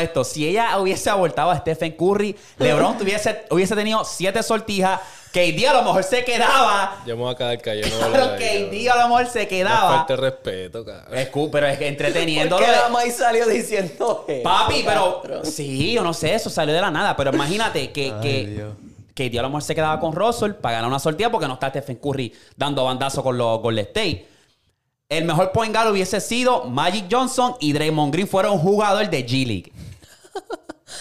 Speaker 2: esto. Si ella hubiese abortado a Stephen Curry, LeBron tuviese, hubiese tenido siete sortijas, KD a lo mejor se quedaba.
Speaker 1: Yo me voy a quedar callado. no voy a
Speaker 2: Claro,
Speaker 1: hablar de ello.
Speaker 2: KD a lo mejor se
Speaker 1: Una
Speaker 2: quedaba.
Speaker 1: Falta de respeto, cabrón.
Speaker 2: Escu- pero es que entreteniéndolo.
Speaker 3: Porque nada más ahí salió diciendo eso,
Speaker 2: Papi, pero.
Speaker 3: cabrón?
Speaker 2: Sí, yo no sé, eso salió de la nada. Pero imagínate que. que que Dios a lo mejor se quedaba con Russell para ganar una sortida porque no está Stephen Curry dando bandazo con los Golden State. El mejor point guard hubiese sido Magic Johnson y Draymond Green fueron jugador de G League.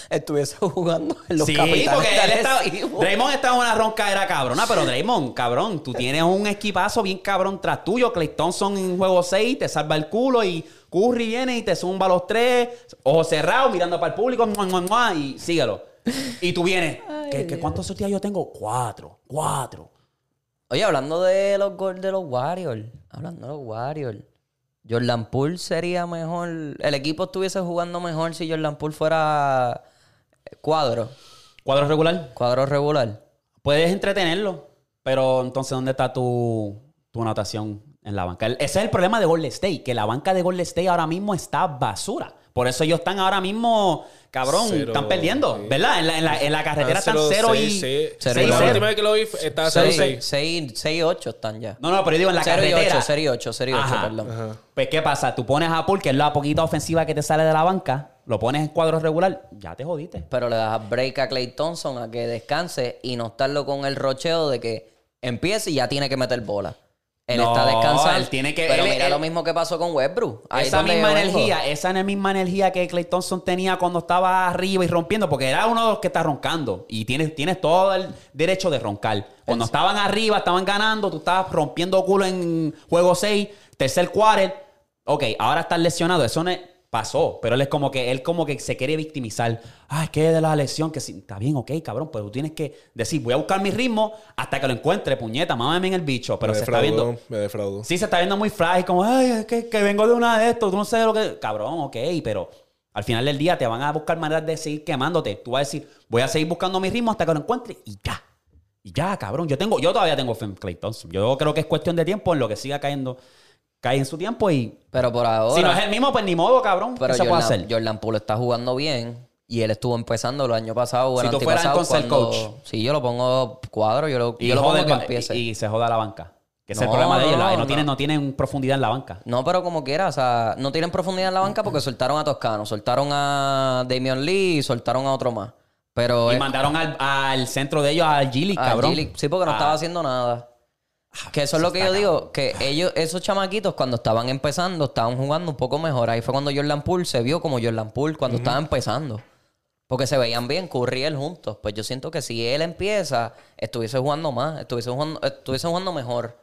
Speaker 3: Estuviese jugando en los
Speaker 2: sí,
Speaker 3: capitanes
Speaker 2: porque él
Speaker 3: de
Speaker 2: estaba,
Speaker 3: Arecibo.
Speaker 2: Draymond estaba en una ronca era cabrona, pero Draymond, cabrón, tú tienes un equipazo bien cabrón tras tuyo. Clay Thompson en juego 6 te salva el culo y Curry viene y te zumba los tres, ojos cerrados, mirando para el público, mua, mua, mua, y síguelo. Y tú vienes, ¿qué, qué, ¿cuántos sorteos yo tengo? Cuatro, cuatro.
Speaker 3: Oye, hablando de los goles de los Warriors, hablando de los Warriors, Jordan Poole sería mejor, el equipo estuviese jugando mejor si Jordan Poole fuera eh, cuadro,
Speaker 2: Cuadro regular.
Speaker 3: cuadro regular.
Speaker 2: Puedes entretenerlo, pero entonces, ¿dónde está tu, tu anotación en la banca? El- Ese es el problema de Golden State, que la banca de Golden State ahora mismo está basura. Por eso ellos están ahora mismo, cabrón,
Speaker 1: Cero,
Speaker 2: están perdiendo,
Speaker 1: sí.
Speaker 2: ¿verdad? En la, en la- en la carretera están 0 y...
Speaker 1: seis,
Speaker 3: cero
Speaker 1: Sí,
Speaker 3: y
Speaker 1: la
Speaker 3: cero.
Speaker 1: última vez que lo vi fue- estaba 0-6.
Speaker 3: 6-8 están ya.
Speaker 2: Ah, No, no, pero yo digo en la
Speaker 3: 0 y
Speaker 2: carretera.
Speaker 3: 8, 0 y 8, 0 y 8,
Speaker 2: Ajá.
Speaker 3: perdón.
Speaker 2: Pues, ¿qué pasa? Tú pones a Pool, que es la poquita ofensiva que te sale de la banca, lo pones en cuadro regular, ya te jodiste.
Speaker 3: Pero le das break a Clay Thompson a que descanse y no estarlo con el rocheo de que empiece y ya tiene que meter bola. Él
Speaker 2: No,
Speaker 3: está descansando.
Speaker 2: él tiene que-
Speaker 3: pero
Speaker 2: él-
Speaker 3: mira
Speaker 2: él-
Speaker 3: lo mismo que pasó con Westbrook. Ahí es
Speaker 2: esa
Speaker 3: donde
Speaker 2: misma
Speaker 3: yo vengo.
Speaker 2: energía, esa es la misma energía que Clay Thompson tenía cuando estaba arriba y rompiendo, porque era uno de los que está roncando. Y tienes, tienes todo el derecho de roncar. Cuando estaban arriba, estaban ganando, tú estabas rompiendo culo en juego 6, tercer quarter. Ok, ahora estás lesionado. Eso no es- pasó. Pero él es como que, él como que se quiere victimizar. Ah, es que de la lesión, que sí. Está bien, ok, cabrón, pero tú tienes que decir, voy a buscar mi ritmo hasta que lo encuentre, puñeta, mámame en el bicho. Pero
Speaker 1: me
Speaker 2: se está viendo.
Speaker 1: defraudó, me defraudó.
Speaker 2: Sí, se está viendo muy frágil, como, ay, es que, que vengo de una de estos, tú no sabes lo que. Cabrón, ok, pero al final del día te van a buscar maneras de seguir quemándote. Tú vas a decir, voy a seguir buscando mi ritmo hasta que lo encuentre y ya. Y ya, cabrón. Yo tengo, yo todavía tengo fe en Clay Thompson. Yo creo que es cuestión de tiempo en lo que siga cayendo. Cae en su tiempo y.
Speaker 3: Pero por ahora.
Speaker 2: si no es el mismo, pues ni modo, cabrón. ¿Qué
Speaker 3: pero
Speaker 2: se
Speaker 3: Jordan,
Speaker 2: puede hacer?
Speaker 3: Jordan Poole está jugando bien. Y él estuvo empezando el año pasado. o el
Speaker 2: Si tú
Speaker 3: antepasado,
Speaker 2: fueras entonces el
Speaker 3: cuando- Sí, yo lo pongo cuadro. Yo lo, yo lo
Speaker 2: jode
Speaker 3: pongo que
Speaker 2: el ba-
Speaker 3: empiece.
Speaker 2: y- y se joda la banca. Que es el
Speaker 3: No,
Speaker 2: problema de ellos. la-
Speaker 3: no,
Speaker 2: No,
Speaker 3: no.
Speaker 2: tienen, no tienen profundidad en la banca.
Speaker 3: No, pero como quiera, o sea, no tienen profundidad en la banca porque soltaron a Toscano, soltaron a Damian Lee y soltaron a otro más. Pero
Speaker 2: Y
Speaker 3: es-
Speaker 2: mandaron al, al centro de ellos al Gili,
Speaker 3: a
Speaker 2: cabrón.
Speaker 3: Gillick- sí, porque no
Speaker 2: Ah.
Speaker 3: estaba haciendo nada. Que eso es lo que yo
Speaker 2: está
Speaker 3: digo, que ellos, esos chamaquitos cuando estaban empezando, estaban jugando un poco mejor. Ahí fue cuando Jordan Poole se vio como Jordan Poole cuando estaba empezando. Porque se veían bien, Curry y él juntos. Pues yo siento que si él empieza, estuviese jugando más, estuviese jugando, estuviese jugando mejor.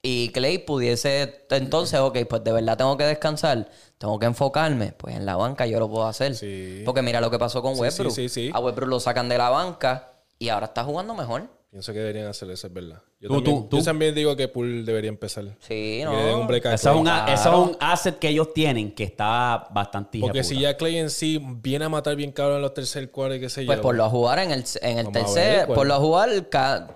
Speaker 3: Y Clay pudiese, entonces, ok, pues de verdad tengo que descansar, tengo que enfocarme, pues en la banca yo lo puedo hacer.
Speaker 1: Sí.
Speaker 3: Porque mira lo que pasó con
Speaker 1: Sí, sí,
Speaker 3: Westbrook.
Speaker 1: sí, sí.
Speaker 3: A Westbrook lo sacan de la banca y ahora está jugando mejor.
Speaker 1: Pienso que deberían hacer eso, es verdad. Yo,
Speaker 2: Tú,
Speaker 1: también,
Speaker 2: tú, tú.
Speaker 1: yo también digo que Pool debería empezar.
Speaker 3: Sí,
Speaker 1: Que
Speaker 3: no.
Speaker 1: le den un break a Ah,
Speaker 2: Eso es,
Speaker 1: Klay.
Speaker 2: un, a- eso
Speaker 3: Claro.
Speaker 2: es un asset que ellos tienen que está bastante
Speaker 1: Porque si
Speaker 2: hijeputa.
Speaker 1: ya Clay en sí viene a matar bien cabrón en los tercer cuartos y qué sé yo.
Speaker 3: Pues por lo a jugar en el, en el
Speaker 1: Vamos a
Speaker 3: tercer,
Speaker 1: ver pues. cuál-
Speaker 3: por lo a jugar ca-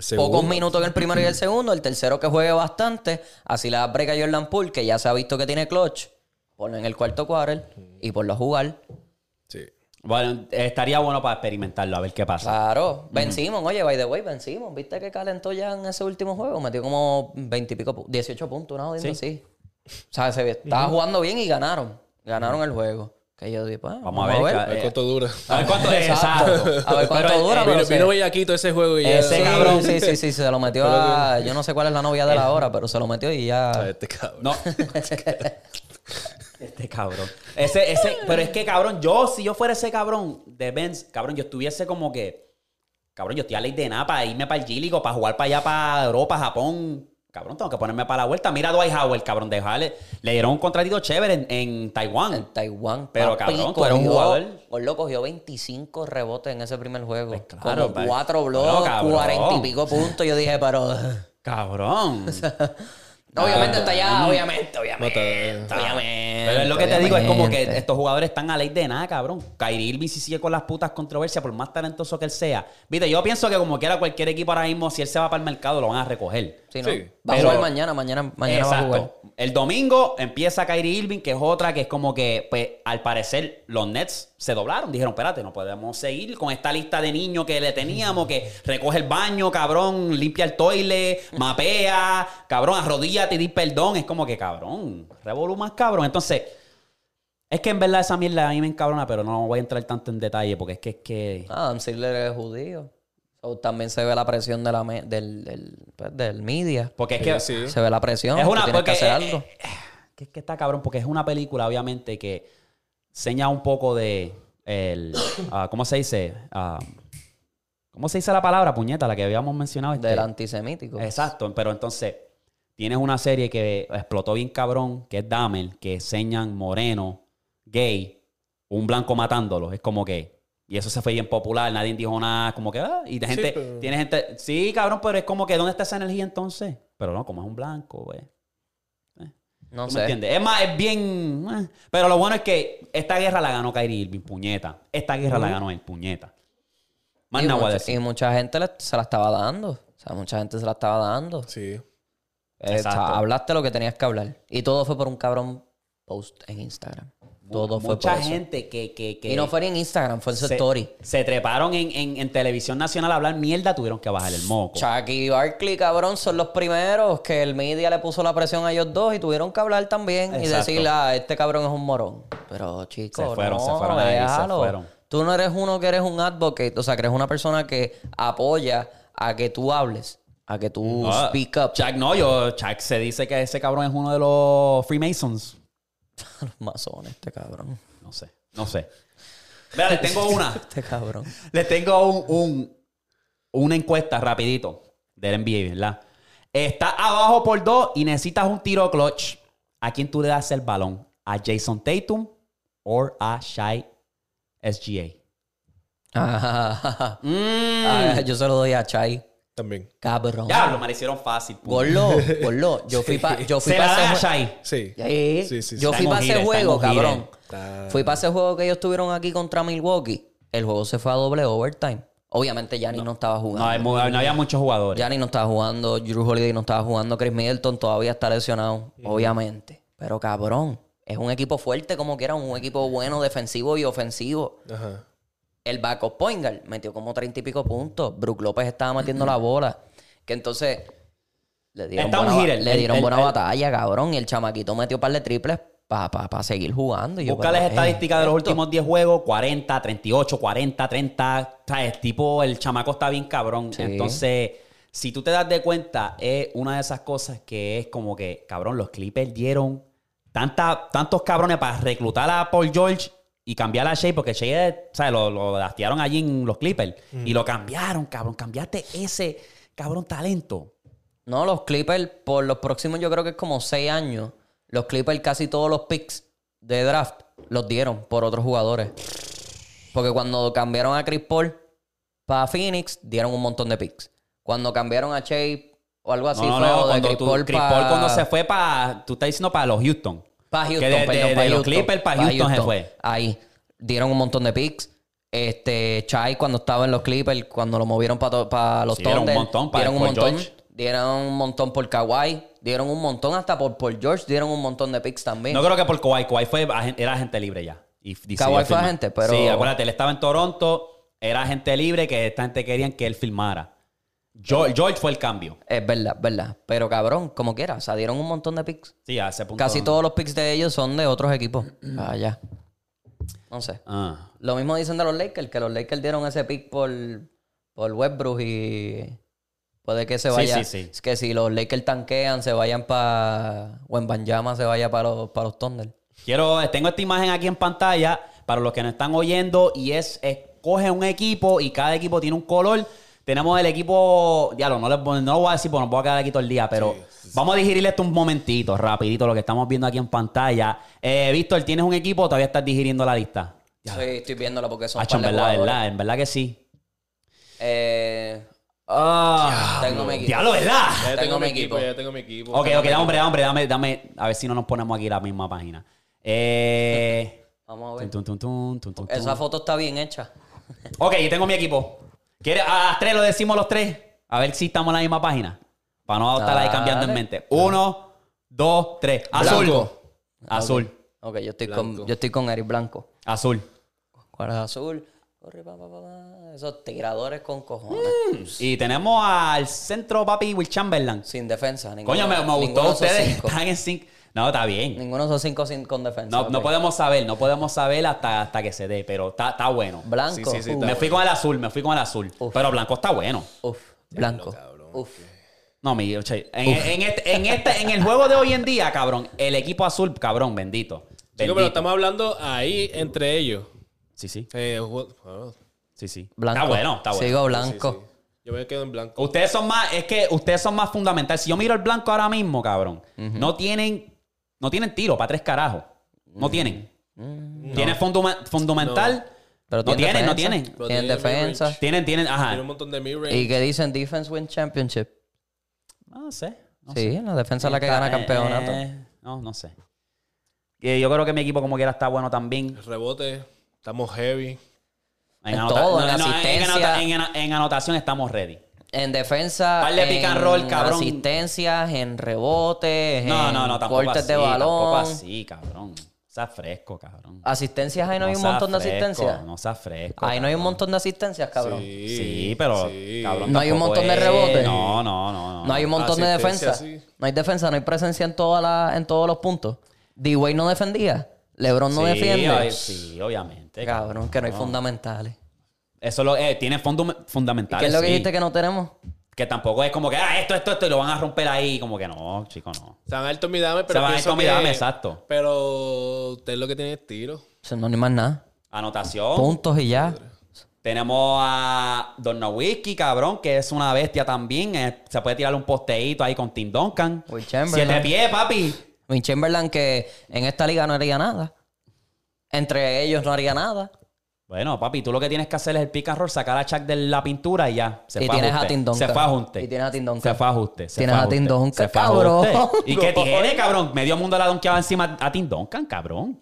Speaker 1: Segundo.
Speaker 3: pocos minutos en el primero y el segundo, el tercero que juegue bastante, así la break a Jordan Poole, que ya se ha visto que tiene clutch, ponlo en el cuarto quarter y por lo a jugar.
Speaker 1: Sí.
Speaker 2: Bueno, estaría bueno para experimentarlo, a ver qué pasa.
Speaker 3: Claro, Ben Simmons, oye, by the way, Ben Simmons, ¿viste que calentó ya en ese último juego? Metió como 20 y pico, pu- 18 puntos, una jodiendo así. O sea, se ve- estaba jugando bien y ganaron. Ganaron el juego. Que yo dije, pues, vamos,
Speaker 2: Vamos a ver.
Speaker 1: A
Speaker 2: ca-
Speaker 1: ver
Speaker 2: eh,
Speaker 1: cuánto dura.
Speaker 2: a ver cuánto es.
Speaker 3: Exacto.
Speaker 2: exacto.
Speaker 3: A ver cuánto
Speaker 2: Pero, eh,
Speaker 3: dura, pero
Speaker 1: Vino,
Speaker 3: se-
Speaker 1: vino bellaquito ese juego y ya.
Speaker 2: Ese
Speaker 3: Sí,
Speaker 2: cabrón.
Speaker 3: Sí, sí, sí, se lo metió a. Yo no sé cuál es la novia de la hora, pero se lo metió y
Speaker 1: Ah,
Speaker 3: ya.
Speaker 1: Este cabrón.
Speaker 2: No. este cabrón. Ese, ese, pero es que, cabrón, yo, si yo fuera ese cabrón de Benz, cabrón, yo estuviese como que. Cabrón, yo estoy a ley de nada para irme para el Gílico, para jugar para allá, para Europa, Japón. Cabrón, tengo que ponerme para la vuelta. Mira a Dwight Howard, cabrón, dejarle. Le dieron un contratito chévere en, en Taiwán.
Speaker 3: En Taiwán.
Speaker 2: Pero,
Speaker 3: papi,
Speaker 2: cabrón, tú eres un
Speaker 3: cogió-
Speaker 2: jugador. Pues
Speaker 3: Gordo cogió 25 rebotes en ese primer juego.
Speaker 2: claro,
Speaker 3: Como
Speaker 2: pa-
Speaker 3: cuatro
Speaker 2: Bueno,
Speaker 3: blogs,
Speaker 2: cabrón.
Speaker 3: 40 y pico puntos. Yo dije, pero.
Speaker 2: Cabrón. Ah,
Speaker 3: Obviamente está allá, obviamente, obviamente.
Speaker 1: No
Speaker 3: Obviamente.
Speaker 2: Pero es lo que te digo, es como que
Speaker 3: obviamente.
Speaker 2: estos jugadores están a ley de nada, cabrón. Kyrie Irving si sigue con las putas controversias, por más talentoso que él sea. Viste, yo pienso que como quiera cualquier equipo ahora mismo, si él se va para el mercado, lo van a recoger.
Speaker 3: Si no,
Speaker 1: Sí.
Speaker 3: va a
Speaker 2: Pero-
Speaker 3: jugar mañana, mañana, mañana va a jugar.
Speaker 2: Exacto. El domingo empieza Kyrie Irving, que es otra que es como que, pues, al parecer, los Nets se doblaron. Dijeron, espérate, no podemos seguir con esta lista de niños que le teníamos, que recoge el baño, cabrón, limpia el toile, mapea, cabrón, arrodíllate y di perdón. Es como que, cabrón, revolú más cabrón. Entonces, es que en verdad esa mierda a mí me encabrona, pero no voy a entrar tanto en detalle porque es que es que...
Speaker 3: Ah, Adam Silver es judío. So, también se ve la presión de la me- del, del, pues, del media.
Speaker 2: Porque es que...
Speaker 1: Sí, sí.
Speaker 3: Se ve la presión.
Speaker 2: Es una
Speaker 3: tú tienes
Speaker 2: porque
Speaker 3: que hacer
Speaker 2: eh,
Speaker 3: algo.
Speaker 2: eh, que es que está cabrón porque es una película obviamente que señala un poco de el ah, ¿cómo se dice? Ah, ¿Cómo se dice la palabra puñeta la que habíamos mencionado? este?
Speaker 3: Del antisemítico.
Speaker 2: Exacto, pero entonces tienes una serie que explotó bien cabrón, que es Dahmer, que enseñan moreno, gay, un blanco matándolo. Es como que. Y eso se fue bien popular, nadie dijo nada, como que. ah, y la
Speaker 1: Sí,
Speaker 2: gente.
Speaker 1: pero-
Speaker 2: Tiene gente. Sí, cabrón, pero es como que, ¿dónde está esa energía entonces? Pero no, como es un blanco, pues. güey.
Speaker 3: No
Speaker 2: ¿Tú me
Speaker 3: sé.
Speaker 2: entiendes? Es más, es bien. eh. Pero lo bueno es que esta guerra la ganó Kyrie Irving, puñeta. Esta guerra la ganó él, puñeta. Más
Speaker 3: Y
Speaker 2: nada voy a
Speaker 3: mucha-
Speaker 2: decir.
Speaker 3: y mucha gente le- se la estaba dando. O sea, mucha gente se la estaba dando.
Speaker 1: Sí.
Speaker 3: Eh,
Speaker 2: Exacto.
Speaker 3: o sea, hablaste lo que tenías que hablar. Y todo fue por un cabrón post en Instagram. Todo fue
Speaker 2: Mucha
Speaker 3: por eso.
Speaker 2: gente que, que, que.
Speaker 3: Y no fue ni en Instagram, fue en su
Speaker 2: se,
Speaker 3: story.
Speaker 2: se treparon en, en- en televisión nacional a hablar mierda, tuvieron que bajar el moco.
Speaker 3: Chucky Pues, y Barkley, cabrón, son los primeros que el media le puso la presión a ellos dos y tuvieron que hablar también y
Speaker 2: Exacto.
Speaker 3: decirle, ah, este cabrón es un morón. Pero, chicos,
Speaker 2: Se fueron,
Speaker 3: no,
Speaker 2: se fueron ahí, se
Speaker 3: déjalo.
Speaker 2: fueron.
Speaker 3: Tú no eres uno que eres un advocate, o sea, que eres una persona que apoya a que tú hables, a que tú
Speaker 2: Ah,
Speaker 3: speak up.
Speaker 2: Chuck no, yo, Chuck se dice que ese cabrón es uno de los Freemasons.
Speaker 3: Los masones, este cabrón.
Speaker 2: No sé, no sé. Mira, les tengo una.
Speaker 3: Este cabrón.
Speaker 2: Les tengo un, un- una encuesta rapidito del NBA, ¿verdad? Está abajo por dos y necesitas un tiro clutch. ¿A quién tú le das el balón? ¿A Jason Tatum o a Shai SGA?
Speaker 3: Ah, ah, yo se lo doy a Chai,
Speaker 1: También.
Speaker 3: cabrón.
Speaker 2: Mm. Ya, lo me la hicieron fácil. puto.
Speaker 3: Gorlo, gorlo. Yo fui para yo fui
Speaker 2: Se la
Speaker 3: pa ese
Speaker 2: dan a
Speaker 3: jue-
Speaker 2: Shai.
Speaker 1: Sí.
Speaker 3: Sí.
Speaker 1: Sí, sí, sí.
Speaker 3: Yo
Speaker 2: Está
Speaker 3: fui
Speaker 2: en
Speaker 3: para
Speaker 2: gira,
Speaker 3: ese
Speaker 2: está en eh.
Speaker 3: juego,
Speaker 2: gira.
Speaker 3: cabrón.
Speaker 1: Está-
Speaker 3: Fui para ese juego que ellos tuvieron aquí contra Milwaukee. El juego se fue a doble overtime. Obviamente, Yanni no, estaba
Speaker 2: No, hay
Speaker 3: jugando.
Speaker 2: mu- no había muchos jugadores.
Speaker 3: Yanni no estaba jugando. Drew Holiday no estaba jugando. Chris Middleton todavía está lesionado. Obviamente. Pero cabrón, es un equipo fuerte como quiera. Un equipo bueno, defensivo y ofensivo.
Speaker 1: Ajá.
Speaker 3: El backup point guard metió como treinta y pico puntos. Brook López estaba metiendo la bola. Que entonces le dieron
Speaker 2: Está un
Speaker 3: buena, ba-
Speaker 2: hitter.
Speaker 3: le
Speaker 2: El-
Speaker 3: dieron
Speaker 2: el-
Speaker 3: buena
Speaker 2: el-
Speaker 3: batalla, cabrón. Y el chamaquito metió par de triples para seguir jugando. Y yo,
Speaker 2: Busca
Speaker 3: pero,
Speaker 2: las
Speaker 3: eh,
Speaker 2: estadísticas de los
Speaker 3: esto-
Speaker 2: últimos 10 juegos, 40, 38, 40, 30. ¿sabes? Tipo, el chamaco está bien cabrón.
Speaker 3: Sí.
Speaker 2: Entonces, si tú te das de cuenta, es una de esas cosas que es como que, cabrón, los Clippers dieron tanta, tantos cabrones para reclutar a Paul George y cambiar a Shea, porque Shea, ¿sabes? Lo, lo dastearon allí en los Clippers
Speaker 3: Mm.
Speaker 2: y lo cambiaron, cabrón. Cambiaste ese, cabrón, talento.
Speaker 3: No, los Clippers, por los próximos, yo creo que es como seis años. Los Clippers, casi todos los picks de draft los dieron por otros jugadores. Porque cuando cambiaron a Chris Paul para Phoenix, dieron un montón de picks. Cuando cambiaron a Shea o algo así,
Speaker 2: no, no, no,
Speaker 3: fue de
Speaker 2: cuando
Speaker 3: Chris
Speaker 2: tú-
Speaker 3: Paul
Speaker 2: Chris
Speaker 3: pa-
Speaker 2: Paul cuando se fue para, tú estás diciendo para los Houston.
Speaker 3: Pa' Houston,
Speaker 2: Que de- de-
Speaker 3: perdón,
Speaker 2: de
Speaker 3: pa'
Speaker 2: los
Speaker 3: Houston,
Speaker 2: Clippers pa'
Speaker 3: pa'
Speaker 2: Houston se fue.
Speaker 3: Ahí. Dieron un montón de picks. Este, Chai cuando estaba en los Clippers, cuando lo movieron para los
Speaker 2: Sí, dieron un
Speaker 3: Thunder,
Speaker 2: montón pa-
Speaker 3: dieron un
Speaker 2: por
Speaker 3: montón.
Speaker 2: George.
Speaker 3: Dieron un montón por Kawhi. Dieron un montón hasta por, por George. Dieron un montón de picks también.
Speaker 2: No creo que por Kawhi. Kawhi fue, agen- era agente libre ya. Y f- decidió
Speaker 3: Kawhi fue
Speaker 2: firmar.
Speaker 3: agente, pero-
Speaker 2: Sí, acuérdate, él estaba en Toronto, era agente libre, que esta gente querían que él firmara. George, George fue el cambio.
Speaker 3: Es verdad, es verdad. Pero cabrón, como quiera. O sea, dieron un montón de picks.
Speaker 2: Sí, a ese punto.
Speaker 3: Casi todos los picks de ellos son de otros equipos. Allá. No sé.
Speaker 2: Ah.
Speaker 3: Lo mismo dicen de los Lakers, que los Lakers dieron ese pick por, por Westbrook y puede que se
Speaker 2: Sí, sí,
Speaker 3: vaya.
Speaker 2: sí.
Speaker 3: Es que si los Lakers tanquean, se vayan para Wembanyama, se vaya para los, pa' los Thunder.
Speaker 2: Quiero, eh, tengo esta imagen aquí en pantalla para los que nos están oyendo y es, escoge un equipo y cada equipo tiene un color. Tenemos el equipo, diablo, no, les voy- no lo voy a decir porque nos voy a quedar aquí todo el día, pero vamos a digerir esto un momentito, rapidito, lo que estamos viendo aquí en pantalla. Eh, Víctor, ¿tienes un equipo o todavía estás digiriendo la lista?
Speaker 3: Sí, estoy viéndolo porque son
Speaker 2: Hacho, en
Speaker 3: par de
Speaker 2: verdad, en
Speaker 3: jugadores.
Speaker 2: verdad, en verdad que sí.
Speaker 3: Eh,
Speaker 2: Ah,
Speaker 3: tengo mi equipo.
Speaker 2: diablo, ¿verdad?
Speaker 1: Ya
Speaker 3: Tengo mi equipo.
Speaker 1: Ya tengo mi equipo.
Speaker 2: Ok,
Speaker 1: Tengo
Speaker 2: ok,
Speaker 1: mi
Speaker 2: dame, hombre, dame, hombre, dame, dame, a ver si no nos ponemos aquí la misma página. Eh,
Speaker 3: vamos a
Speaker 2: tun,
Speaker 3: ver.
Speaker 2: tun, tun, tun, tun, tun, tun.
Speaker 3: Esa foto está bien hecha.
Speaker 2: Ok, yo tengo mi equipo. ¿Quieres? A las tres lo decimos los tres. A ver si estamos en la misma página. Para no estar ahí cambiando en
Speaker 3: Dale.
Speaker 2: mente. Uno, dos, tres. Azul.
Speaker 1: Blanco.
Speaker 2: Azul.
Speaker 3: Ok, yo estoy,
Speaker 1: Blanco.
Speaker 3: con, yo estoy con Eric Blanco.
Speaker 2: Azul.
Speaker 3: ¿Cuál es azul? Corre, pa, pa, pa, pa. Esos tiradores con cojones.
Speaker 2: Y tenemos al centro papi Will Chamberlain.
Speaker 3: Sin defensa. ninguno-
Speaker 2: Coño, me, me
Speaker 3: ninguno de
Speaker 2: gustó
Speaker 3: esos
Speaker 2: ustedes.
Speaker 3: cinco.
Speaker 2: Están en cinco. No, está bien.
Speaker 3: Ninguno de esos cinco sin- con defensa.
Speaker 2: No, no
Speaker 3: ok.
Speaker 2: podemos saber, no podemos saber hasta, hasta que se dé, pero está, está bueno.
Speaker 3: Blanco.
Speaker 1: Sí, sí, sí,
Speaker 3: uf,
Speaker 2: Me fui con el azul, me fui con el azul. Pero blanco está bueno.
Speaker 3: uf, blanco.
Speaker 1: cabrón,
Speaker 3: Uf.
Speaker 2: No, mi o sea, en, en este, en, este- en el juego de hoy en día, cabrón, el equipo azul, cabrón, bendito.
Speaker 1: Chico,
Speaker 2: Bendito.
Speaker 1: pero estamos hablando ahí entre ellos.
Speaker 2: Sí, sí,
Speaker 1: Eh, what- oh,
Speaker 2: sí, sí.
Speaker 3: Blanco.
Speaker 2: Está bueno, está bueno.
Speaker 3: Sigo
Speaker 1: sí,
Speaker 3: blanco.
Speaker 1: sí. Yo me quedo en blanco.
Speaker 2: Ustedes son más, es que ustedes son más fundamentales. Si yo miro el blanco ahora mismo, cabrón, no tienen, no tienen tiro para tres carajos.
Speaker 3: Mm.
Speaker 2: No tienen. Tienen funduma- fundamental.
Speaker 3: Pero
Speaker 2: no tienen, no
Speaker 3: defensa.
Speaker 2: tienen.
Speaker 1: Pero
Speaker 3: Tienen
Speaker 1: tiene
Speaker 3: defensa.
Speaker 1: mid-range.
Speaker 2: Tienen, tienen,
Speaker 1: Tiene un
Speaker 2: ajá.
Speaker 1: montón de mid-range.
Speaker 3: ¿Y qué dicen? Defense win championship.
Speaker 2: No sé. No sé.
Speaker 3: sí, la defensa es la que gana
Speaker 2: Eh,
Speaker 3: campeonato.
Speaker 2: eh, no, no sé. Que Yo creo que mi equipo como quiera está bueno también.
Speaker 1: El rebote. Estamos heavy.
Speaker 3: En
Speaker 2: anota-
Speaker 3: todo, en
Speaker 2: en,
Speaker 3: asistencia.
Speaker 2: anota- en ana- en anotación estamos ready.
Speaker 3: En defensa,
Speaker 2: Par de
Speaker 3: en
Speaker 2: pick and roll, cabrón.
Speaker 3: asistencias, en rebotes,
Speaker 2: No,
Speaker 3: en
Speaker 2: no, no, tampoco
Speaker 3: cortes
Speaker 2: así,
Speaker 3: de
Speaker 2: Tampoco
Speaker 3: balón.
Speaker 2: así, cabrón. Está fresco, cabrón.
Speaker 3: Asistencias, ahí no, hay un
Speaker 2: seas
Speaker 3: montón de
Speaker 2: fresco,
Speaker 3: asistencias.
Speaker 2: No seas fresco.
Speaker 3: ahí no hay un montón de asistencias, cabrón.
Speaker 1: Sí,
Speaker 2: Sí, pero
Speaker 1: sí.
Speaker 2: cabrón,
Speaker 3: No hay un
Speaker 2: tampoco
Speaker 3: montón de
Speaker 2: es-
Speaker 3: rebotes.
Speaker 2: No, no, no, no.
Speaker 3: No hay un montón de
Speaker 1: Asistencia,
Speaker 3: defensa.
Speaker 1: sí.
Speaker 3: No hay defensa, no hay presencia en, toda la, en todos los puntos. D-Way no defendía. LeBron no
Speaker 2: Sí,
Speaker 3: defiende.
Speaker 2: ay, sí, obviamente.
Speaker 3: Cabrón, que no hay fundamentales.
Speaker 2: Eso lo eh, tiene fundum-
Speaker 3: ¿Y
Speaker 2: fundamentales.
Speaker 3: qué es lo que
Speaker 2: sí.
Speaker 3: dijiste que no tenemos?
Speaker 2: Que tampoco es como que, ah, esto, esto, esto, y lo van a romper ahí. Como que no, chico, no.
Speaker 1: San Alto Midame, pero.
Speaker 2: Se van a
Speaker 1: pienso
Speaker 2: esto, mira,
Speaker 1: que-
Speaker 2: exacto.
Speaker 1: Pero usted lo que tiene es tiro.
Speaker 3: Eso No, ni más nada.
Speaker 2: Anotación.
Speaker 3: Puntos y ya.
Speaker 2: Tenemos a Dornowitzki, cabrón, que es una bestia también. Eh, se puede tirarle un posteíto ahí con Tim Duncan.
Speaker 3: Will Chamberlain.
Speaker 2: Siete pies, papi.
Speaker 3: Will Chamberlain que en esta liga no haría nada. Entre ellos no haría nada.
Speaker 2: Bueno, papi, tú lo que tienes que hacer es el pick and roll, sacar a Chuck de la pintura y ya. Se
Speaker 3: Y
Speaker 2: fue
Speaker 3: tienes
Speaker 2: ajuste.
Speaker 3: a Tim Duncan.
Speaker 2: Se fue ajuste.
Speaker 3: Y tienes a Tim Duncan.
Speaker 2: Se fue ajuste. Se
Speaker 3: Tienes
Speaker 2: fue
Speaker 3: a Tim
Speaker 2: ajuste.
Speaker 3: Duncan,
Speaker 2: Se fue
Speaker 3: cabrón.
Speaker 2: ajuste. ¿Y qué
Speaker 3: No.
Speaker 2: tiene, cabrón? Medio mundo la donkeaba encima a Tim Duncan, cabrón.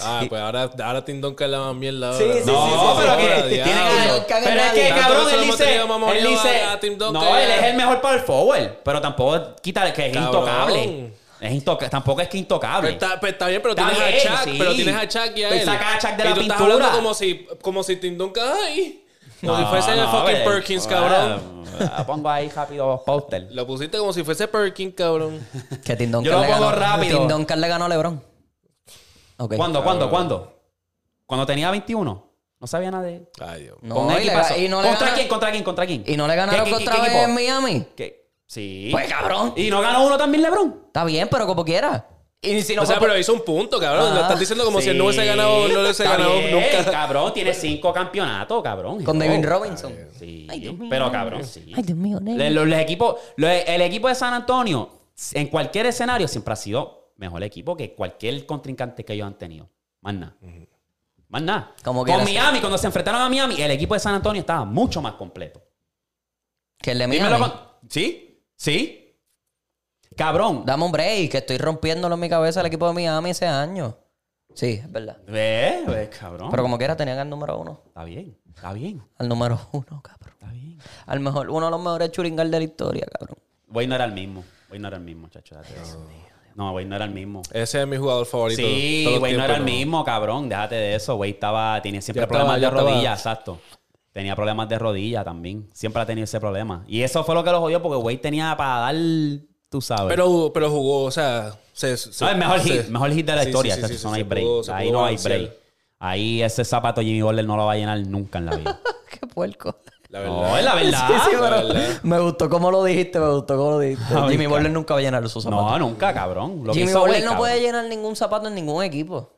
Speaker 1: Ah, pues ahora, ahora Tim Duncan la más mierda. ahora.
Speaker 3: Sí, sí,
Speaker 2: No,
Speaker 3: sí, sí, sí.
Speaker 2: pero
Speaker 1: Ahora,
Speaker 2: que tiene
Speaker 1: diablo.
Speaker 3: Tim
Speaker 2: ganas.
Speaker 3: Duncan es
Speaker 2: Pero es
Speaker 3: nadie.
Speaker 2: que,
Speaker 1: Tanto
Speaker 2: cabrón,
Speaker 1: que se
Speaker 2: él
Speaker 1: lo hemos
Speaker 2: dice.
Speaker 1: tenido, mamá,
Speaker 2: Él
Speaker 1: yo
Speaker 2: dice.
Speaker 1: a Tim Duncan.
Speaker 2: No, él es el mejor power forward. Pero tampoco quítale que es
Speaker 1: Cabrón.
Speaker 2: intocable. Es intoca- tampoco es que intocable.
Speaker 1: Pues Está, pues está bien, pero
Speaker 2: Está
Speaker 1: tienes a
Speaker 2: bien,
Speaker 1: Chuck,
Speaker 2: sí.
Speaker 1: pero tienes a Chuck y a
Speaker 2: Pues
Speaker 1: él.
Speaker 2: saca a Chuck de
Speaker 1: y
Speaker 2: la
Speaker 1: tú estás
Speaker 2: pintura.
Speaker 1: hablando como si, como si Tim Duncan, ay, como si fuese el fucking
Speaker 2: eh,
Speaker 1: Perkins,
Speaker 2: ah,
Speaker 1: cabrón.
Speaker 2: ah, pongo ahí rápido los posters.
Speaker 1: Lo pusiste como si fuese Perkins, cabrón.
Speaker 3: Que Tim
Speaker 2: Yo
Speaker 3: Duncan
Speaker 2: lo
Speaker 3: le
Speaker 2: pongo
Speaker 3: ganó.
Speaker 2: rápido.
Speaker 3: Tim Duncan le ganó a LeBron. Ok.
Speaker 2: ¿Cuándo, cuándo, cuándo? Cuando tenía 21. No sabía nada de él.
Speaker 1: Ay, Dios.
Speaker 3: No,
Speaker 2: Con
Speaker 3: y
Speaker 2: él,
Speaker 3: le
Speaker 2: ¿qué pasó?
Speaker 3: ga- y no le
Speaker 2: ¿Contra
Speaker 3: gana-
Speaker 2: quién? ¿Contra quién? ¿Contra quién?
Speaker 3: Y no le ganaron
Speaker 2: ¿Qué- qué-
Speaker 3: contra
Speaker 2: qué
Speaker 3: vez
Speaker 2: equipo?
Speaker 3: en Miami.
Speaker 2: ¿Qué? Sí.
Speaker 3: Pues cabrón.
Speaker 2: ¿Y no ganó uno también LeBron?
Speaker 3: Está bien, pero como quiera. Y si no
Speaker 1: o sea,
Speaker 3: fue por-
Speaker 1: pero hizo un punto, cabrón.
Speaker 3: Ah,
Speaker 1: Lo estás diciendo como si él no hubiese
Speaker 2: Sí,
Speaker 1: ganado, no hubiese
Speaker 2: está
Speaker 1: ganado
Speaker 2: bien,
Speaker 1: nunca.
Speaker 2: Cabrón, tiene cinco campeonatos, cabrón.
Speaker 3: con
Speaker 2: Hello.
Speaker 3: David Robinson.
Speaker 2: Sí.
Speaker 3: Ay, Dios mío.
Speaker 2: Pero cabrón, sí.
Speaker 3: Ay, Dios mío, negro.
Speaker 2: Oh. Le- los- los equipos- los- el equipo de San Antonio, en cualquier escenario, siempre ha sido mejor equipo que cualquier contrincante que ellos han tenido. Más nada. Más nada.
Speaker 3: Como
Speaker 2: Con
Speaker 3: quieras.
Speaker 2: Miami, cuando se enfrentaron a Miami, el equipo de San Antonio estaba mucho más completo.
Speaker 3: Que el de
Speaker 2: Dímelo
Speaker 3: Miami.
Speaker 2: con- ¿Sí? ¿Sí? Cabrón.
Speaker 3: Dame un break, que estoy rompiéndolo en mi cabeza el equipo de Miami ese año. Sí, es verdad.
Speaker 2: Ve, ve, cabrón.
Speaker 3: Pero como quiera tenían al número uno.
Speaker 2: Está bien, está bien,
Speaker 3: Al número uno, cabrón.
Speaker 2: está bien.
Speaker 3: Al mejor, uno de los mejores churingal de la historia, cabrón.
Speaker 2: Voy no era el mismo. Voy no era el mismo, chacho. date eso. No, Voy no era el mismo.
Speaker 1: Ese es mi jugador favorito.
Speaker 2: Sí,
Speaker 1: todo el
Speaker 2: güey, no
Speaker 1: tiempo,
Speaker 2: era el mismo, cabrón. Déjate de eso, güey. Estaba, tenía siempre
Speaker 1: Ya estaba,
Speaker 2: problemas de
Speaker 1: ya estaba.
Speaker 2: rodilla, exacto. Tenía problemas de rodilla también. Siempre ha tenido ese problema. Y eso fue lo que lo jodió porque güey tenía para dar, tú sabes.
Speaker 1: Pero, pero jugó, o sea, se, se-
Speaker 2: no, el mejor
Speaker 1: se-
Speaker 2: hit, mejor hit de la
Speaker 1: Sí,
Speaker 2: historia.
Speaker 1: sí,
Speaker 2: chacho,
Speaker 1: sí,
Speaker 2: eso
Speaker 1: sí,
Speaker 2: no hay
Speaker 1: se
Speaker 2: break.
Speaker 1: pudo- se
Speaker 2: Ahí
Speaker 1: pudo
Speaker 2: no hay
Speaker 1: balancear.
Speaker 2: breey. Ahí ese zapato Jimmy Butler no lo va a llenar nunca en la vida.
Speaker 3: Qué puerco.
Speaker 1: La verdad.
Speaker 2: no, es la verdad.
Speaker 3: Sí, sí, pero
Speaker 1: verdad.
Speaker 3: me gustó cómo lo dijiste, me gustó cómo lo dijiste.
Speaker 2: Ah,
Speaker 3: Jimmy
Speaker 2: brinca.
Speaker 3: Butler nunca va a llenar sus zapatos.
Speaker 2: no, nunca, cabrón. Lo que
Speaker 3: Jimmy
Speaker 2: hizo
Speaker 3: Butler
Speaker 2: Wade,
Speaker 3: no
Speaker 2: cabrón.
Speaker 3: puede llenar ningún zapato en ningún equipo.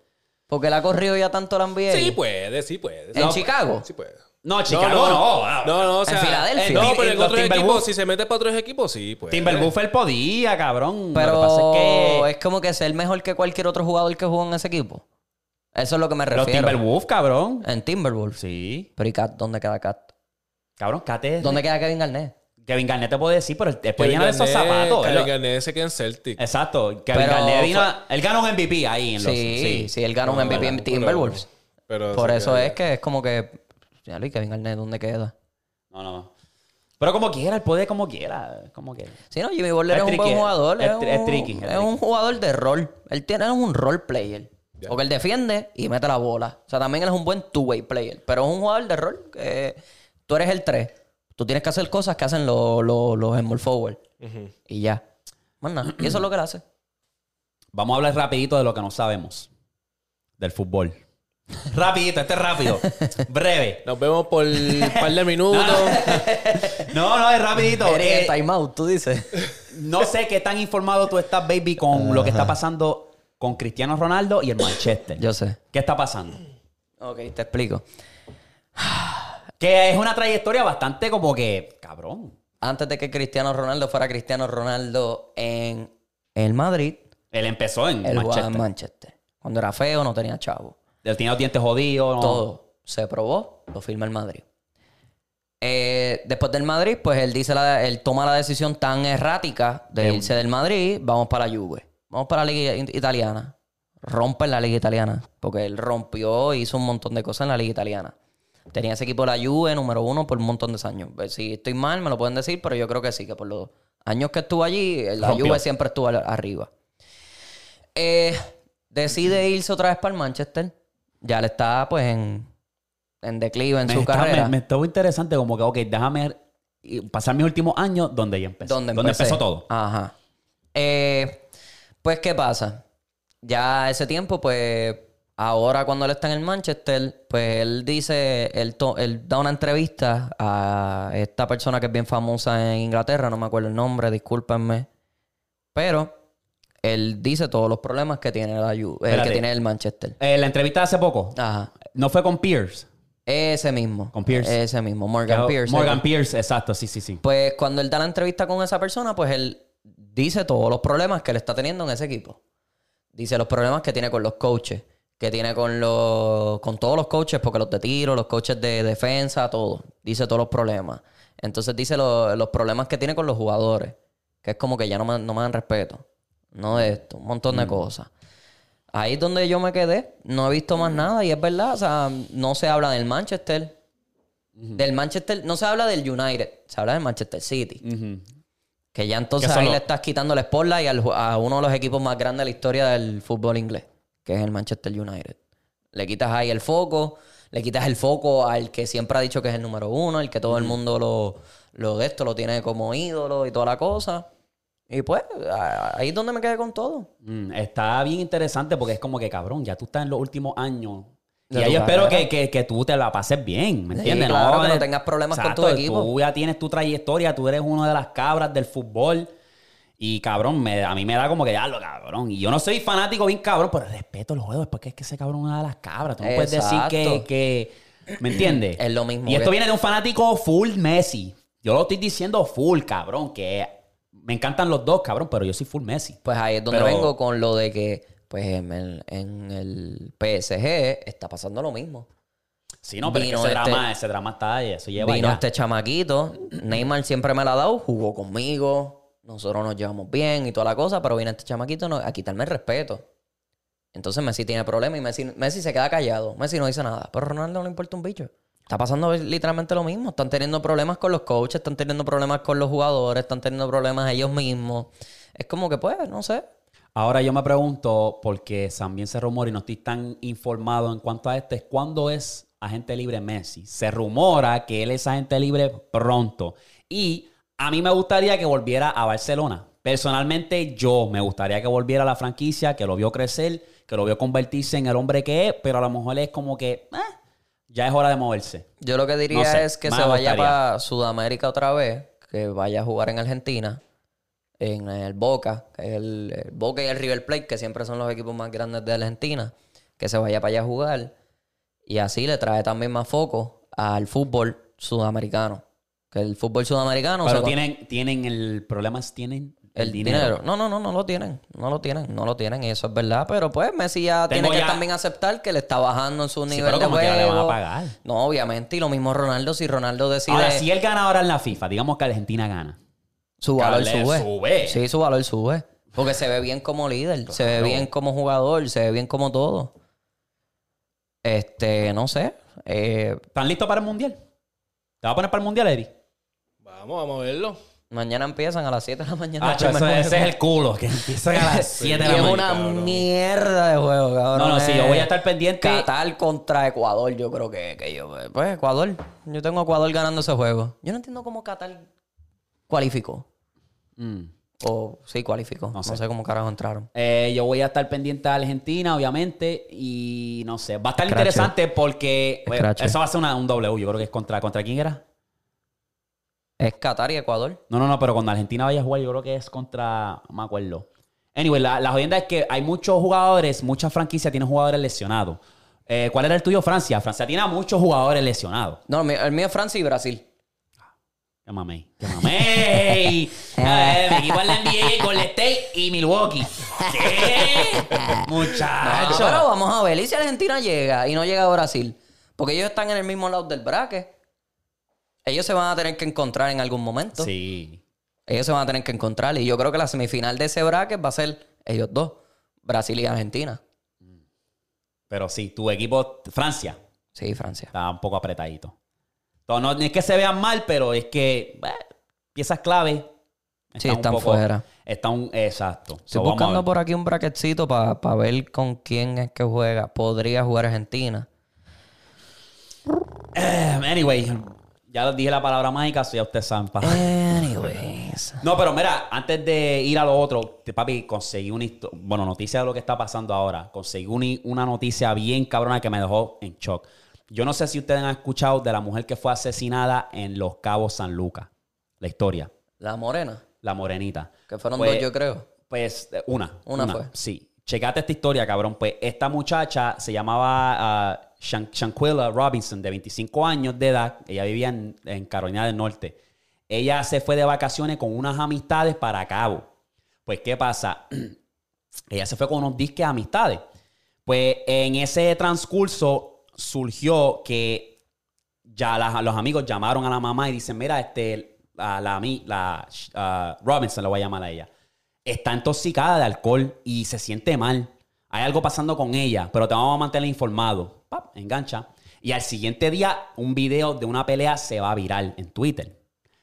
Speaker 3: Porque él ha corrido ya tanto la NBA.
Speaker 1: Sí puede, sí puede.
Speaker 3: ¿En Chicago?
Speaker 1: Sí puede.
Speaker 2: No, Chicago no. ah.
Speaker 1: No, no, o sea,
Speaker 3: Filadelfia.
Speaker 1: eh, No, pero
Speaker 2: Los
Speaker 1: en otros
Speaker 2: Timberwolves.
Speaker 1: equipos, si se mete para otros equipos, sí pues. puede.
Speaker 2: Timberwolf él podía, cabrón.
Speaker 3: pero
Speaker 2: lo que pasa es que
Speaker 3: es como que ser mejor que cualquier otro jugador que jugó en ese equipo. Eso es lo que me
Speaker 2: los
Speaker 3: refiero.
Speaker 2: Timberwolves, cabrón.
Speaker 1: Eh.
Speaker 3: En Timberwolves.
Speaker 2: Sí.
Speaker 3: Pero ¿y Cat? ¿Dónde queda Cat?
Speaker 2: Cabrón, Cate.
Speaker 3: ¿Dónde queda Kevin Garnett?
Speaker 2: Kevin Garnett te puede decir, pero él- después
Speaker 1: Pues Kevin
Speaker 2: llenar esos
Speaker 1: Garnett-
Speaker 2: zapatos. Eh, él
Speaker 1: Kevin
Speaker 2: lo-
Speaker 1: Garnett se queda en Celtic.
Speaker 2: Exacto. Kevin
Speaker 3: Pero
Speaker 2: Garnett vino.
Speaker 3: fue-
Speaker 2: a- Él ganó un MVP ahí en los.
Speaker 3: Sí, sí, él ganó un
Speaker 1: No,
Speaker 3: MVP en
Speaker 1: pero-
Speaker 3: Timberwolves.
Speaker 1: pero
Speaker 3: Por
Speaker 1: se
Speaker 3: eso
Speaker 1: queda
Speaker 3: es que es como que. Ya, Luis, Kevin Garnett, ¿dónde queda?
Speaker 2: No, no. Pero como quiera, él puede como quiera. Como quiera.
Speaker 3: Sí, no, Jimmy Butler
Speaker 2: Es
Speaker 3: es, un buen
Speaker 2: tricky,
Speaker 3: jugador.
Speaker 2: es
Speaker 3: Es,
Speaker 2: tri- es
Speaker 3: un,
Speaker 2: tricky, es
Speaker 3: es
Speaker 2: tricky.
Speaker 3: un jugador de rol. Él tiene él es un role player. Porque él defiende y mete la bola. O sea, también él es un buen two-way player. Pero es un jugador de rol que tú eres el 3. Tú tienes que hacer cosas que hacen los, los, los small forward. Y ya. Más nada. Y eso es lo que él hace.
Speaker 2: Vamos a hablar rapidito de lo que no sabemos. Del fútbol. rapidito, este es rápido. Breve.
Speaker 1: Nos vemos por un par de minutos.
Speaker 2: No, no, es rapidito.
Speaker 3: Eres
Speaker 2: Eh,
Speaker 3: el timeout, tú dices.
Speaker 2: no sé qué tan informado tú estás, baby, con lo que está pasando con Cristiano Ronaldo y el Manchester.
Speaker 3: Yo sé.
Speaker 2: ¿Qué está pasando?
Speaker 3: Ok, te explico.
Speaker 2: Que es una trayectoria bastante como que, cabrón.
Speaker 3: Antes de que Cristiano Ronaldo fuera Cristiano Ronaldo en el Madrid,
Speaker 2: Él empezó en
Speaker 3: él jugaba
Speaker 2: Manchester.
Speaker 3: en Manchester. Cuando era feo, no tenía chavo.
Speaker 2: Él tenía los dientes jodidos. ¿no?
Speaker 3: Todo se probó, lo firma el Madrid. Eh, después del Madrid, pues él dice la- él toma la decisión tan errática de irse del Madrid, vamos para la Juve, vamos para la liga in- italiana. Rompe la liga italiana, porque él rompió e hizo un montón de cosas en la liga italiana. Tenía ese equipo de la Juve número uno por un montón de años. Eh, Si estoy mal, me lo pueden decir, pero yo creo que sí, que por los años que estuvo allí, eh, la
Speaker 2: Rompió.
Speaker 3: Juve siempre estuvo al- arriba. Eh, decide irse otra vez para el Manchester. Ya le está, pues, en, en declive en
Speaker 2: Me
Speaker 3: su
Speaker 2: está-
Speaker 3: carrera.
Speaker 2: me- me estuvo interesante como que, ok, déjame eh, pasar mis últimos años donde yo empecé.
Speaker 3: Donde
Speaker 2: donde
Speaker 3: empecé.
Speaker 2: empezó todo.
Speaker 3: Ajá. Eh, pues, ¿qué pasa? Ya ese tiempo, pues, ahora cuando él está en el Manchester, pues él dice, él, to- él da una entrevista a esta persona que es bien famosa en Inglaterra, no me acuerdo el nombre, discúlpenme. Pero él dice todos los problemas que tiene la Ju- eh,
Speaker 2: Espérate.
Speaker 3: que tiene el Manchester.
Speaker 2: Eh, la entrevista de hace poco.
Speaker 3: Ajá.
Speaker 2: No fue con Pierce.
Speaker 3: Ese mismo.
Speaker 2: Con Pierce.
Speaker 3: Ese mismo, Morgan
Speaker 2: Que-
Speaker 3: Pierce.
Speaker 2: Morgan Pierce, exacto, sí, sí, sí.
Speaker 3: Pues cuando él da la entrevista con esa persona, pues él dice todos los problemas que él está teniendo en ese equipo. Dice los problemas que tiene con los coaches, que tiene con los con todos los coaches, porque los de tiro, los coaches de defensa, todo. Dice todos los problemas. Entonces dice lo- los problemas que tiene con los jugadores, que es como que ya no me, no me dan respeto. No de esto, un montón de
Speaker 2: Mm.
Speaker 3: cosas. Ahí es donde yo me quedé. No he visto
Speaker 2: Mm.
Speaker 3: más nada y es verdad. O sea, no se habla del Manchester. Del Manchester, no se habla del United, se habla del Manchester City.
Speaker 2: Ujú.
Speaker 3: Que ya entonces
Speaker 2: Que son
Speaker 3: ahí
Speaker 2: los-
Speaker 3: le estás quitando la espalda y al ju- a uno de los equipos más grandes de la historia del fútbol inglés, que es el Manchester United. Le quitas ahí el foco, le quitas el foco al que siempre ha dicho que es el número uno, el que todo el mundo lo, lo de esto lo tiene como ídolo y toda la cosa. Y pues a- ahí es donde me quedé con todo.
Speaker 2: Mm, está bien interesante porque es como que, cabrón, ya tú estás en los últimos años. y
Speaker 3: De tu
Speaker 2: ahí yo espero
Speaker 3: carrera.
Speaker 2: que, que- que tú te la pases bien, ¿me
Speaker 3: Sí,
Speaker 2: entiendes?
Speaker 3: claro, que no
Speaker 2: eh,
Speaker 3: tengas problemas con tu
Speaker 2: exacto,
Speaker 3: equipo.
Speaker 2: Tú ya tienes tu trayectoria, tú eres una de las cabras del fútbol. Y cabrón, me- a mí me da como que ya lo cabrón. Y yo no soy fanático bien cabrón, pero respeto el juego. Es porque es que ese cabrón es una de las cabras. Tú no puedes decir que,
Speaker 3: Exacto.
Speaker 2: que- ¿Me entiendes?
Speaker 3: Es lo mismo
Speaker 2: Y esto
Speaker 3: que-
Speaker 2: viene de un fanático full Messi. Yo lo estoy diciendo full, cabrón. Que me encantan los dos, cabrón, pero yo soy full Messi.
Speaker 3: Pues ahí es donde
Speaker 2: Pero-
Speaker 3: vengo con lo de que pues en el, en el PSG está pasando lo mismo.
Speaker 2: Sí, no, pero es que
Speaker 3: Vino
Speaker 2: ese
Speaker 3: este-
Speaker 2: drama, ese drama está ahí, eso lleva
Speaker 3: Vino
Speaker 2: ya.
Speaker 3: este chamaquito. Neymar siempre me la ha dado, jugó conmigo. Nosotros nos llevamos bien y toda la cosa, pero viene este chamaquito no- a quitarme el respeto. Entonces Messi tiene problemas y Messi, Messi se queda callado. Messi no dice nada. Pero Ronaldo no le importa un bicho. Está pasando literalmente lo mismo. Están teniendo problemas con los coaches, están teniendo problemas con los jugadores, están teniendo problemas ellos mismos. Es como que, pues, no sé.
Speaker 2: Ahora yo me pregunto, porque también se rumora y no estoy tan informado en cuanto a este, ¿cuándo es agente libre Messi? Se rumora que él es agente libre pronto. Y a mí me gustaría que volviera a Barcelona. Personalmente, yo me gustaría que volviera a la franquicia, que lo vio crecer, que lo vio convertirse en el hombre que es, pero a lo mejor es como que eh, ya es hora de moverse.
Speaker 3: Yo lo que diría
Speaker 2: No sé,
Speaker 3: es que
Speaker 2: me
Speaker 3: se vaya
Speaker 2: gustaría.
Speaker 3: para Sudamérica otra vez, que vaya a jugar en Argentina, en el Boca, que es el, el Boca y el River Plate, que siempre son los equipos más grandes de Argentina, que se vaya para allá a jugar y así le trae también más foco al fútbol sudamericano. Que el fútbol sudamericano
Speaker 2: Pero
Speaker 3: se-
Speaker 2: tienen, tienen el problema, es tienen
Speaker 3: el dinero. No, no, no, no lo tienen. No lo tienen, no lo tienen. Y eso es verdad. Pero pues Messi ya
Speaker 2: Tengo
Speaker 3: tiene que
Speaker 2: ya-
Speaker 3: también aceptar que le está bajando en su
Speaker 2: Sí,
Speaker 3: nivel
Speaker 2: pero
Speaker 3: de
Speaker 2: como que
Speaker 3: juego.
Speaker 2: le van a pagar.
Speaker 3: No, obviamente. Y lo mismo Ronaldo, si Ronaldo decide
Speaker 2: ahora, si él gana ahora en la FIFA, digamos que Argentina gana.
Speaker 3: su valor
Speaker 2: Cable
Speaker 3: sube.
Speaker 2: sube.
Speaker 3: Sí, su valor sube. Porque se ve bien como líder, se ve bien como jugador, se ve bien como todo. Este, eh, no sé. Eh,
Speaker 2: ¿Están listos para el mundial? ¿Te vas a poner para el mundial, Eddie?
Speaker 1: Vamos, vamos a verlo.
Speaker 3: Mañana empiezan a las 7 de la mañana.
Speaker 2: Hacho,
Speaker 3: primer
Speaker 2: eso-
Speaker 3: juego.
Speaker 2: Ah, ese es el culo, que empiezan a las 7 de
Speaker 3: Y
Speaker 2: la
Speaker 3: es
Speaker 2: mañana.
Speaker 3: una
Speaker 1: cabrón.
Speaker 3: mierda de juego, cabrón.
Speaker 2: No, no, sí, yo
Speaker 3: Eh,
Speaker 2: voy a estar pendiente.
Speaker 3: Qatar contra Ecuador, yo creo que, que yo. Pues Ecuador. Yo tengo a Ecuador ganando ese juego. Yo no entiendo cómo Qatar cualificó.
Speaker 2: Mm.
Speaker 3: O sí, cualificó. No sé, cómo carajo entraron.
Speaker 2: Eh, yo voy a estar pendiente a Argentina, obviamente. Y no sé, va a estar
Speaker 3: Scratch.
Speaker 2: interesante porque bueno,
Speaker 3: Scratch.
Speaker 2: eso va a ser una- un W. Yo creo que es contra. ¿Contra quién era?
Speaker 3: Es Qatar y Ecuador.
Speaker 2: No, no, no, pero cuando Argentina vaya a jugar, yo creo que es contra. No me acuerdo. Anyway, la, la jodienda es que hay muchos jugadores, muchas franquicias tienen jugadores lesionados. Eh, ¿Cuál era el tuyo, Francia? Francia tiene a muchos jugadores lesionados.
Speaker 3: No, el mío- el mío es Francia y Brasil.
Speaker 2: ¡Qué mamey! ¡Qué mamey! Eh, mi equipo es la NBA, Golden State y Milwaukee. ¿Qué?
Speaker 3: Ah,
Speaker 2: Muchacho.
Speaker 3: pero vamos a ver. ¿Y si Argentina llega y no llega a Brasil? Porque ellos están en el mismo lado del braque. Ellos se van a tener que encontrar en algún momento.
Speaker 2: Sí.
Speaker 3: Ellos se van a tener que encontrar. Y yo creo que la semifinal de ese bracket va a ser ellos dos. Brasil y Argentina.
Speaker 2: Pero sí, tu equipo, Francia,
Speaker 3: Sí, Francia.
Speaker 2: está un poco apretadito. Entonces, no es que se vean mal, pero es que bueno, piezas clave
Speaker 3: Sí,
Speaker 2: un
Speaker 3: están
Speaker 2: poco-
Speaker 3: fuera.
Speaker 2: Está un. Exacto.
Speaker 3: Estoy
Speaker 2: So, vamos a
Speaker 3: buscando
Speaker 2: ver.
Speaker 3: por aquí un braquetcito para ver con quién es que juega. Podría jugar Argentina.
Speaker 2: Eh, Anyway, ya les dije la palabra mágica, so ya ustedes saben. pa.
Speaker 3: Eh. Anyways.
Speaker 2: No, pero mira, antes de ir a lo otro, te- papi, conseguí una histo- bueno, noticia de lo que está pasando ahora. Conseguí uni- una noticia bien cabrona que me dejó en shock. Yo no sé si ustedes han escuchado de la mujer que fue asesinada en Los Cabos San Lucas. La historia,
Speaker 3: La morena,
Speaker 2: la morenita.
Speaker 3: que fueron
Speaker 2: Pues,
Speaker 3: dos, yo creo.
Speaker 2: Pues eh, una.
Speaker 3: Una fue.
Speaker 2: Sí. Checate esta historia, cabrón. Pues esta muchacha se llamaba ah, Shan- Shanquilla Robinson, de 25 años de edad. Ella vivía en, en Carolina del Norte. Ella se fue de vacaciones con unas amistades para Cabo. Pues, ¿qué pasa? ella se fue con unos disques de amistades. Pues en ese transcurso surgió que ya las- los amigos llamaron a la mamá y dicen, mira, este, la, la, ami- la, ah, Robinson, lo voy a llamar a ella, está intoxicada de alcohol y se siente mal. Hay algo pasando con ella, pero te vamos a mantener informado. Pap, engancha. Y al siguiente día, un video de una pelea se va a viral en Twitter.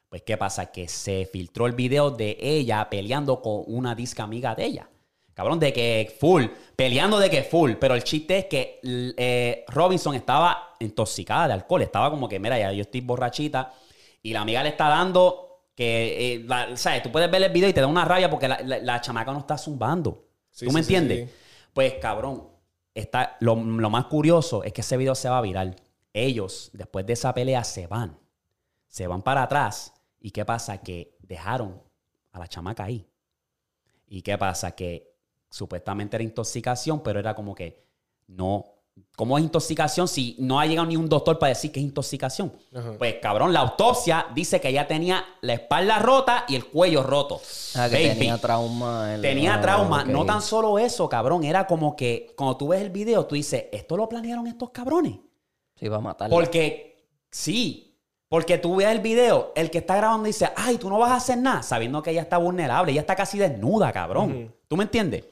Speaker 2: Pues, ¿qué pasa? Que se filtró el video de ella peleando con una disca amiga de ella. Cabrón, de que full, peleando de que full. Pero el chiste es que l- eh, Robinson estaba intoxicada de alcohol. Estaba como que, mira, ya yo estoy borrachita. Y la amiga le está dando que, eh, la- ¿sabes? Tú puedes ver el video y te da una rabia porque la, la- la chamaca no está zumbando.
Speaker 1: Sí,
Speaker 2: ¿Tú me
Speaker 1: sí, sí,
Speaker 2: entiendes?
Speaker 1: sí.
Speaker 2: Pues, cabrón, está, lo, lo más curioso es que ese video se va a viral. Ellos, después de esa pelea, se van se van para atrás. ¿Y qué pasa? Que dejaron a la chamaca ahí. ¿Y qué pasa? Que supuestamente era intoxicación, pero era como que no. ¿Cómo es intoxicación si no ha llegado ni un doctor para decir que es intoxicación?
Speaker 1: Ajá.
Speaker 2: Pues cabrón, la autopsia dice que ella tenía la espalda rota y el cuello roto.
Speaker 3: Ah, que
Speaker 2: Baby.
Speaker 3: tenía trauma. en la-
Speaker 2: Tenía trauma.
Speaker 3: Ah, ok.
Speaker 2: No tan solo eso, cabrón. Era como que cuando tú ves el video, tú dices, ¿esto lo planearon estos cabrones?
Speaker 3: Sí, va a matar.
Speaker 2: Porque sí, porque tú ves el video, el que está grabando dice, ay, tú no vas a hacer nada, sabiendo que ella está vulnerable, ella está casi desnuda, cabrón.
Speaker 1: Ujú.
Speaker 2: ¿Tú me entiendes?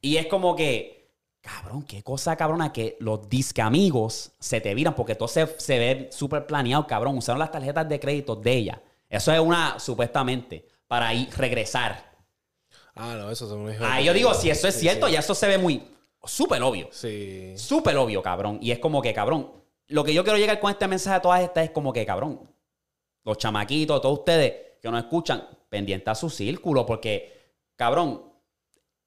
Speaker 2: Y es como que, cabrón, qué cosa cabrona que los disque amigos se te viran, porque todo se, se ve súper planeado, cabrón. Usaron las tarjetas de crédito de ella. Eso es una, supuestamente, para ir regresar.
Speaker 1: Ah, no, eso es un hijo de
Speaker 2: Ah,
Speaker 1: puta.
Speaker 2: yo digo, si eso es
Speaker 1: Sí,
Speaker 2: cierto,
Speaker 1: sí.
Speaker 2: ya eso se ve muy, súper obvio.
Speaker 1: Sí.
Speaker 2: Súper obvio, cabrón. Y es como que, cabrón, lo que yo quiero llegar con este mensaje a todas estas es como que, cabrón, los chamaquitos, todos ustedes que nos escuchan, pendiente a su círculo, porque, cabrón,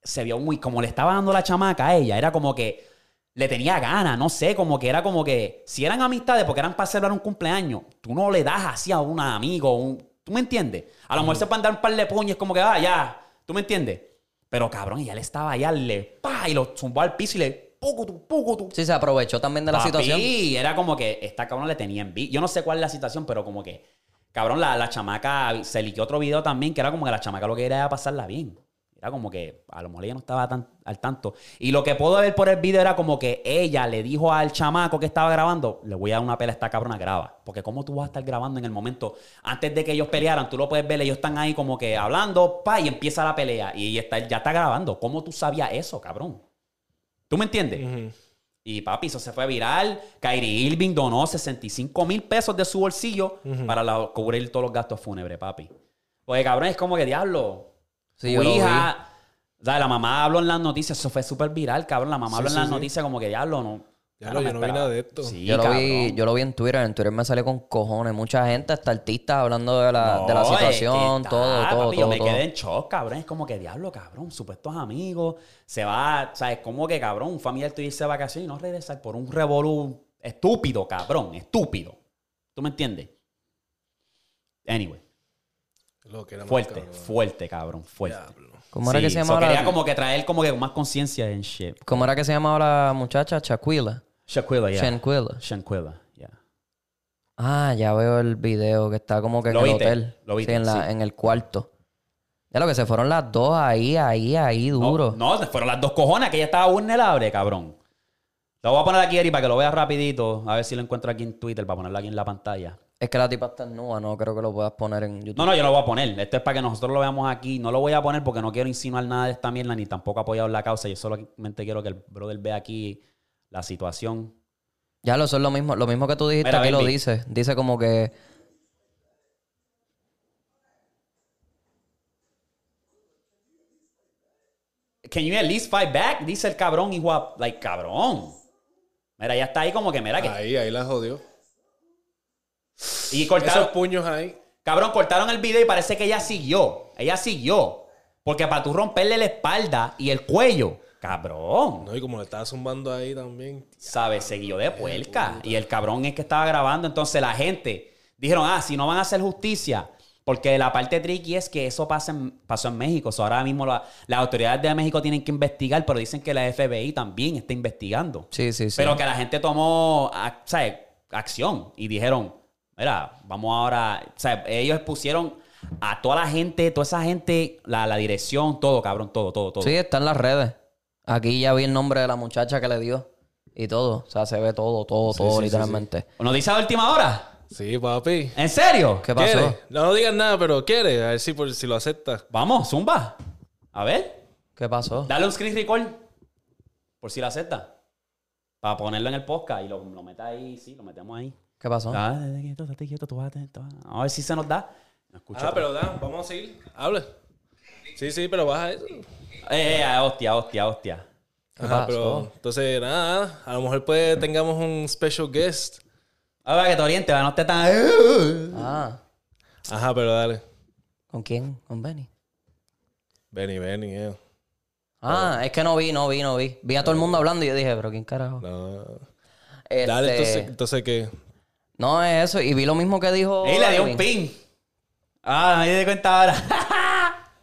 Speaker 2: se vio muy, como le estaba dando la chamaca a ella, era como que le tenía ganas, no sé, como que era como que, si eran amistades, porque eran para celebrar un cumpleaños, tú no le das así a un amigo, un- ¿tú me entiendes? A lo mejor se pueden dar un par de puños, como que, ah, ya, ¿tú me entiendes? Pero cabrón, ella le estaba allá, le pa, y lo zumbó al piso y le, poco, tu, poco, tu,
Speaker 3: Sí, se aprovechó también de la
Speaker 2: Papi,
Speaker 3: situación.
Speaker 2: era como que esta cabrón le tenía envidia. Yo no sé cuál es la situación, pero como que, cabrón, la, la chamaca, se liqueó otro video también, que era como que la chamaca lo que quería era pasarla bien. Era como que a lo mejor ella no estaba tan, al tanto. Y lo que puedo ver por el video era como que ella le dijo al chamaco que estaba grabando, le voy a dar una pela a esta cabrona, graba. Porque cómo tú vas a estar grabando en el momento, antes de que ellos pelearan, tú lo puedes ver, ellos están ahí como que hablando, pa, y empieza la pelea. Y ella está, ya está grabando. ¿Cómo tú sabías eso, cabrón? ¿Tú me entiendes?
Speaker 1: Ujú.
Speaker 2: Y papi, eso se fue viral. Kyrie Irving donó 65 mil pesos de su bolsillo para la- cubrir todos los gastos fúnebres, papi. Pues cabrón, es como que diablo.
Speaker 3: Sí,
Speaker 2: tu
Speaker 3: yo lo
Speaker 2: hija. o sea, la mamá habló en las noticias, eso fue súper viral, cabrón. La
Speaker 1: Sí,
Speaker 2: mamá habló en
Speaker 1: sí,
Speaker 2: las
Speaker 1: sí.
Speaker 2: noticias como que diablo, no.
Speaker 1: Diablo, yo no vi
Speaker 2: esperaba.
Speaker 1: nada de esto.
Speaker 2: Sí,
Speaker 3: Yo lo,
Speaker 2: cabrón.
Speaker 3: vi, yo lo vi en Twitter, en Twitter me salió con cojones. Mucha gente, hasta artistas, hablando de la, de
Speaker 2: No,
Speaker 3: la
Speaker 2: es que
Speaker 3: situación,
Speaker 2: está,
Speaker 3: todo, todo,
Speaker 2: papi,
Speaker 3: todo.
Speaker 2: Yo me
Speaker 3: todo.
Speaker 2: quedé en shock, cabrón. Es como que diablo, cabrón. Supuestos amigos. Se va, ¿sabes? Como que cabrón, un familiar tuyo irse de vacaciones y no regresar por un revolú estúpido, cabrón. Estúpido. ¿Tú me entiendes? Anyway.
Speaker 1: Lo que era más
Speaker 2: Fuerte,
Speaker 1: cabrón.
Speaker 2: fuerte, cabrón. Fuerte.
Speaker 1: Diablo.
Speaker 3: ¿Cómo era que
Speaker 2: Sí,
Speaker 3: se
Speaker 2: so
Speaker 3: llamaba?
Speaker 2: Quería
Speaker 3: la-
Speaker 2: como que traer como que más conciencia en shit.
Speaker 3: ¿Cómo era que se llamaba la muchacha? Chaquila.
Speaker 2: Shaquilla, yeah.
Speaker 3: Chanquila.
Speaker 2: Shanquilla, yeah.
Speaker 3: Ah, ya veo el video que está como que en
Speaker 2: Lo
Speaker 3: el
Speaker 2: viste,
Speaker 3: hotel.
Speaker 2: lo viste,
Speaker 3: sí, en, la-
Speaker 2: sí.
Speaker 3: en el cuarto. Ya lo que se fueron las dos ahí, ahí, ahí, duro.
Speaker 2: No, no, fueron las dos cojonas que ella estaba vulnerable, cabrón. Lo voy a poner aquí, Eri, para que lo veas rapidito. A ver si lo encuentro aquí en Twitter, para ponerlo aquí en la pantalla.
Speaker 3: Es que la tipa está nueva, no creo que lo puedas poner en YouTube.
Speaker 2: No, no, yo lo voy a poner. Esto es para que nosotros lo veamos aquí. No lo voy a poner porque no quiero insinuar nada de esta mierda ni tampoco apoyar la causa. Yo solamente quiero que el brother vea aquí la situación.
Speaker 3: Ya lo son lo mismo, lo mismo que tú dijiste,
Speaker 2: Mira,
Speaker 3: aquí lo
Speaker 2: baby.
Speaker 3: dice. Dice como que.
Speaker 2: Can you at least fight back? Dice el cabrón, hijo. a- Like, cabrón. Mira, ya está ahí como que, mira que.
Speaker 1: Ahí, ahí la jodió.
Speaker 2: Y
Speaker 1: Esos
Speaker 2: cortaron.
Speaker 1: puños ahí.
Speaker 2: Cabrón, cortaron el video y parece que ella siguió. Ella siguió. Porque para tú romperle la espalda y el cuello, cabrón.
Speaker 1: No, y como le estaba zumbando ahí también.
Speaker 2: ¿Sabes? Seguido de puerca. Y el cabrón es que estaba grabando. Entonces la gente dijeron, ah, si no van a hacer justicia. Porque la parte tricky es que eso pasa en- pasó en México. So, ahora mismo la- las autoridades de México tienen que investigar, pero dicen que la FBI también está investigando.
Speaker 3: Sí, sí, sí.
Speaker 2: Pero que la gente tomó ac- ¿sabes? acción y dijeron, mira, vamos ahora, ¿sabes? ellos pusieron a toda la gente, toda esa gente, la, la dirección, todo, cabrón, todo, todo, todo.
Speaker 3: Sí, está en las redes. Aquí ya vi el nombre de la muchacha que le dio. Y todo. O sea, se ve todo, todo, todo,
Speaker 1: sí, sí,
Speaker 3: literalmente.
Speaker 2: ¿Nos dice a última hora?
Speaker 1: Sí, papi.
Speaker 2: ¿En serio?
Speaker 3: ¿Qué pasó?
Speaker 1: ¿Quiere? No digas nada, pero quiere. A ver si, por, si lo acepta.
Speaker 2: Vamos, zumba. A ver,
Speaker 3: ¿Qué pasó?
Speaker 2: dale un screen record por si la acepta. Para ponerlo en el podcast y lo, lo meta ahí, sí, lo metemos ahí.
Speaker 3: ¿Qué pasó?
Speaker 2: Ah, estate quieto, estate quieto, tú vas a tener- tú vas a- A ver si se nos da. No escucho.
Speaker 1: Ah, pero da, vamos a seguir. Habla. Sí, sí, pero baja eso.
Speaker 2: Eh, eh, hostia, hostia, hostia.
Speaker 1: Ajá,
Speaker 3: pasó?
Speaker 1: pero entonces nada, a lo mejor pues tengamos un special guest.
Speaker 2: A ver, que te oriente, Ah, para no esté tan.
Speaker 3: Ah,
Speaker 1: Ajá, pero dale.
Speaker 3: ¿con quién? ¿Con Benny?
Speaker 1: Benny, Benny, eh.
Speaker 3: Ah, es que no vi, no vi, no vi. Vi a todo el mundo hablando y yo dije, pero ¿quién carajo?
Speaker 1: No.
Speaker 3: Este,
Speaker 1: Dale, entonces, entonces ¿qué?
Speaker 3: No, es eso. Y vi lo mismo que dijo.
Speaker 2: Ey, le dio un
Speaker 3: Edwin.
Speaker 2: pin. Ah, me di cuenta ahora.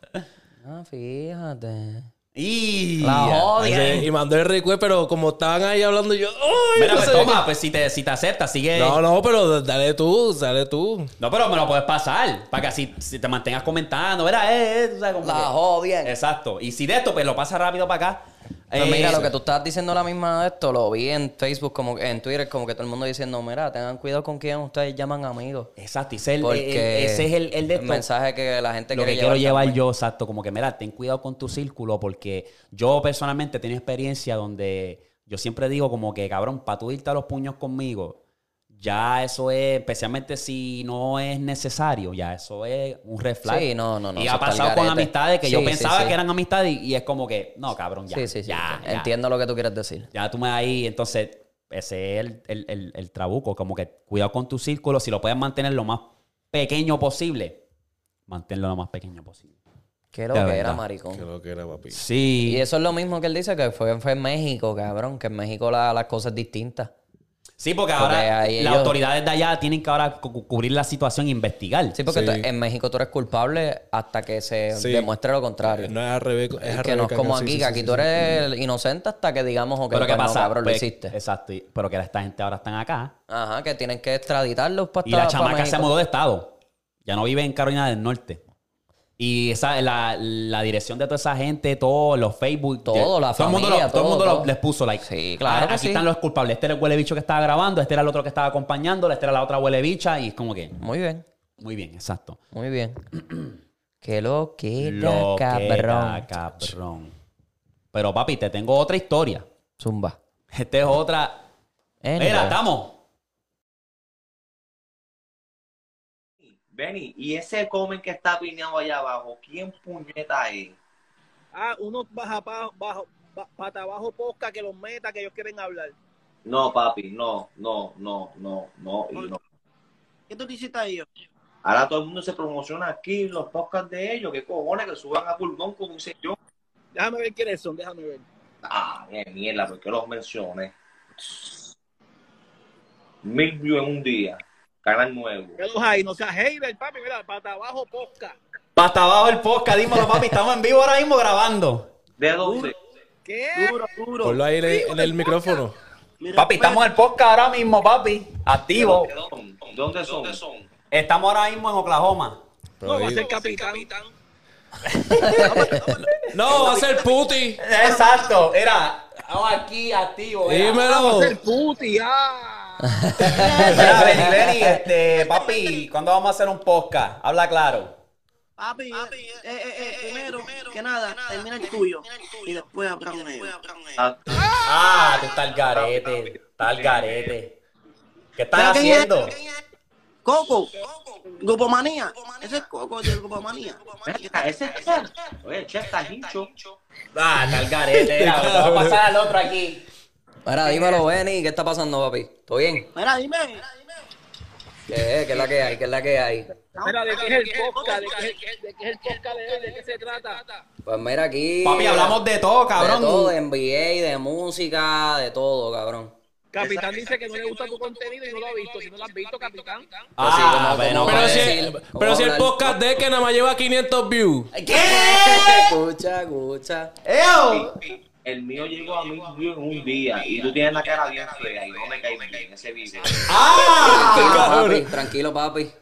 Speaker 3: Ah, fíjate.
Speaker 2: y
Speaker 3: La jodia.
Speaker 1: Ese- Y mandó el recuerdo, pero como estaban ahí hablando yo... ¡Ay,
Speaker 2: Mira,
Speaker 1: no,
Speaker 2: pues
Speaker 1: sé
Speaker 2: toma, pues si te, si te aceptas, sigue.
Speaker 1: qué!
Speaker 2: No,
Speaker 1: no, no, pero dale tú, dale tú.
Speaker 2: pero me lo puedes pasar. Para que así si te mantengas comentando. Mira, eh, eh, tú sabes cómo
Speaker 3: La
Speaker 2: que-
Speaker 3: jodien.
Speaker 2: Exacto. Y si de esto, pues lo pasa rápido para acá.
Speaker 3: Pues
Speaker 2: Eh,
Speaker 3: mira, lo que tú estabas diciendo la misma de esto, lo vi en Facebook, como que- en Twitter, como que todo el mundo diciendo, mira, tengan cuidado con quién ustedes llaman amigos.
Speaker 2: Exacto. Ese es el,
Speaker 3: Porque
Speaker 2: el- ese es el, el de
Speaker 3: el
Speaker 2: esto.
Speaker 3: mensaje que la gente
Speaker 2: lo que
Speaker 3: quiere
Speaker 2: quiero llevar
Speaker 3: también.
Speaker 2: yo, exacto, como que mira, ten cuidado con tu círculo porque yo personalmente he tenido experiencia donde yo siempre digo como que cabrón, para tú irte a los puños conmigo, ya eso es, especialmente si no es necesario, ya eso es un reflejo.
Speaker 3: Sí, no, no, no,
Speaker 2: Y
Speaker 3: eso
Speaker 2: ha
Speaker 3: está al
Speaker 2: pasado con
Speaker 3: garete.
Speaker 2: amistades que yo
Speaker 3: Sí, sí,
Speaker 2: pensaba
Speaker 3: sí.
Speaker 2: que eran amistades y, y es como que, no, cabrón, ya.
Speaker 3: Sí, sí, sí.
Speaker 2: ya, ya.
Speaker 3: Entiendo lo que tú quieres decir.
Speaker 2: Ya tú me das ahí, entonces ese es el, el- el- el trabuco, como que cuidado con tu círculo, si lo puedes mantener lo más pequeño posible, manténlo lo más pequeño posible.
Speaker 3: Que lo
Speaker 2: De
Speaker 3: que era,
Speaker 2: verdad.
Speaker 1: Que
Speaker 3: maricón.
Speaker 1: lo que era, papi.
Speaker 3: Y
Speaker 2: Sí.
Speaker 3: eso es lo mismo que él dice, que fue, fue en México, cabrón, que en México la- las cosas distintas.
Speaker 2: Sí, porque
Speaker 3: Porque
Speaker 2: ahora
Speaker 3: ahí
Speaker 2: las
Speaker 3: ellos-
Speaker 2: autoridades de allá tienen que ahora cu- cu- cubrir la situación e investigar.
Speaker 3: Sí, porque
Speaker 1: Sí.
Speaker 3: tú- en México tú eres culpable hasta que se
Speaker 1: Sí.
Speaker 3: demuestre lo contrario.
Speaker 1: No es al revés. Es al
Speaker 3: que no
Speaker 1: revés,
Speaker 3: es como
Speaker 1: sí,
Speaker 3: aquí,
Speaker 1: sí,
Speaker 3: que
Speaker 1: sí,
Speaker 3: aquí
Speaker 1: sí,
Speaker 3: tú
Speaker 1: sí.
Speaker 3: eres inocente hasta que digamos, ok,
Speaker 2: pero ¿qué
Speaker 3: pues no,
Speaker 2: pasa?
Speaker 3: cabrón,
Speaker 2: Pues,
Speaker 3: lo hiciste.
Speaker 2: Exacto. y- Pero que esta gente ahora están acá.
Speaker 3: Ajá, que tienen que extraditarlos para
Speaker 2: Y la chamaca se mudó de estado. Ya no vive en Carolina del Norte. Y esa, la, la dirección de toda esa gente, todos los Facebook,
Speaker 3: Todo, la
Speaker 2: el mundo,
Speaker 3: familia,
Speaker 2: lo- todo el mundo
Speaker 3: todo,
Speaker 2: lo-
Speaker 3: todo.
Speaker 2: les puso like. "Ah,
Speaker 3: Sí, claro que
Speaker 2: aquí
Speaker 3: sí.
Speaker 2: están los culpables. Este era el huele bicho que estaba grabando, este era el otro que estaba acompañándola, este era la otra huele bicha. Y es como que,
Speaker 3: Muy bien,
Speaker 2: muy bien, exacto.
Speaker 3: muy bien. que lo que
Speaker 2: Lo que
Speaker 3: cabrón.
Speaker 2: da, cabrón. Pero papi, te tengo otra historia.
Speaker 3: Zumba.
Speaker 2: Esta es otra.
Speaker 3: Anyway.
Speaker 2: Mira, estamos.
Speaker 4: Benny, y ese comen que está pineado allá abajo, ¿quién puñeta es?
Speaker 5: Ah, unos baja, bajo, bajo, ba- pata abajo posca que los meta, que ellos quieren hablar.
Speaker 4: No, papi, no, no, no, no, no, y no.
Speaker 5: ¿Qué tú te hiciste a ellos?
Speaker 4: Ahora todo el mundo se promociona aquí en los podcasts de ellos. ¿Qué cojones que suban a pulmón como hice yo?
Speaker 5: Déjame ver quiénes son, déjame ver.
Speaker 4: Ah, qué mierda, porque los mencioné. Mil views en un día. Canal nuevo.
Speaker 5: Velos ahí, no seas hater, papi, mira, pata abajo posca.
Speaker 2: Hasta abajo el podcast, dímelo, papi. Estamos en vivo ahora mismo grabando.
Speaker 4: ¿De dónde?
Speaker 5: ¿Qué?
Speaker 6: Duro, duro.
Speaker 1: Ponlo ahí en el, en el micrófono.
Speaker 6: Mira,
Speaker 2: Papi, estamos en el podcast ahora mismo, papi. Activo.
Speaker 4: ¿De dónde? ¿Dónde son? ¿Dónde son?
Speaker 2: Estamos ahora mismo en Oklahoma.
Speaker 5: No, va a
Speaker 1: Ahí-
Speaker 5: ser capitán.
Speaker 1: No, va a ser puti.
Speaker 2: Exacto. Mira, estamos aquí activo. mira.
Speaker 1: Dímelo.
Speaker 5: El puti, ah.
Speaker 2: Mira, Benny, Benny, este, papi, ¿cuándo vamos a hacer un podcast? Habla claro.
Speaker 6: Papi, eh, eh, eh, primero, que nada, termina el tuyo. Y después hablamos de ellos.
Speaker 4: Ah,
Speaker 2: Ah, tú estás al garete. Estás al garete. ¿Qué estás
Speaker 6: ¿Sabes quién es?
Speaker 2: haciendo?
Speaker 6: Coco, Grupo Manía. Ese es Coco del Grupo Manía.
Speaker 4: ven acá, ese es Chef. Oye, Chef está hincho.
Speaker 2: Ah, está al garete. Mira, te voy a pasar al otro aquí.
Speaker 3: Mira, dímelo, Benny, ¿qué está pasando, papi? ¿Todo bien?
Speaker 6: Mira, dime.
Speaker 3: ¿Qué es? ¿Qué es la que hay? ¿Qué es la que hay?
Speaker 5: Mira, ¿de qué es el podcast? ¿De qué es- de qué es el podcast de él? ¿De qué se trata?
Speaker 3: Pues mira aquí.
Speaker 2: Papi, hablamos de todo, cabrón.
Speaker 3: De todo, de NBA, de música, de todo, cabrón.
Speaker 5: Capitán dice que no le gusta tu contenido y no lo ha visto. Si no lo has visto, capitán.
Speaker 3: Pues sí,
Speaker 2: Ah,
Speaker 3: como-
Speaker 2: bueno.
Speaker 3: como-
Speaker 1: Pero si,
Speaker 3: decir,
Speaker 1: pero
Speaker 3: vamos
Speaker 1: si
Speaker 3: a
Speaker 1: el
Speaker 3: hablar-
Speaker 1: podcast de que nada más lleva 500 views.
Speaker 2: ¿Qué?
Speaker 3: Escucha, escucha.
Speaker 2: ¡Eo!
Speaker 4: El mío llegó a mil views en un día. Y tú tienes la cara bien fea. Y no me caí bien ese video.
Speaker 2: ¡Ah!
Speaker 3: Tranquilo, papi, tranquilo, papi.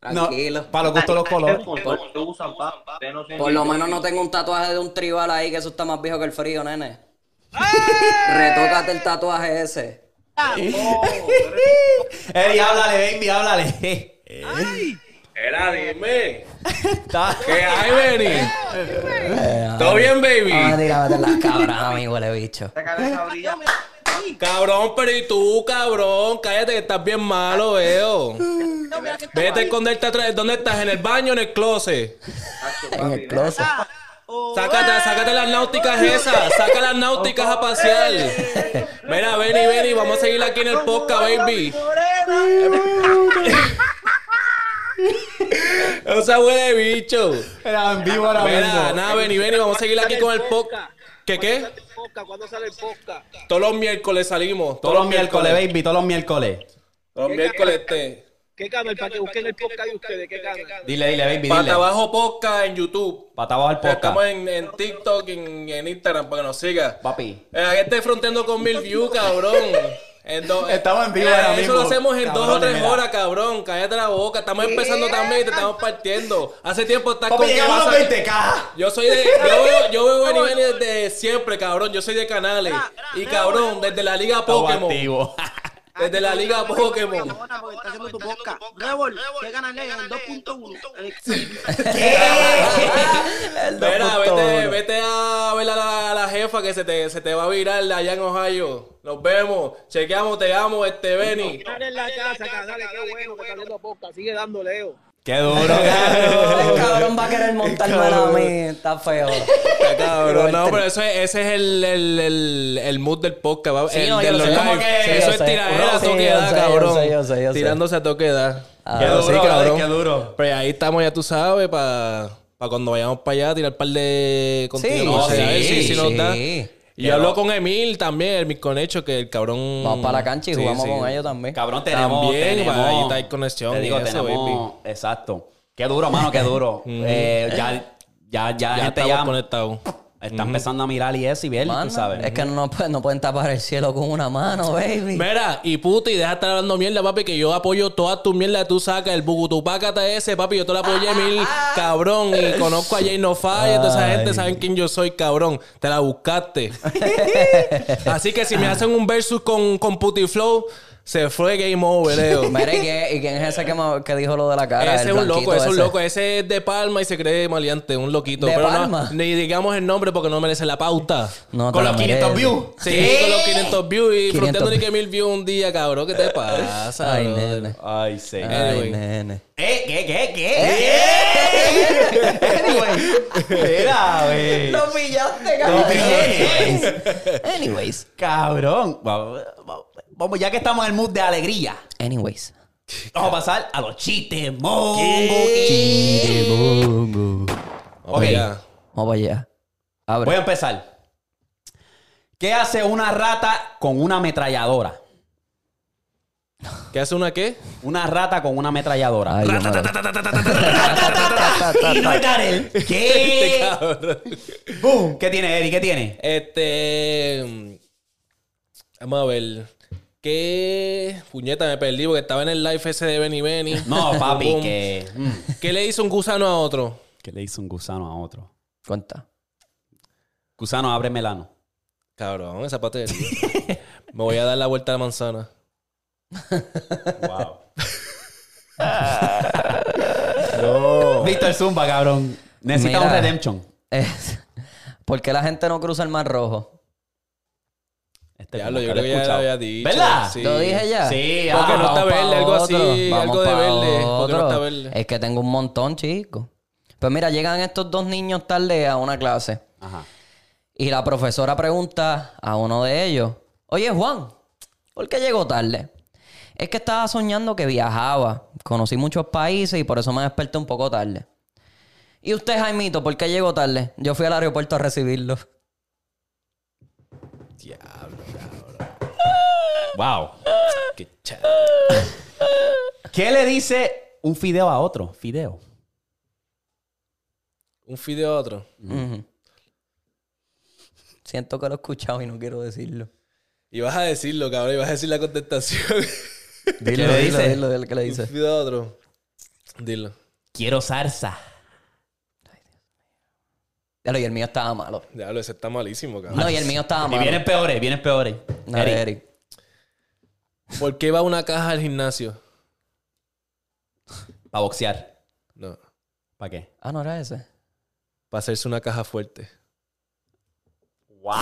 Speaker 3: Tranquilo.
Speaker 2: No, para los gustos los colores.
Speaker 4: Por, usan, pa, ustedes no son
Speaker 3: Por lo
Speaker 4: niños.
Speaker 3: menos no tengo un tatuaje de un tribal ahí, que eso está más viejo que el frío, nene. Retócate el tatuaje ese.
Speaker 2: Eri, Eh, háblale, baby, háblale.
Speaker 1: Era, dime.
Speaker 2: Está-
Speaker 1: ¿Qué hay, Benny? ¿Todo bien,
Speaker 3: Vamos Ah, a
Speaker 1: baby?
Speaker 3: tirarte las cabras, amigo, le bicho.
Speaker 4: Esta cabeza brilla.
Speaker 1: Cabrón, pero y tú, cabrón. Cállate que estás bien malo, veo. Vete a esconderte atrás. ¿Dónde estás? ¿En el baño o en el closet?
Speaker 3: En el closet.
Speaker 1: Sácate, sácate las náuticas esas. Saca las náuticas a pasear. Mira, Benny, Benny, vamos a seguir aquí en el podcast, baby. O sea, huele de bicho.
Speaker 2: Era en vivo ahora
Speaker 1: Mira,
Speaker 2: mismo.
Speaker 1: nada, Benny, Benny, vamos a seguir aquí con el podcast. ¿Qué qué?
Speaker 5: ¿Cuándo sale el podcast? ¿Cuándo sale el podcast?
Speaker 1: Todos los miércoles salimos.
Speaker 2: Todos los miércoles, baby, todos los miércoles.
Speaker 1: Todos los miércoles este.
Speaker 5: ¿Qué canal? Para que busquen el podcast de ustedes, ¿qué canal?
Speaker 2: Dile, dile, baby,
Speaker 1: Pata
Speaker 2: dile.
Speaker 1: abajo podcast en YouTube.
Speaker 2: Pata abajo el podcast.
Speaker 1: Estamos en, en TikTok, en, en Instagram, para que nos siga.
Speaker 2: Papi.
Speaker 1: Eh, aquí estoy fronteando con mil views, cabrón. En do-
Speaker 2: Estamos en vivo
Speaker 1: Eh,
Speaker 2: ahora
Speaker 1: Eso
Speaker 2: mismo,
Speaker 1: lo hacemos en dos o
Speaker 2: cabrones,
Speaker 1: tres
Speaker 2: mira.
Speaker 1: horas, cabrón. Cállate la boca. Estamos empezando también y te estamos partiendo. Hace tiempo estás
Speaker 2: Papi,
Speaker 1: que
Speaker 2: llegamos a
Speaker 1: vas
Speaker 2: los
Speaker 1: a-
Speaker 2: 20k.
Speaker 1: Yo soy de. Yo veo, yo veo Benny Benny desde siempre, cabrón. Yo soy de canales. Y cabrón, desde la Liga
Speaker 2: Estamos
Speaker 1: Pokémon.
Speaker 2: activos.
Speaker 1: Desde la Liga Pokémon.
Speaker 6: Ahora, porque está haciendo tu boca. Rebol, ¿qué ganas le ganan? 2.1.
Speaker 1: Mira, vete, vete a ver a la, a la jefa que se te, se te va a virar allá en Ohio. Nos vemos, chequeamos, te amo, este Benny.
Speaker 5: Canal en la casa, canal, qué bueno que está haciendo podcast. Sigue dando Leo.
Speaker 2: Qué duro,
Speaker 3: El
Speaker 2: cabrón.
Speaker 3: cabrón va a querer montarme a mí. Está feo.
Speaker 1: Cabrón, no, pero eso es, ese es el, el, el, el mood del podcast. va-
Speaker 3: Sí,
Speaker 1: el
Speaker 3: no,
Speaker 1: de
Speaker 3: yo
Speaker 1: los
Speaker 3: sé.
Speaker 1: live.
Speaker 2: Como que-
Speaker 1: eso
Speaker 3: yo
Speaker 1: es
Speaker 3: sé.
Speaker 1: tiradera a
Speaker 3: Sí,
Speaker 1: toque
Speaker 3: yo
Speaker 1: edad,
Speaker 3: sé, yo
Speaker 1: cabrón.
Speaker 3: sé, yo sé, yo sé.
Speaker 1: Tirándose a toque edad.
Speaker 3: Ah,
Speaker 2: Qué
Speaker 1: Pero
Speaker 2: duro, brother, qué duro.
Speaker 1: Pero ahí estamos, ya tú sabes, para cuando vayamos para allá, tirar un par de contenido.
Speaker 3: Sí,
Speaker 1: no sé, a ver
Speaker 3: sí,
Speaker 1: si, si nos
Speaker 3: sí.
Speaker 1: da. Y yo hablo con Emil también, el Misconecho, que el cabrón.
Speaker 3: Vamos para la cancha y
Speaker 1: Sí,
Speaker 3: jugamos
Speaker 1: sí.
Speaker 3: con ellos también.
Speaker 2: Cabrón, tenemos.
Speaker 1: También,
Speaker 2: tenemos-
Speaker 1: va, ahí está ahí conexión
Speaker 2: Te
Speaker 1: y
Speaker 2: digo,
Speaker 1: eso,
Speaker 2: tenemos. Exacto. Qué duro, mano, qué duro. Eh, ya, ya, ya,
Speaker 1: Ya
Speaker 2: la gente
Speaker 1: estamos
Speaker 2: ya
Speaker 1: conectados.
Speaker 2: está empezando a mirar y eso y ver,
Speaker 3: Mano,
Speaker 2: tú sabes.
Speaker 3: Es que no, nos pueden- no pueden tapar el cielo con una mano, baby.
Speaker 1: Mira, y puti, deja de estar hablando mierda, papi, que yo apoyo toda tu mierda que tú sacas, el bugutupácata ese, papi, yo te lo apoyé mil, cabrón, y conozco a Jay No Falla, toda esa gente saben quién yo soy, cabrón, te la buscaste. Así que si me hacen un versus con, con Puti Flow, Se fue Game Over, Leo.
Speaker 3: Mira, ¿y qué- y quién es ese que, me- que dijo lo de la cara?
Speaker 1: Ese es
Speaker 3: El
Speaker 1: un loco,
Speaker 3: blanquito
Speaker 1: ese es un
Speaker 3: ese.
Speaker 1: loco. Ese es de Palma y se cree maleante, un loquito.
Speaker 3: ¿De
Speaker 1: Pero
Speaker 3: Palma?
Speaker 1: no, ni digamos el nombre porque no merece la pauta.
Speaker 3: No,
Speaker 2: Con los
Speaker 3: también.
Speaker 2: 500 views.
Speaker 1: Sí, con los 500 views y
Speaker 3: 500
Speaker 1: fronteándole que mil views un día, cabrón. ¿Qué te pasa?
Speaker 3: Ay,
Speaker 1: brother?
Speaker 3: nene.
Speaker 1: Ah.
Speaker 2: Ay, señor.
Speaker 1: Anyway.
Speaker 3: Ay, nene.
Speaker 2: ¿Eh? ¿Qué? ¿Qué? ¿Qué? Anyway. Mira, güey.
Speaker 3: Lo pillaste,
Speaker 2: Lo pillé.
Speaker 3: Anyways.
Speaker 2: Cabrón. Vamos, vamos, vamos, ya que estamos en el mood de alegría,
Speaker 3: Anyways.
Speaker 2: vamos a pasar a los chistes mongo. Chistes
Speaker 1: Vamos
Speaker 2: Ok.
Speaker 1: allá.
Speaker 3: Vamos para allá. Abre.
Speaker 2: Voy a empezar. ¿Qué hace una rata con una ametralladora?
Speaker 1: ¿Qué hace una qué?
Speaker 2: Una rata con una ametralladora.
Speaker 3: Ay, yo madre.
Speaker 2: Y no es Darel.
Speaker 1: Este
Speaker 2: ¿Qué?
Speaker 1: cabrón.
Speaker 2: Boom. ¿Qué tiene, Eri? ¿Qué tiene?
Speaker 1: Este. mm, Vamos a ver. ¿Qué. Puñeta, me perdí porque estaba en el live ese de Benny Benny.
Speaker 2: No, papi,
Speaker 1: Boom.
Speaker 2: que. mm.
Speaker 1: ¿Qué le hizo un gusano a otro?
Speaker 2: ¿Qué le hizo un gusano a otro?
Speaker 3: Cuenta.
Speaker 2: Gusano, abre melano.
Speaker 1: Cabrón, esa parte del Me voy a dar la vuelta a la manzana.
Speaker 2: Wow. no. Víctor Zumba, cabrón. Necesita un
Speaker 3: Mira.
Speaker 2: redemption.
Speaker 3: Es- ¿Por qué la gente no cruza el mar rojo?
Speaker 2: Este
Speaker 1: Ya lo,
Speaker 2: como
Speaker 1: yo
Speaker 2: lo
Speaker 1: creo
Speaker 2: he
Speaker 1: que ya lo
Speaker 2: escuchado.
Speaker 1: había dicho.
Speaker 2: ¿Verdad?
Speaker 1: Sí.
Speaker 3: ¿Lo dije ya?
Speaker 2: Sí,
Speaker 1: Porque
Speaker 2: ah,
Speaker 1: no está
Speaker 3: vamos pa'
Speaker 1: verde, algo así,
Speaker 3: otro,
Speaker 1: algo de
Speaker 3: pa'
Speaker 1: verde. Porque no
Speaker 3: otro.
Speaker 1: está verde.
Speaker 3: Es que tengo un montón, chicos. Pues mira, llegan estos dos niños tarde a una clase.
Speaker 2: Ajá.
Speaker 3: Y la profesora pregunta a uno de ellos, oye Juan, ¿por qué llegó tarde? Es que estaba soñando que viajaba, conocí muchos países y por eso me desperté un poco tarde. ¿Y usted, Jaimito, por qué llegó tarde? Yo fui al aeropuerto a recibirlo.
Speaker 2: Wow. ¿Qué le dice un fideo a otro? Fideo.
Speaker 1: Un fideo a otro.
Speaker 3: Ujú. Siento que lo he escuchado y no quiero decirlo.
Speaker 1: Y vas a decirlo, cabrón. Y vas a decir la contestación.
Speaker 3: Dilo,
Speaker 2: le
Speaker 3: dilo,
Speaker 2: dice?
Speaker 3: dilo, dilo, ¿qué le
Speaker 1: un
Speaker 3: dice?
Speaker 1: fideo a otro. Dilo.
Speaker 2: Quiero salsa.
Speaker 3: Dilo, y el mío estaba malo.
Speaker 1: Diablo, ese está malísimo, cabrón.
Speaker 3: No, Ah, y el mío estaba
Speaker 2: Y
Speaker 3: malo.
Speaker 2: vienen peores, vienen peores.
Speaker 3: Dale,
Speaker 2: Eric,
Speaker 3: Eric.
Speaker 1: ¿Por qué va una caja al gimnasio?
Speaker 2: Para boxear.
Speaker 1: No.
Speaker 2: ¿Para qué?
Speaker 3: Ah, no era ese.
Speaker 1: Para hacerse una caja fuerte.
Speaker 2: ¡Wow!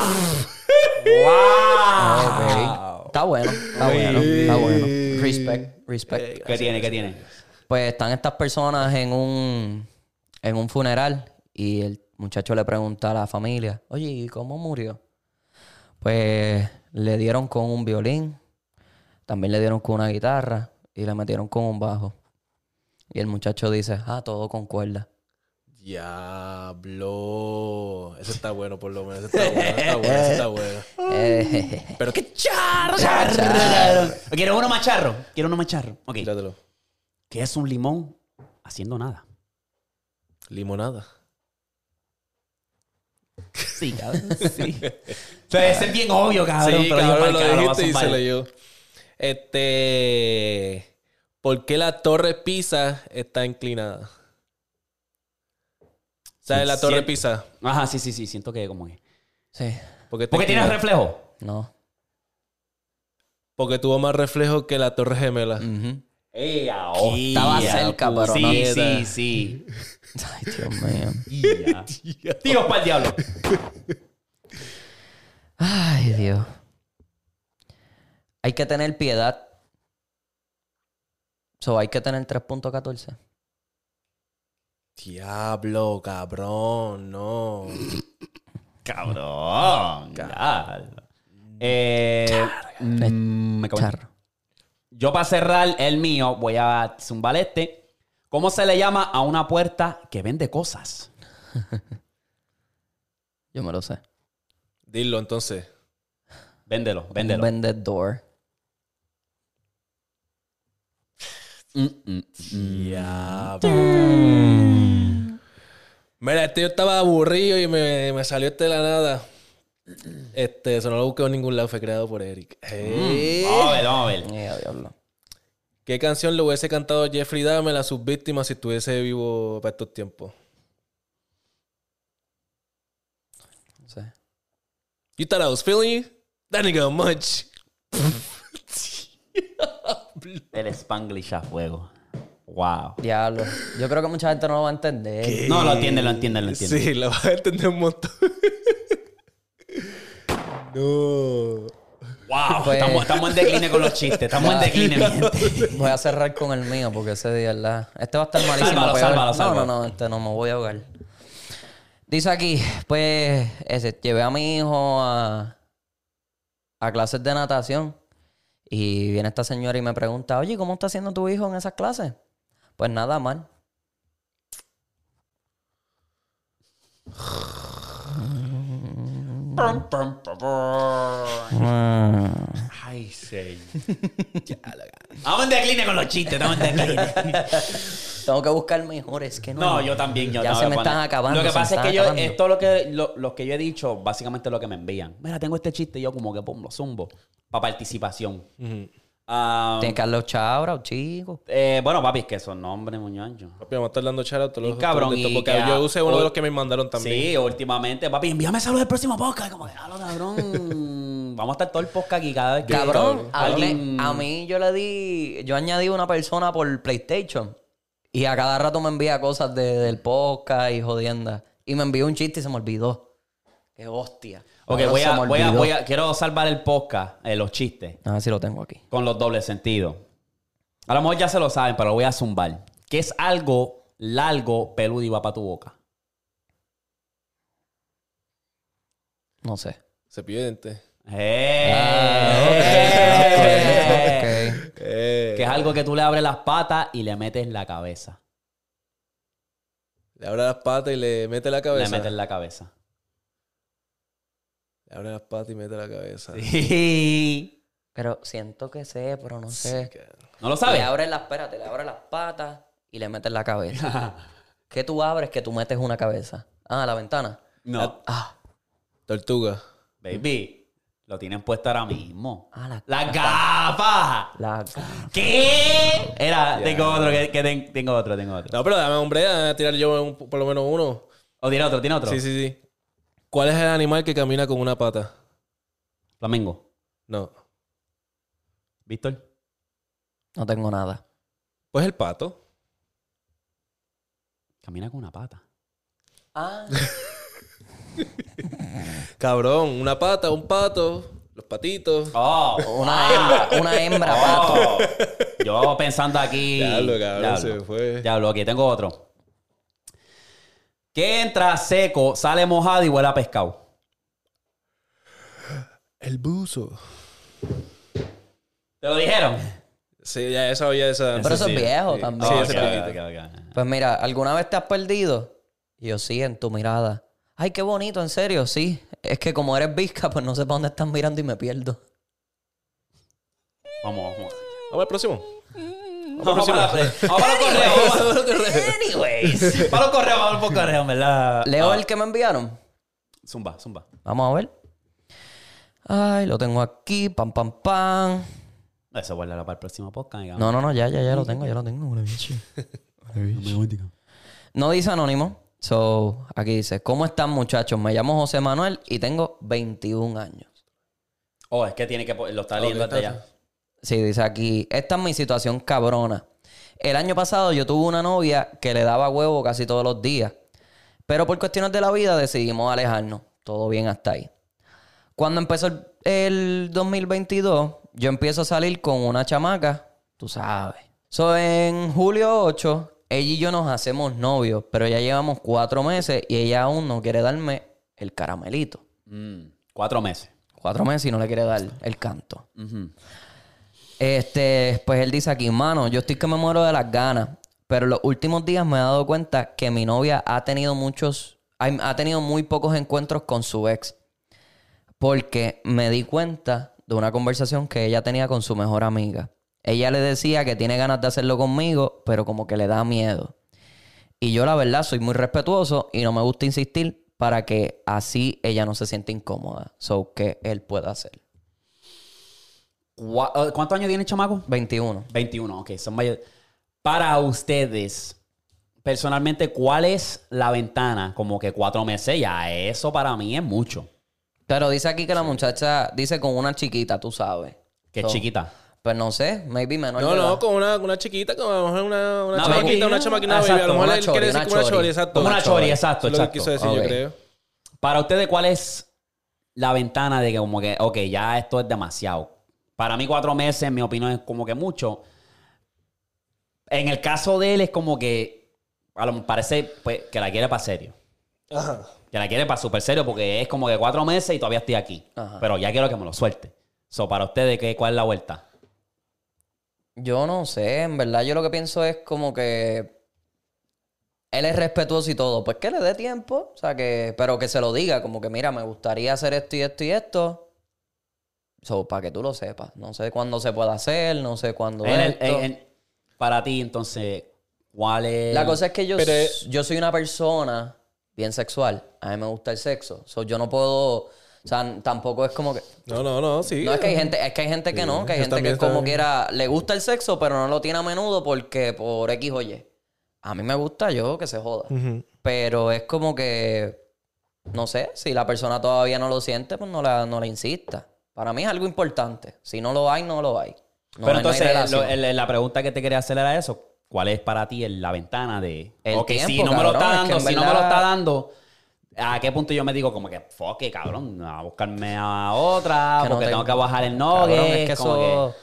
Speaker 2: ¡Wow!
Speaker 3: Está bueno, está bueno, está bueno. Respect, respect.
Speaker 2: ¿Qué tiene? ¿Qué tiene?
Speaker 3: Pues están estas personas en un, en un funeral y el muchacho le pregunta a la familia, oye, ¿y cómo murió? Pues le dieron con un violín, también le dieron con una guitarra y le metieron con un bajo. Y el muchacho dice, ah, todo con cuerda.
Speaker 1: Diablo. Ese está bueno, por lo menos. Ese está bueno, está bueno, ese está bueno.
Speaker 3: Eh,
Speaker 1: Pero qué
Speaker 2: Charro, charro. Quiero uno macharro. Quiero uno macharro. Ok.
Speaker 1: Tíratelo.
Speaker 2: ¿Qué es un limón haciendo nada?
Speaker 1: Limonada.
Speaker 2: Sí, cabrón. Sí. O sea, ese es bien obvio, cabrón.
Speaker 1: sí,
Speaker 2: pero yo
Speaker 1: cabrón,
Speaker 2: pa'l
Speaker 1: lo
Speaker 2: carajo,
Speaker 1: dijiste
Speaker 2: va a
Speaker 1: y se
Speaker 2: zumbar.
Speaker 1: leyó. Este. ¿Por qué la torre Pisa está inclinada? ¿Sabes la
Speaker 2: Sí,
Speaker 1: torre
Speaker 2: sí.
Speaker 1: Pisa?
Speaker 2: Ajá, sí, sí, sí. Siento que como que...
Speaker 3: sí,
Speaker 1: Porque, está
Speaker 2: Porque tienes
Speaker 1: inclinada.
Speaker 2: reflejo.
Speaker 3: no.
Speaker 1: Porque tuvo más reflejo que la torre gemela.
Speaker 3: Ujú.
Speaker 2: ¡Ey, ah,
Speaker 3: Estaba
Speaker 2: hostia,
Speaker 3: cerca,
Speaker 2: puta.
Speaker 3: pero
Speaker 2: sí,
Speaker 3: no.
Speaker 2: Sí, sí,
Speaker 3: Ay, Dios mío.
Speaker 2: sí. Tíos para el diablo.
Speaker 3: Ay, Dios. Hay que tener piedad. So, hay que tener 3.14.
Speaker 1: Diablo, cabrón, no.
Speaker 2: Cabrón. diablo. Eh, mm, me acabo-
Speaker 3: Charro.
Speaker 2: Yo para cerrar el mío voy a zumbar este. ¿Cómo se le llama a una puerta que vende cosas?
Speaker 3: Yo me lo sé.
Speaker 1: Dilo entonces.
Speaker 2: Véndelo,
Speaker 3: Un
Speaker 2: véndelo.
Speaker 3: vendedor.
Speaker 1: Mira, este yo estaba aburrido y me, me salió este de la nada. Este, eso no lo busqué en ningún lado, fue creado por Eric.
Speaker 2: Mm.
Speaker 1: Eh.
Speaker 2: Vamos a ver, vamos a ver.
Speaker 3: Ay, a diablo.
Speaker 1: ¿Qué canción le hubiese cantado Jeffrey Dahmer a sus víctimas si estuviese vivo para estos tiempos?
Speaker 3: No sé.
Speaker 1: You thought I was feeling you? That nigga much.
Speaker 2: El Spanglish a fuego. Wow.
Speaker 3: Diablo. Yo creo que mucha gente no lo va a entender.
Speaker 2: No, lo entiende, lo entiende, lo entiende.
Speaker 1: Sí, la vas a entender un montón. no.
Speaker 2: Wow,
Speaker 3: Pues-
Speaker 2: estamos, estamos en decline con los chistes. Estamos en decline, mi gente.
Speaker 3: Voy a cerrar con el mío porque ese día, ¿verdad? Este va a estar malísimo.
Speaker 2: Sálvalo,
Speaker 3: peor.
Speaker 2: sálvalo, sálvalo.
Speaker 3: No, no, no, este no, me voy a ahogar. Dice aquí, pues, ese, llevé a mi hijo a, a clases de natación y viene esta señora y me pregunta, oye, ¿cómo está haciendo tu hijo en esas clases? Pues nada mal.
Speaker 2: Ay, señor. Estamos en decline con los chistes, estamos en decline.
Speaker 3: Tengo que buscar mejores que no.
Speaker 2: No, yo también. Yo
Speaker 3: ya
Speaker 2: estaba
Speaker 3: se me
Speaker 2: poniendo-
Speaker 3: están acabando.
Speaker 2: Lo que
Speaker 3: se me
Speaker 2: pasa es
Speaker 3: están
Speaker 2: que yo,
Speaker 3: acabando.
Speaker 2: esto lo que, lo, lo que yo he dicho, básicamente es lo que me envían. Mira, tengo este chiste y yo como que pum, lo zumbo. Para participación. Ah,
Speaker 3: Tiene Carlos Chabra, chico.
Speaker 2: eh, bueno, papi, es que esos nombres, muñancho.
Speaker 1: Papi, vamos a estar dando charla a todos
Speaker 2: Y
Speaker 1: los
Speaker 2: cabrón,
Speaker 1: todos estos,
Speaker 2: y
Speaker 1: porque
Speaker 2: que-
Speaker 1: yo usé uno de los que me mandaron también.
Speaker 2: Sí, últimamente, papi, envíame saludos del próximo podcast. Como que, "Halo, cabrón. Vamos a estar todo el podcast aquí cada vez que.
Speaker 3: Cabrón, a mí,
Speaker 2: alguien-
Speaker 3: a mí yo le di, yo añadí una persona por PlayStation y a cada rato me envía cosas de- del podcast y jodienda. Y me envió un chiste y se me olvidó. Qué hostia.
Speaker 2: Ok,
Speaker 3: Ahora
Speaker 2: voy
Speaker 3: se
Speaker 2: a,
Speaker 3: me
Speaker 2: voy a,
Speaker 3: olvidó.
Speaker 2: voy a- quiero salvar el podcast, eh, los chistes,
Speaker 3: A ver si lo tengo aquí.
Speaker 2: con los dobles sentidos. A lo mejor ya se lo saben, pero lo voy a zumbar. Que es algo largo, peludo y va para tu boca.
Speaker 3: No sé.
Speaker 1: Cepillo de dientes.
Speaker 2: ¡Eh!
Speaker 3: Ah,
Speaker 2: ¡Eh!
Speaker 3: ok, ok.
Speaker 1: Eh,
Speaker 2: Que es algo que tú le abres las patas y le metes la cabeza.
Speaker 1: Le abre las patas y le mete la cabeza.
Speaker 2: Le metes la cabeza.
Speaker 1: Le abre las patas y mete la cabeza.
Speaker 3: Pero siento que sé, pero no sé.
Speaker 2: ¿No lo
Speaker 3: Le
Speaker 2: sabes?
Speaker 3: abres las, espérate, le abres las patas y le metes la cabeza. ¿Qué tú abres que tú metes una cabeza? Ah, la ventana.
Speaker 2: No.
Speaker 3: Ah,
Speaker 1: Tortuga.
Speaker 2: Baby, lo tienen puesto ahora mismo.
Speaker 3: Ah, la-
Speaker 2: ¡La capa!
Speaker 3: la...
Speaker 2: ¿Qué? Era, tengo otro, que, que ten- tengo otro, tengo otro.
Speaker 1: No, pero dame, hombre, a tirar yo un- por lo menos uno.
Speaker 2: ¿O tiene otro, tiene otro?
Speaker 1: Sí, sí, sí. ¿Cuál es el animal que camina con una pata?
Speaker 2: Flamengo.
Speaker 1: No.
Speaker 2: ¿Víctor?
Speaker 3: No tengo nada.
Speaker 1: Pues el pato.
Speaker 2: Camina con una pata.
Speaker 3: Ah.
Speaker 1: Cabrón, una pata, un pato, los patitos.
Speaker 2: ¡Oh!
Speaker 3: Una hembra, una hembra, pato.
Speaker 2: Oh. Yo pensando aquí.
Speaker 1: Diablo, cabrón,
Speaker 2: Diablo.
Speaker 1: se me fue.
Speaker 2: Diablo, aquí tengo otro. Que entra seco, sale mojado y huele a pescado.
Speaker 1: El buzo.
Speaker 2: ¿Te lo dijeron?
Speaker 1: Sí, ya esa había esa.
Speaker 3: Pero eso es viejo también.
Speaker 1: Sí,
Speaker 2: Oh,
Speaker 1: ese
Speaker 2: ok,
Speaker 1: poquito.
Speaker 2: ok, ok.
Speaker 3: Pues mira, ¿alguna vez te has perdido? Y Yo sí, en tu mirada. Ay, qué bonito, en serio, sí. Es que como eres visca, pues no sé para dónde estás mirando y me pierdo.
Speaker 2: Vamos, vamos.
Speaker 1: Vamos al próximo.
Speaker 2: Vamos para, vamos para los correos. Vamos para los correos.
Speaker 3: Anyways.
Speaker 2: Para los correos, vamos por correo, en ¿verdad?
Speaker 3: Leo
Speaker 2: Ah,
Speaker 3: el que me enviaron.
Speaker 2: Zumba, zumba.
Speaker 3: Vamos a ver. Ay, lo tengo aquí, pam, pam, pam.
Speaker 2: Eso guárdalo para el próximo podcast. digamos.
Speaker 3: No, no, no, ya, ya, ya lo tengo, ya lo tengo. Una bicha. Una bicha. No dice anónimo. So, aquí dice, ¿cómo están muchachos? Me llamo José Manuel y tengo 21 años.
Speaker 2: Oh, es que tiene que. po- Lo está leyendo
Speaker 1: Ok,
Speaker 2: hasta
Speaker 1: está-
Speaker 2: allá.
Speaker 3: Sí, dice aquí, esta es mi situación cabrona. El año pasado yo tuve una novia que le daba huevo casi todos los días, pero por cuestiones de la vida decidimos alejarnos. Todo bien hasta ahí. Cuando empezó el, el 2022, yo empiezo a salir con una chamaca, tú sabes. So, en julio 8, ella y yo nos hacemos novios, pero ya llevamos cuatro meses y ella aún no quiere darme el caramelito.
Speaker 2: Mm, cuatro meses.
Speaker 3: Cuatro meses y no le quiere dar el canto.
Speaker 2: Ujú.
Speaker 3: Este, pues él dice aquí, mano, yo estoy que me muero de las ganas, pero los últimos días me he dado cuenta que mi novia ha tenido muchos, ay, ha tenido muy pocos encuentros con su ex, porque me di cuenta de una conversación que ella tenía con su mejor amiga. Ella le decía que tiene ganas de hacerlo conmigo, pero como que le da miedo. Y yo la verdad soy muy respetuoso y no me gusta insistir para que así ella no se sienta incómoda. So, que él pueda hacer.
Speaker 2: Gua- eh, ¿Cuántos años tiene el chamaco?
Speaker 3: 21.
Speaker 2: 21, ok, son mayores. Para ustedes, personalmente, ¿cuál es la ventana? Como que cuatro meses, ya eso para mí es mucho.
Speaker 3: Pero dice aquí que la muchacha dice con una chiquita, tú sabes.
Speaker 2: Que es
Speaker 3: So,
Speaker 2: chiquita.
Speaker 3: Pues no sé, maybe menor.
Speaker 1: No,
Speaker 3: de
Speaker 1: no,
Speaker 3: edad.
Speaker 1: con una, una chiquita, con a lo mejor una, una
Speaker 2: Una
Speaker 1: chamaquita,
Speaker 2: baby.
Speaker 1: una chamaquita, baby. A
Speaker 3: Exacto,
Speaker 1: lo mejor
Speaker 3: una
Speaker 1: él
Speaker 3: chori,
Speaker 1: quiere decir
Speaker 3: una
Speaker 1: como una
Speaker 3: chori.
Speaker 1: chori, exacto.
Speaker 2: Como una chori, exacto,
Speaker 1: Es lo que
Speaker 2: exacto.
Speaker 1: quiso decir,
Speaker 3: Ok.
Speaker 1: yo creo.
Speaker 2: Para ustedes, ¿cuál es la ventana de que como que, ok, ya esto es demasiado? Para mí cuatro meses, en mi opinión, es como que mucho. En el caso de él es como que, a lo me parece pues, que la quiere para serio.
Speaker 1: Ajá.
Speaker 2: Que la quiere para súper serio porque es como que cuatro meses y todavía estoy aquí.
Speaker 3: Ajá.
Speaker 2: Pero ya quiero que me lo suelte. So, para ustedes, ¿qué, ¿cuál es la vuelta?
Speaker 3: Yo no sé, en verdad yo lo que pienso es como que él es respetuoso y todo, pues que le dé tiempo, o sea que, pero que se lo diga, como que mira, me gustaría hacer esto y esto y esto. So, para que tú lo sepas. No sé cuándo se puede hacer, no sé cuándo
Speaker 2: En el-
Speaker 3: esto.
Speaker 2: en- en- para ti, entonces, ¿cuál es?
Speaker 3: La cosa es que yo,
Speaker 1: Pero-
Speaker 3: yo soy una persona bien sexual. A mí me gusta el sexo. So, yo no puedo. O sea, tampoco es como que.
Speaker 1: No, no, no, sí.
Speaker 3: No, es que hay gente, es que hay gente que no, que hay
Speaker 1: yo
Speaker 3: gente
Speaker 1: también,
Speaker 3: que como
Speaker 1: también.
Speaker 3: quiera le gusta el sexo, pero no lo tiene a menudo porque por X o Y. A mí me gusta yo que se joda. Pero es como que, no sé, si la persona todavía no lo siente, pues no la, no la insista. Para mí es algo importante. Si no lo hay, no lo hay. No,
Speaker 2: Pero
Speaker 3: hay- no hay
Speaker 2: entonces,
Speaker 3: relación.
Speaker 2: lo- el- la pregunta que te quería hacer era eso. ¿Cuál es para ti el- la ventana de...
Speaker 3: El
Speaker 2: ok, si
Speaker 3: tiempo,
Speaker 2: no me lo está
Speaker 3: cabrón, es
Speaker 2: dando,
Speaker 3: que en
Speaker 2: si no me lo
Speaker 3: verdad-
Speaker 2: está dando, ¿a qué punto yo me digo como que, fuck, it, cabrón, a buscarme a otra,
Speaker 3: Que no
Speaker 2: Ah, porque
Speaker 3: te-
Speaker 2: tengo que bajar el
Speaker 3: Cabrón,
Speaker 2: nogue?
Speaker 3: es que
Speaker 2: como
Speaker 3: eso.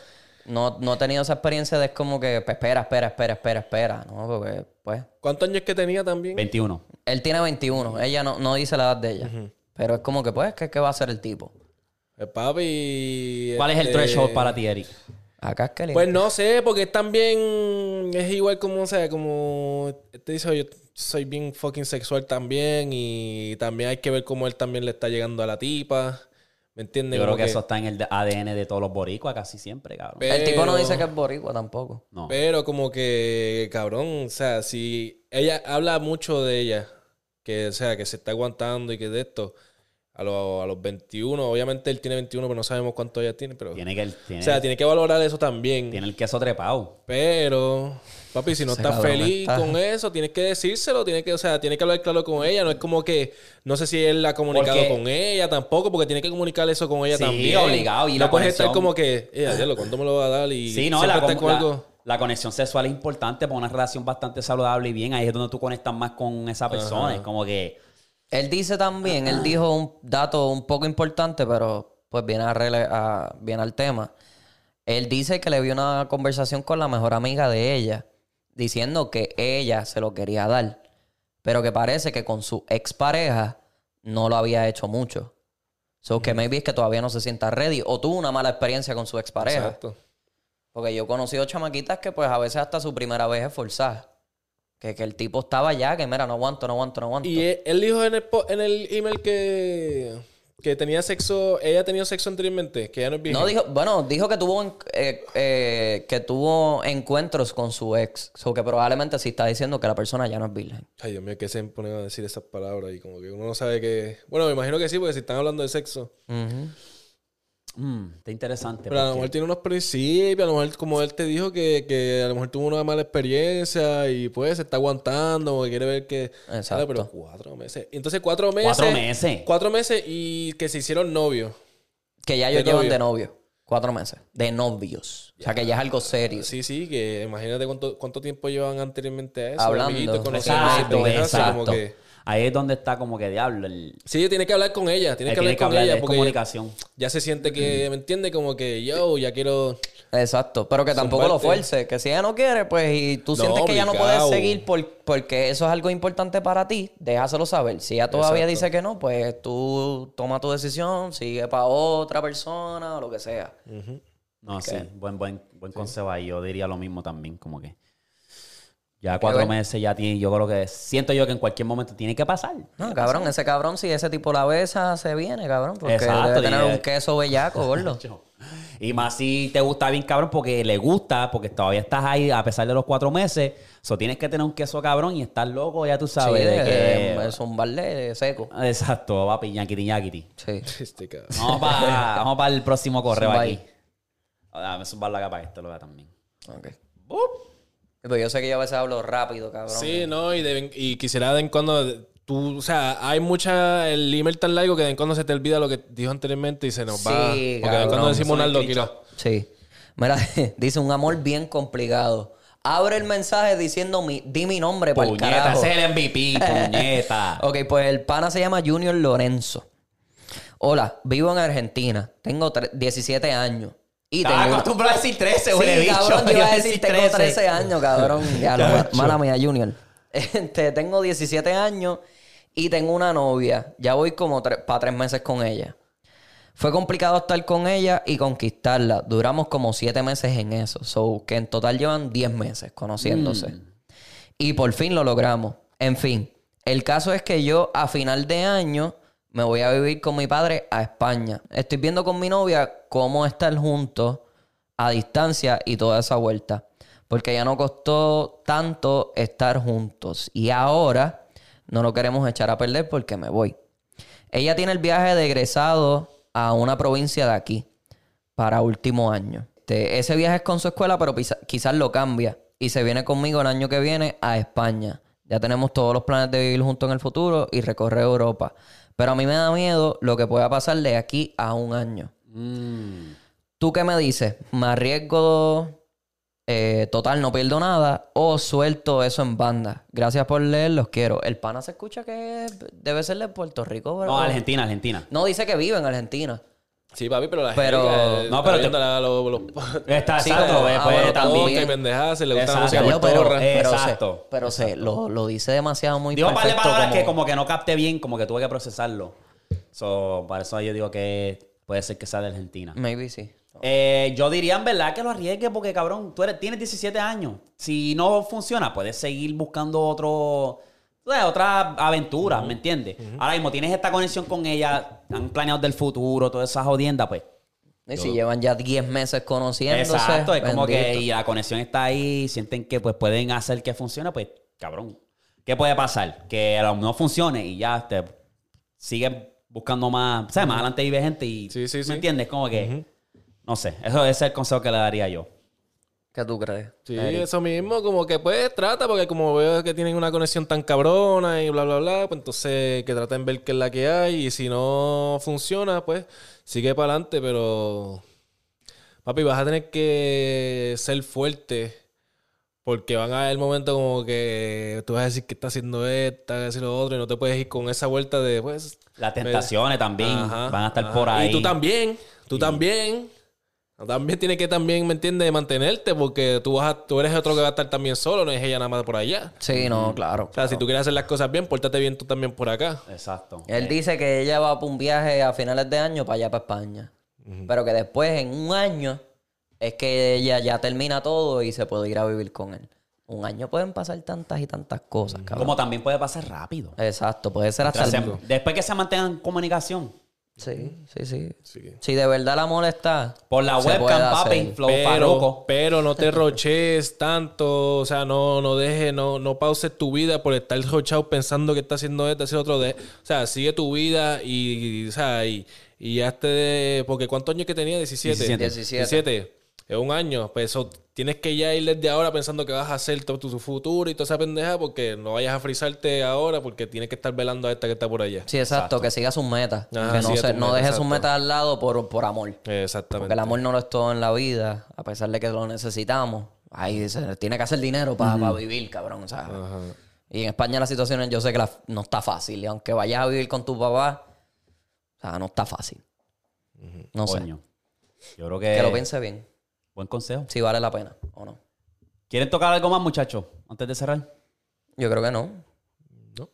Speaker 3: No, no he tenido esa experiencia de es como que pues, espera, espera, espera, espera, espera. No, porque pues.
Speaker 1: ¿Cuántos años que tenía
Speaker 2: que
Speaker 1: también?
Speaker 2: 21.
Speaker 3: Él tiene 21, ella no, no dice la edad de ella. Pero es como que pues, ¿qué, qué va a hacer el tipo?
Speaker 1: El Eh, papi.
Speaker 2: ¿Cuál es el
Speaker 1: este,
Speaker 2: threshold para ti, Eric?
Speaker 3: Acá es que le-
Speaker 1: Pues no sé, porque es también. Es igual como, o sea, como. Te dice, yo soy bien fucking sexual también. Y también hay que ver cómo él también le está llegando a la tipa. ¿Me entiendes?
Speaker 2: Yo creo
Speaker 1: Como
Speaker 2: que eso está en el ADN de todos los boricuas casi siempre, cabrón.
Speaker 1: Pero-
Speaker 3: El tipo no dice que es boricua tampoco.
Speaker 2: No.
Speaker 1: Pero como que, cabrón, o sea, si ella habla mucho de ella, que, o sea, que se está aguantando y que de esto, a, lo- a los 21, obviamente él tiene 21, pero no sabemos cuánto ella tiene, pero...
Speaker 2: Tiene que... el- Tiene,
Speaker 1: o sea, tiene que valorar eso también.
Speaker 2: tiene el queso trepado.
Speaker 1: Pero, papi, si no
Speaker 3: Ese
Speaker 1: estás
Speaker 3: cabrón
Speaker 1: feliz
Speaker 3: está-
Speaker 1: con eso, tienes que decírselo, tienes que, o sea, tienes que hablar claro con ella. No es como que, no sé si él la ha comunicado
Speaker 2: Porque-
Speaker 1: con ella tampoco, porque tiene que comunicar eso con ella
Speaker 2: Sí,
Speaker 1: también.
Speaker 2: obligado, y
Speaker 1: no
Speaker 2: la
Speaker 1: puedes estar
Speaker 2: conexión.
Speaker 1: como que, "Ea, diablo, ¿cuándo me lo va a dar? Y
Speaker 2: Sí, no,
Speaker 1: siempre
Speaker 2: la,
Speaker 1: estar
Speaker 2: com-
Speaker 1: con
Speaker 2: la-
Speaker 1: algo.
Speaker 2: la conexión sexual es importante para una relación bastante saludable y bien. Ahí es donde tú conectas más con esa persona. Es como que.
Speaker 3: Él dice también, él dijo un dato un poco importante, pero pues viene, a rele- a- viene al tema. Él dice que le vio una conversación con la mejor amiga de ella, diciendo que ella se lo quería dar, pero que parece que con su expareja no lo había hecho mucho. So que maybe es que todavía no se sienta ready o tuvo una mala experiencia con su expareja.
Speaker 1: Exacto.
Speaker 3: Porque yo he conocido chamaquitas que pues a veces hasta su primera vez es forzada. Que, que el tipo estaba ya, que mira, no aguanto, no aguanto, no aguanto.
Speaker 1: Y e, él, él dijo en el, po- en el email que, que tenía sexo, ella ha tenido sexo anteriormente, que ya no es virgen.
Speaker 3: No dijo, bueno, dijo que tuvo en- eh, eh, que tuvo encuentros con su ex. So que probablemente sí está diciendo que la persona ya no es virgen.
Speaker 1: Ay, Dios mío, que se ponen a decir esas palabras y como que uno no sabe que... Bueno, me imagino que sí, porque si están hablando de sexo.
Speaker 2: mm, está interesante.
Speaker 1: Pero a lo
Speaker 2: porque-
Speaker 1: mejor tiene unos principios, a lo mejor como él te dijo que, que a lo mejor tuvo una mala experiencia y pues se está aguantando, porque quiere ver que... Claro,
Speaker 3: Exacto.
Speaker 1: Pero cuatro meses. Entonces cuatro meses...
Speaker 2: Cuatro meses.
Speaker 1: Cuatro meses y que se hicieron novios.
Speaker 3: Que ya ellos
Speaker 1: De
Speaker 3: llevan
Speaker 1: novio.
Speaker 3: de novio. Cuatro meses. De novios. O sea que ya es algo serio.
Speaker 1: Sí, sí, que imagínate cuánto, cuánto tiempo llevan anteriormente a eso.
Speaker 3: Hablando.
Speaker 1: amiguitos, conociéndose,
Speaker 2: Exacto,
Speaker 1: entonces, como
Speaker 2: exacto.
Speaker 1: que-
Speaker 2: Ahí es donde está como que diablo. El...
Speaker 1: Sí, tiene que hablar con ella, tiene
Speaker 2: el
Speaker 1: que hablar con
Speaker 2: hablar,
Speaker 1: ella
Speaker 2: es Mm.
Speaker 1: porque
Speaker 2: comunicación.
Speaker 1: ya se siente que, ¿me entiende? Como que yo ya quiero...
Speaker 3: Exacto. Pero que tampoco lo
Speaker 1: Zumbarte.
Speaker 3: fuerce. Que si ella no quiere, pues, y tú
Speaker 1: No,
Speaker 3: sientes que ya no
Speaker 1: obligado.
Speaker 3: puedes seguir por- porque eso es algo importante para ti, déjaselo saber. Si ella todavía
Speaker 1: Exacto.
Speaker 3: dice que no, pues tú toma tu decisión, sigue para otra persona o lo que sea.
Speaker 2: No, sí, buen, buen, buen consejo ahí. Yo diría lo mismo también, como que. Ya cuatro
Speaker 3: bueno.
Speaker 2: meses ya tiene, yo creo que siento yo que en cualquier momento tiene que pasar.
Speaker 3: No, cabrón, ese cabrón, si ese tipo la besa, se viene, cabrón, porque
Speaker 2: Exacto,
Speaker 3: debe tener
Speaker 2: y-
Speaker 3: un queso bellaco, gordo.
Speaker 2: Y más si te gusta bien cabrón porque le gusta, porque todavía estás ahí a pesar de los cuatro meses. So tienes que tener un queso cabrón y estar loco, ya tú sabes.
Speaker 3: sí,
Speaker 2: de que-
Speaker 3: es un barle seco.
Speaker 2: Exacto, papi, ñaquiti ñaquiti.
Speaker 3: Sí.
Speaker 1: Este cabrón.
Speaker 2: Vamos para vamos pa el próximo correo
Speaker 3: Zumba
Speaker 2: aquí.
Speaker 3: ahí.
Speaker 2: Ah, Dame zumbar la capa esto lo da también.
Speaker 3: Ok. Pero yo sé que yo a veces hablo rápido, cabrón.
Speaker 1: Sí, no, y, de- y quisiera de vez en cuando. Tú, o sea, hay mucha. El email tan largo que de vez en cuando se te olvida lo que dijo anteriormente y se nos
Speaker 3: Sí,
Speaker 1: va. Porque de vez en
Speaker 3: cabrón,
Speaker 1: cuando decimos
Speaker 3: son
Speaker 1: una loquera.
Speaker 3: Sí. Mira, dice un amor bien complicado. Abre el mensaje diciendo mi, di mi nombre para el
Speaker 2: Puñeta,
Speaker 3: carajo.
Speaker 2: ese es el MVP, puñeta.
Speaker 3: Ok, pues el pana se llama Junior Lorenzo. Hola, vivo en Argentina. Tengo tre- 17 años. Y
Speaker 2: Estaba
Speaker 3: tengo una-
Speaker 2: acostumbrado a decir 13, huele
Speaker 3: Sí,
Speaker 2: bicho.
Speaker 3: cabrón, yo iba a decir, tengo
Speaker 2: 13.
Speaker 3: 13 años, cabrón. Ya, lo- mala mía, Junior. Este, tengo 17 años y tengo una novia. Ya voy como para tres meses con ella. Fue complicado estar con ella y conquistarla. Duramos como siete meses en eso. So, que en total llevan 10 meses conociéndose. Y por fin lo logramos. En fin, el caso es que yo a final de año me voy a vivir con mi padre a España. Estoy viendo con mi novia cómo estar juntos a distancia y toda esa vuelta. Porque ya no costó tanto estar juntos. Y ahora no lo queremos echar a perder porque me voy. Ella tiene el viaje de egresado a una provincia de aquí para último año. Este, ese viaje es con su escuela, pero pisa- quizás lo cambia y se viene conmigo el año que viene a España. Ya tenemos todos los planes de vivir juntos en el futuro y recorrer Europa. Pero a mí me da miedo lo que pueda pasar de aquí a un año.
Speaker 2: Mm.
Speaker 3: ¿Tú qué me dices? ¿Me arriesgo eh, total, no pierdo nada? ¿O suelto eso en banda? Gracias por leer, los quiero. El pana se escucha que debe ser de Puerto Rico, bro.
Speaker 2: No, Argentina, Argentina.
Speaker 3: No, dice que vive en Argentina.
Speaker 1: Sí, papi, pero la
Speaker 3: Pero-
Speaker 1: gente.
Speaker 2: no, pero te-
Speaker 1: los, los,
Speaker 2: Está
Speaker 3: Sí,
Speaker 2: exacto,
Speaker 3: pero-
Speaker 2: eh,
Speaker 3: ah,
Speaker 2: pues,
Speaker 3: bueno,
Speaker 2: también.
Speaker 3: también.
Speaker 1: se le gusta la
Speaker 2: Exacto.
Speaker 1: música pues,
Speaker 2: Carlos,
Speaker 3: Carlos, pero,
Speaker 1: cotorra.
Speaker 2: eh,
Speaker 3: pero se-
Speaker 2: Exacto.
Speaker 3: Pero se lo, lo dice demasiado muy
Speaker 2: Digo un par de
Speaker 3: perfecto.
Speaker 2: palabras
Speaker 3: como-
Speaker 2: que como que no capté bien, como que tuve que procesarlo. So, para eso yo digo que puede ser que sea de Argentina.
Speaker 3: Maybe sí.
Speaker 2: Eh, yo diría en verdad que lo arriesgue porque, cabrón, tú eres, tienes 17 años. Si no funciona, puedes seguir buscando otro, tú sabes, otra aventura, ¿me entiendes? Ahora mismo tienes esta conexión con ella, han planeado del futuro, todas esas jodiendas, pues.
Speaker 3: Y si llevan ya 10 meses conociéndose.
Speaker 2: Exacto, es como que
Speaker 3: bendito.
Speaker 2: y la conexión está ahí, sienten que pues pueden hacer que funcione, pues, cabrón. ¿Qué puede pasar? Que a lo mejor no funcione y ya te siguen buscando más, ¿sabes? Más adelante vive gente y
Speaker 1: Sí, sí,
Speaker 2: ¿me
Speaker 1: sí.
Speaker 2: entiendes? Como que no sé, eso ese es el consejo que le daría yo.
Speaker 3: ¿Qué tú crees?
Speaker 1: Sí,
Speaker 3: Eric?
Speaker 1: eso mismo, como que pues trata, porque como veo que tienen una conexión tan cabrona y bla, bla, bla, pues entonces que traten de ver qué es la que hay y si no funciona, pues sigue para adelante, pero papi, vas a tener que ser fuerte porque van a haber momentos como que tú vas a decir que está haciendo esta, que haciendo lo otro y no te puedes ir con esa vuelta de pues...
Speaker 2: Las tentaciones también
Speaker 1: Ajá,
Speaker 2: van a estar
Speaker 1: ajá.
Speaker 2: por ahí.
Speaker 1: Y tú también, tú también. Tú También tienes que también, ¿me entiendes? Mantenerte porque tú, vas a- tú eres otro que va a estar también solo, no es ella nada más por allá.
Speaker 3: Sí, no, claro.
Speaker 1: O sea, si tú quieres hacer las cosas bien, pórtate bien tú también por acá.
Speaker 2: Exacto. Eh,
Speaker 3: Él dice que ella va para un viaje a finales de año para allá, para España. Pero que después, en un año, es que ella ya termina todo y se puede ir a vivir con él. Un año pueden pasar tantas y tantas cosas, cabrón.
Speaker 2: Como también puede pasar rápido.
Speaker 3: Exacto, puede ser hasta
Speaker 2: Tras-
Speaker 3: el...
Speaker 2: después que se mantengan en comunicación
Speaker 3: Sí, sí, sí.
Speaker 1: Así que-
Speaker 3: Si de verdad la molesta...
Speaker 2: por la
Speaker 3: se puede
Speaker 2: webcam, papi,
Speaker 3: hacer.
Speaker 2: Flow
Speaker 1: Pero,
Speaker 2: Farruko.
Speaker 1: pero no te roches tanto, o sea, no, no dejes, no, no pauses tu vida por estar rochado pensando que está haciendo esto, haciendo otro. De, o sea, sigue tu vida y, y, o sea, y, y hazte de- porque ¿cuántos años que tenía? 17.
Speaker 2: 17.
Speaker 3: 17.
Speaker 1: 17. Es un año, pues eso, tienes que ya ir desde ahora pensando que vas a hacer todo tu, tu futuro y toda esa pendeja porque no vayas a frizarte ahora porque tienes que estar velando a esta que está por allá.
Speaker 3: Sí, exacto, que siga sus metas.
Speaker 1: Ajá,
Speaker 3: que no,
Speaker 1: sigue
Speaker 3: se-
Speaker 1: tus
Speaker 3: no
Speaker 1: metas,
Speaker 3: deje
Speaker 1: exacto.
Speaker 3: sus metas al lado por, por amor.
Speaker 1: Exactamente.
Speaker 3: Porque el amor no lo es todo en la vida, a pesar de que lo necesitamos. Ahí se tiene que hacer dinero para vivir, cabrón, ¿sabes? Y en España la situación yo sé que la- no está fácil. Y aunque vayas a vivir con tu papá, o sea, no está fácil. No sé.
Speaker 2: Coño. Yo creo que,
Speaker 3: Que lo
Speaker 1: Eh,
Speaker 3: piense bien,
Speaker 2: buen consejo.
Speaker 3: si vale la pena o no.
Speaker 2: ¿Quieren tocar algo más, muchachos? Antes de cerrar.
Speaker 3: Yo creo que no.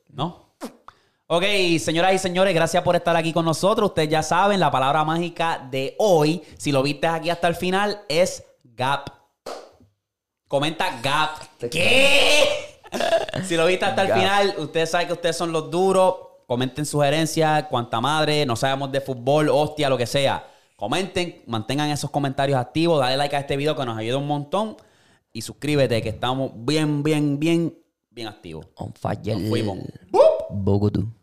Speaker 2: ¿No? Ok, señoras y señores, gracias por estar aquí con nosotros. Ustedes ya saben, la palabra mágica de hoy, si lo viste aquí hasta el final, es gap. Comenta gap. ¿Qué? si lo viste hasta el
Speaker 3: Gap.
Speaker 2: final, ustedes saben que ustedes son los duros. Comenten sugerencias, cuanta madre, no sabemos de fútbol, hostia, lo que sea. Comenten, mantengan esos comentarios activos, dale like a este video que nos ayuda un montón y suscríbete que estamos bien, bien, bien, bien activos.
Speaker 3: On fire.
Speaker 2: Nos fuimos.
Speaker 3: Bogotá.